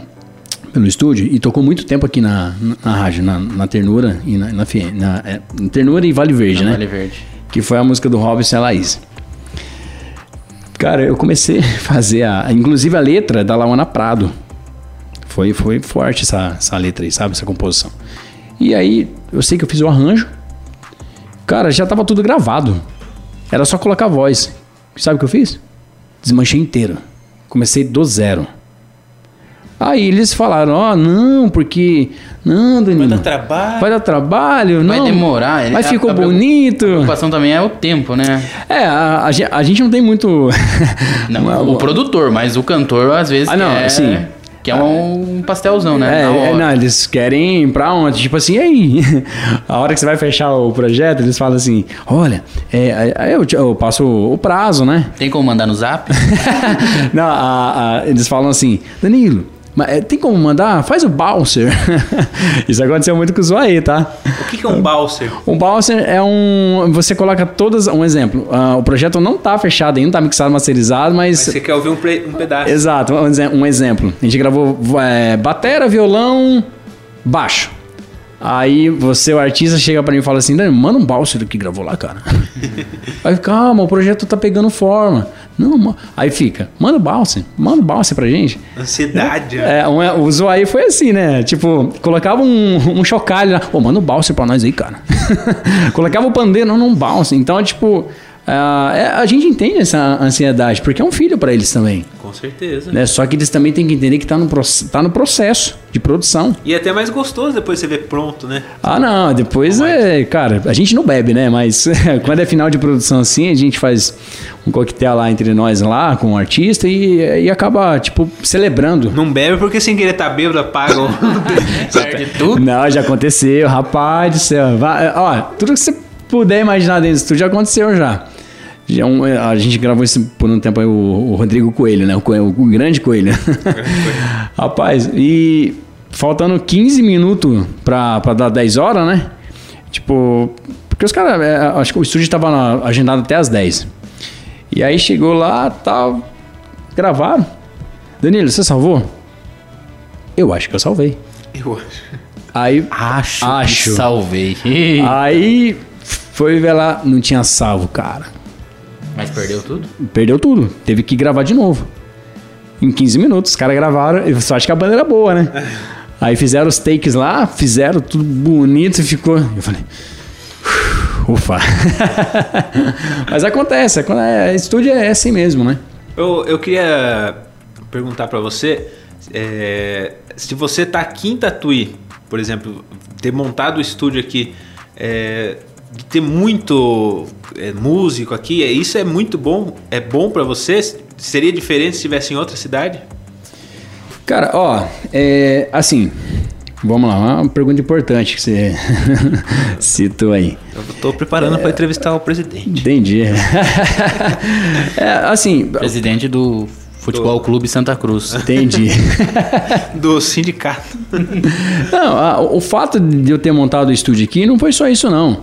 Speaker 9: pelo estúdio e tocou muito tempo aqui na, na, na rádio, na, na Ternura e na, na, FM, na, é, Ternura e Vale Verde, né?
Speaker 4: Vale Verde.
Speaker 9: que foi a música do Robson e a Laís. Cara, eu comecei a fazer a. Inclusive a letra é da Laona Prado. Foi, foi forte essa, essa letra aí, sabe? Essa composição. E aí, eu sei que eu fiz o arranjo. Cara, já tava tudo gravado. Era só colocar a voz. Sabe o que eu fiz? Desmanchei inteiro. Comecei do zero. Aí eles falaram, ó, não, porque. Não, Danilo. Vai dar
Speaker 8: trabalho.
Speaker 9: Vai dar trabalho, não.
Speaker 4: Vai demorar, ele- tá
Speaker 9: Mas
Speaker 4: a-
Speaker 9: ficou
Speaker 4: a preocup-
Speaker 9: bonito.
Speaker 4: A preocupação também é o tempo, né?
Speaker 9: É, a, a gen- a gente não tem muito.
Speaker 4: Não, o produtor, mas o cantor às vezes
Speaker 9: é Ah, não,
Speaker 4: quer,
Speaker 9: sim.
Speaker 4: quer um, um pastelzão, né?
Speaker 9: É,
Speaker 4: Na
Speaker 9: é,
Speaker 4: hora.
Speaker 9: não, eles querem pra ontem. Tipo assim, e aí? A hora que você vai fechar o projeto, eles falam assim: olha, é, é, aí eu, te- eu passo o o prazo, né?
Speaker 4: Tem como mandar no zap?
Speaker 9: Não, a- a- eles falam assim: Danilo, Mas, é, tem como mandar? Faz o bouncer. Isso aconteceu muito com o Zoaí, tá?
Speaker 8: O que, que é um bouncer?
Speaker 9: Um bouncer é um. Você coloca todas. Um exemplo. ah, o projeto não tá fechado ainda, tá mixado, masterizado, mas.
Speaker 8: Você quer ouvir um, pre- um pedaço.
Speaker 9: Exato, um exe- um exemplo. A gente gravou é, batera, violão, baixo. Aí você, o artista, chega pra mim e fala assim: Dani, manda um balso do que gravou lá, cara. Aí, calma, o projeto tá pegando forma. Não, ma- aí fica, manda o balse, manda o balse pra gente.
Speaker 8: Ansiedade.
Speaker 9: É, um, o Zoaí foi assim, né? Tipo, colocava um, um chocalho lá. Ô, manda um balse pra nós aí, cara. colocava o pandeiro, não, não, um balse. Então, tipo, ah, é, a gente entende essa ansiedade, porque é um filho pra eles também.
Speaker 8: Com certeza.
Speaker 9: Né? Só que eles também têm que entender que tá no, proce- tá no processo de produção.
Speaker 8: E é até mais gostoso depois você ver pronto, né?
Speaker 9: Ah, não, depois é. Cara, a gente não bebe, né? Mas quando é final de produção assim, a gente faz um coquetel lá entre nós lá com o artista e, e acaba, tipo, celebrando.
Speaker 8: Não bebe porque sem querer tá bêbado, apaga o... Perde tudo.
Speaker 9: Não, já aconteceu, rapaz do céu. Vai, ó, tudo que você puder imaginar dentro do estúdio já aconteceu já. Já um- a gente gravou isso por um tempo aí, o, o Rodrigo Coelho, né? O, coelho- o grande coelho. rapaz, e faltando 15 minutos pra, pra dar 10 horas, né? Tipo, porque os caras, é, acho que o estúdio tava na- agendado até as 10. E aí chegou lá, tal, gravaram. Danilo, você salvou? Eu acho que eu salvei.
Speaker 8: Eu acho.
Speaker 9: Aí.
Speaker 4: Acho.
Speaker 9: Acho. Ah.
Speaker 4: Salvei.
Speaker 9: Aí foi ver lá, não tinha salvo, cara.
Speaker 4: Mas perdeu tudo?
Speaker 9: Perdeu tudo. Teve que gravar de novo. Em 15 minutos, os caras gravaram. Eu só acho que a banda era boa, né? Aí fizeram os takes lá, fizeram tudo bonito e ficou. Eu falei. Ufa. Mas acontece, é quando é, estúdio é assim mesmo, né?
Speaker 8: Eu, eu queria perguntar pra você é, se você tá aqui em Tatuí, por exemplo, ter montado o estúdio aqui, é, de ter muito é, músico aqui, é, isso é muito bom, é bom pra você? Seria diferente se estivesse em outra cidade?
Speaker 9: Cara, ó, é, assim, vamos lá, uma pergunta importante que você citou aí.
Speaker 8: Eu tô preparando pra entrevistar o presidente.
Speaker 9: Entendi. é, assim,
Speaker 4: Presidente do Futebol Clube Santa Cruz.
Speaker 9: entendi.
Speaker 8: Do sindicato.
Speaker 9: Não, a- o fato de eu ter montado o estúdio aqui não foi só isso, não.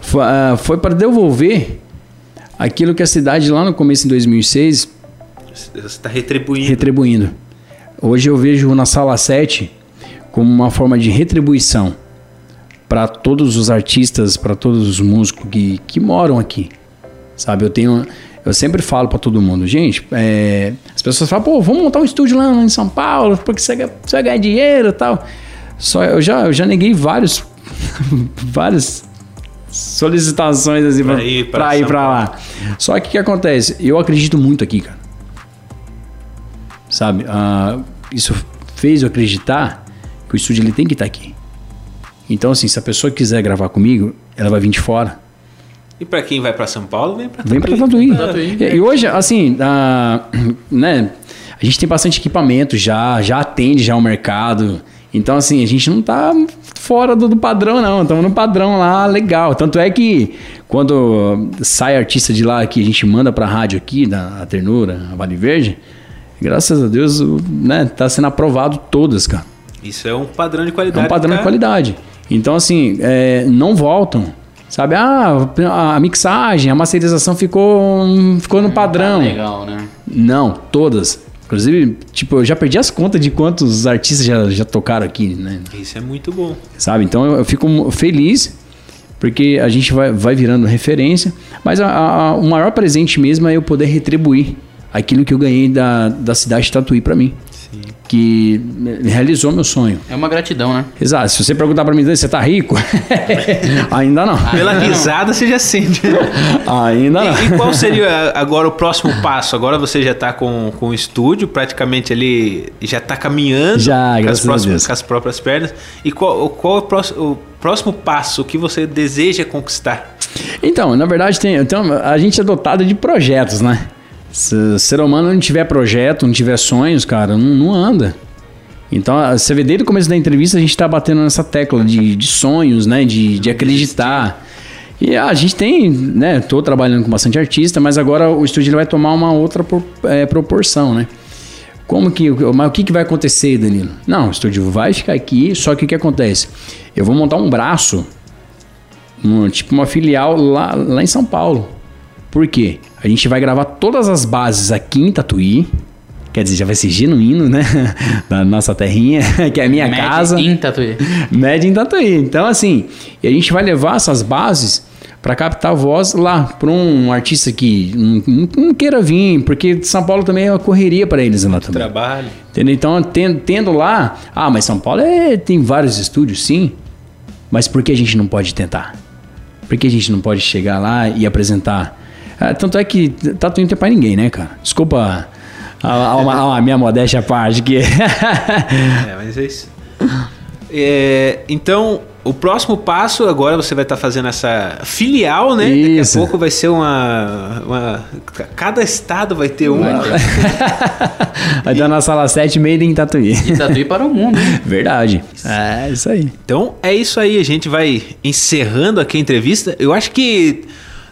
Speaker 9: Foi, ah, foi para devolver aquilo que a cidade lá no começo de 2006
Speaker 8: Você tá retribuindo.
Speaker 9: retribuindo. Hoje eu vejo na sala 7 como uma forma de retribuição para todos os artistas, para todos os músicos que, que moram aqui. Sabe, eu tenho. Eu sempre falo para todo mundo, gente, é, as pessoas falam, pô, vamos montar um estúdio lá em São Paulo, porque você, ga- você vai ganhar dinheiro e tal. Só eu já, eu já neguei vários. várias solicitações assim,
Speaker 8: Pra
Speaker 9: pra
Speaker 8: ir pra
Speaker 9: pra ir
Speaker 8: São
Speaker 9: pra lá. Só que o que acontece? Eu acredito muito aqui, cara sabe? Ah, isso fez eu acreditar que o estúdio ele tem que estar aqui. Então, assim, se a pessoa quiser gravar comigo, ela vai vir de fora.
Speaker 8: E pra quem vai pra São Paulo, vem pra
Speaker 9: Vem pra
Speaker 8: Tatuí.
Speaker 9: Tatuí. E, e hoje, assim, ah, né? A gente tem bastante equipamento já, já atende já o mercado. Então, assim, a gente não tá fora do, do padrão, não. Estamos no padrão lá, legal. Tanto é que quando sai artista de lá que a gente manda pra rádio aqui, da a Ternura, a Vale Verde, graças a Deus, o- né, tá sendo aprovado todas, cara.
Speaker 8: Isso é um padrão de
Speaker 9: É
Speaker 8: qualidade.
Speaker 9: um padrão de
Speaker 8: tá?
Speaker 9: qualidade. Então, assim, é, não voltam. Sabe, ah, a mixagem, a masterização ficou, um, ficou no padrão.
Speaker 4: Legal, né?
Speaker 9: Não, todas. Inclusive, tipo, eu já perdi as contas de quantos artistas já, já tocaram aqui, né?
Speaker 8: Isso é muito bom.
Speaker 9: Sabe? Então eu, eu fico mu- feliz porque a gente vai, vai virando referência. Mas a- a- a- o maior presente mesmo é eu poder retribuir aquilo que eu ganhei da, da cidade de Tatuí pra mim. Que me- realizou meu sonho.
Speaker 4: É uma gratidão, né?
Speaker 9: Exato. Se você perguntar pra mim, "Dani, você tá rico? Ainda não.
Speaker 8: Pela risada você já sente.
Speaker 9: Ainda não.
Speaker 8: E qual seria a- agora o próximo passo? Agora você já está com, com o estúdio, praticamente ali já está caminhando
Speaker 9: Já,
Speaker 8: com, as
Speaker 9: graças a
Speaker 8: próximas-
Speaker 9: Deus.
Speaker 8: com as próprias pernas. E qual, o- qual é o, próximo, o próximo passo que você deseja conquistar?
Speaker 9: Então, na verdade, tem, então, a gente é dotado de projetos, né? Se o ser humano não tiver projeto, não tiver sonhos, cara, não, não anda. Então, a- você vê desde o começo da entrevista, a gente tá batendo nessa tecla de, de sonhos, né? De, de acreditar. E ah, a gente tem, né? Tô trabalhando com bastante artista, mas agora o estúdio ele vai tomar uma outra por- eh, é, proporção, né? Como que. Mas o que, que vai acontecer, Danilo? Não, o estúdio vai ficar aqui, só que o que acontece? Eu vou montar um braço, um- tipo uma filial lá, lá em São Paulo. Por quê? A gente vai gravar todas as bases aqui em Tatuí. Quer dizer, já vai ser genuíno, né? Da nossa terrinha, que é a minha
Speaker 4: Mad
Speaker 9: casa.
Speaker 4: Em Tatuí.
Speaker 9: Mede em Tatuí. Então, assim, e a gente vai levar essas bases para captar voz lá, para um artista que não, não- não queira vir, porque São Paulo também é uma correria para eles lá também.
Speaker 8: Trabalho.
Speaker 9: Entendeu? Então, ten- tendo, lá, ah, mas São Paulo é- tem vários estúdios, sim, mas por que a gente não pode tentar? Por que a gente não pode chegar lá e apresentar? Ah, tanto é que Tatuí não tem pra ninguém, né, cara? Desculpa a, a- a- a minha modéstia à parte que
Speaker 8: É, mas é isso. É, então, o próximo passo agora você vai estar fazendo essa filial, né? Daqui a pouco vai ser uma, uma- ca- Cada estado vai ter uma.
Speaker 9: vai dar na sala 7 made in Tatuí.
Speaker 8: E Tatuí para o mundo.
Speaker 9: Verdade. É isso aí.
Speaker 8: Então é isso aí, a gente vai encerrando aqui a entrevista. Eu acho que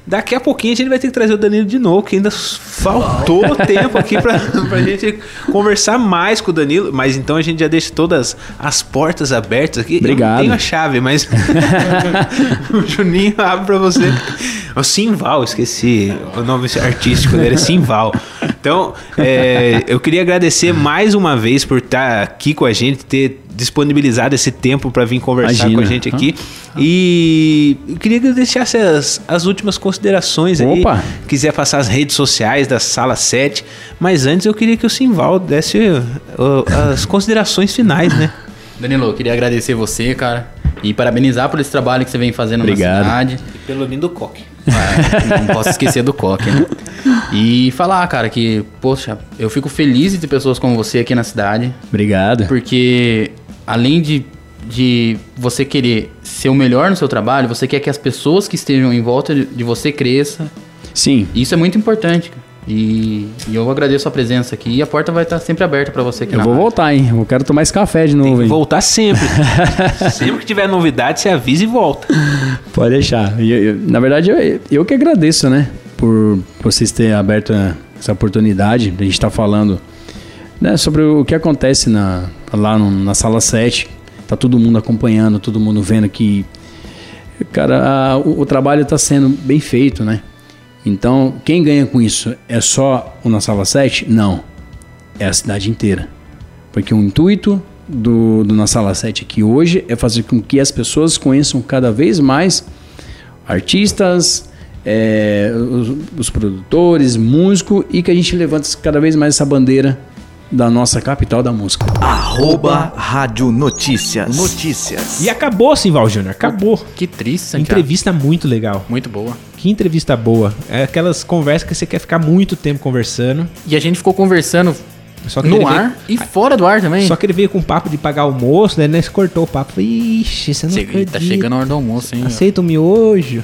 Speaker 8: daqui a pouquinho a gente vai ter que trazer o Danilo de novo, que ainda faltou tempo aqui pra, pra gente conversar mais com o Danilo. Mas então a gente já deixa todas as portas abertas aqui. Eu
Speaker 9: Obrigado.
Speaker 8: não tenho a chave, mas o Juninho abre pra você. O Simval, esqueci o nome artístico dele, é Simval. Então, é, eu queria agradecer mais uma vez por estar aqui com a gente, ter disponibilizado esse tempo para vir conversar
Speaker 9: Imagina.
Speaker 8: com a gente aqui. E eu queria que eu deixasse as, as últimas considerações
Speaker 9: Opa.
Speaker 8: aí. Quiser passar as redes sociais da Sala 7. Mas antes eu queria que o Simval desse ó, as considerações finais, né?
Speaker 4: Danilo, eu queria agradecer você, cara. E parabenizar por esse trabalho que você vem fazendo
Speaker 9: Obrigado.
Speaker 4: na cidade.
Speaker 8: E pelo lindo coque.
Speaker 4: Ah, não posso esquecer do Coque, né? E falar, cara, que, poxa, eu fico feliz de ter pessoas como você aqui na cidade.
Speaker 9: Obrigado.
Speaker 4: Porque além de, de você querer ser o melhor no seu trabalho, você quer que as pessoas que estejam em volta de, de você cresça.
Speaker 9: Sim.
Speaker 4: Isso é muito importante, cara. E, e eu agradeço a presença aqui e a porta vai estar sempre aberta pra você aqui
Speaker 9: Eu
Speaker 4: na
Speaker 9: vou voltar, hein? Eu quero tomar esse café de novo, hein?
Speaker 8: Voltar sempre. sempre que tiver novidade, você avisa e volta.
Speaker 9: Pode deixar. E eu- eu- na verdade, eu, eu que agradeço, né? Por vocês terem aberto eh, essa oportunidade de a gente estar falando né, sobre o que acontece na- lá no- na sala 7. Tá todo mundo acompanhando, todo mundo vendo que, cara, a- o, o trabalho está sendo bem feito, né? Então, quem ganha com isso? É só o na sala 7? Não. É a cidade inteira. Porque o intuito do, do Na Sala 7 aqui hoje é fazer com que as pessoas conheçam cada vez mais artistas, eh, os, os produtores, músico e que a gente levante cada vez mais essa bandeira da nossa capital da música.
Speaker 2: Arroba Rádio Notícias. Notícias.
Speaker 3: E acabou, Simval Júnior,
Speaker 8: Tá
Speaker 3: acabou.
Speaker 4: Que triste, Santiago.
Speaker 3: Entrevista muito legal.
Speaker 4: Muito boa.
Speaker 3: Que entrevista boa. É aquelas conversas que você quer ficar muito tempo conversando.
Speaker 4: E a gente ficou conversando
Speaker 3: Só que ele
Speaker 4: no
Speaker 3: veio-
Speaker 4: ar e fora do ar também.
Speaker 3: Só que ele veio com papo de pagar almoço, né? Ele cortou o papo. Falei, Ixi, você não
Speaker 4: Você-
Speaker 3: acredita.
Speaker 4: tá chegando a hora do almoço, hein?
Speaker 3: Aceita o miojo.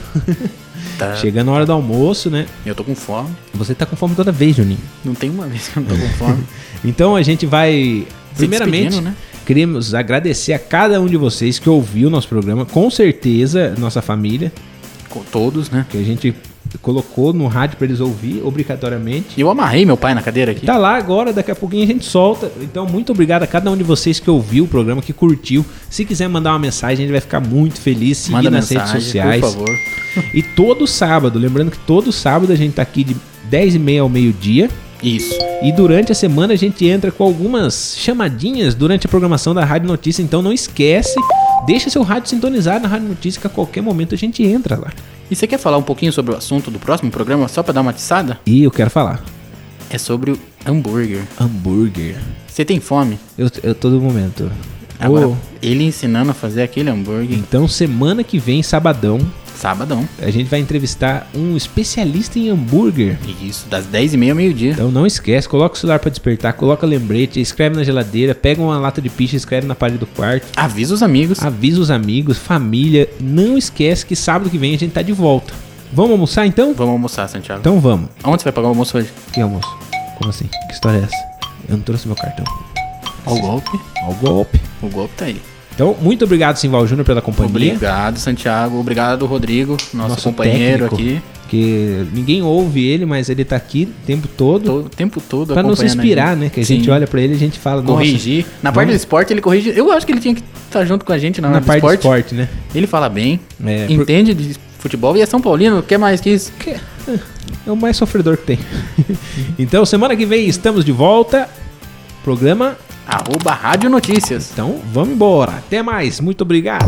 Speaker 4: Tá.
Speaker 3: Chegando a hora do almoço, né?
Speaker 4: Eu tô com fome.
Speaker 3: Você tá com fome toda vez, Juninho.
Speaker 4: Não tem uma vez que eu não tô com fome.
Speaker 3: Então a gente vai.
Speaker 4: Se
Speaker 3: Primeiramente,
Speaker 4: despedindo, né?
Speaker 3: queremos agradecer a cada um de vocês que ouviu o nosso programa. Com certeza, nossa família,
Speaker 4: com todos, né?
Speaker 3: que a gente colocou no rádio pra eles ouvir, obrigatoriamente.
Speaker 4: E eu amarrei meu pai na cadeira aqui.
Speaker 3: Tá lá agora, daqui a pouquinho a gente solta. Então, muito obrigado a cada um de vocês que ouviu o programa, que curtiu. Se quiser mandar uma mensagem, a gente vai ficar muito feliz. Seguir
Speaker 4: Manda
Speaker 3: nas
Speaker 4: mensagem,
Speaker 3: redes sociais.
Speaker 4: por favor.
Speaker 3: E todo sábado, lembrando que todo sábado a gente tá aqui de 10h30 ao meio-dia.
Speaker 4: Isso.
Speaker 3: E durante a semana a gente entra com algumas chamadinhas durante a programação da Rádio Notícia, então não esquece, deixa seu rádio sintonizado na Rádio Notícia que a qualquer momento a gente entra lá.
Speaker 4: E você quer falar um pouquinho sobre o assunto do próximo programa, só pra dar uma atiçada?
Speaker 3: E eu quero falar,
Speaker 4: É sobre o hambúrguer.
Speaker 3: hambúrguer.
Speaker 4: Você tem fome?
Speaker 3: Eu, eu todo momento.
Speaker 4: Agora,
Speaker 3: Ô,
Speaker 4: ele ensinando a fazer aquele hambúrguer.
Speaker 3: Então semana que vem, sabadão,
Speaker 4: Sabadão.
Speaker 3: a gente vai entrevistar um especialista em hambúrguer.
Speaker 4: Isso, das 10h30 ao meio-dia.
Speaker 3: Então não esquece, coloca o celular pra despertar, coloca lembrete, escreve na geladeira, pega uma lata de picha, e escreve na parede do quarto.
Speaker 4: Avisa os amigos.
Speaker 3: Avisa os amigos, família. Não esquece que sábado que vem a gente tá de volta. Vamos almoçar então?
Speaker 4: Vamos almoçar, Santiago.
Speaker 3: Então vamos.
Speaker 4: Onde você vai pagar o almoço hoje?
Speaker 3: Que almoço? Como assim? Que história é essa? Eu não trouxe meu cartão.
Speaker 4: O golpe.
Speaker 3: Ó o golpe.
Speaker 4: O golpe tá aí.
Speaker 3: Então, muito obrigado, Simval Júnior, pela companhia.
Speaker 4: Obrigado, Santiago. Obrigado, Rodrigo, nosso,
Speaker 3: Nosso
Speaker 4: companheiro
Speaker 3: técnico.
Speaker 4: aqui.
Speaker 3: Que Porque ninguém ouve ele, mas ele tá aqui o tempo todo.
Speaker 4: o tempo todo
Speaker 3: Pra nos
Speaker 4: acompanhando a
Speaker 3: inspirar,
Speaker 4: gente.
Speaker 3: né? Que a
Speaker 4: Sim.
Speaker 3: gente olha pra ele e a gente fala, nossa,
Speaker 4: Corrigir. Na parte do
Speaker 3: vamos-
Speaker 4: esporte, ele corrige. Eu acho que ele tinha que estar junto com a gente na,
Speaker 3: Na
Speaker 4: hora
Speaker 3: parte
Speaker 4: do
Speaker 3: do
Speaker 4: esporte.
Speaker 3: esporte, né?
Speaker 4: Ele fala bem,
Speaker 3: É, por-
Speaker 4: entende de futebol e é São Paulino. O que mais que isso?
Speaker 3: É o mais sofredor que tem. então, semana que vem estamos de volta. Programa
Speaker 4: Arroba Rádio Notícias.
Speaker 3: Então, vamos embora. Até mais. Muito obrigado.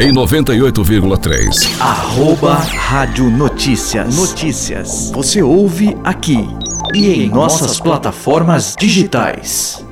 Speaker 1: Em 98,3.
Speaker 2: Arroba Rádio Notícias. Notícias. Você ouve aqui e em nossas plataformas digitais.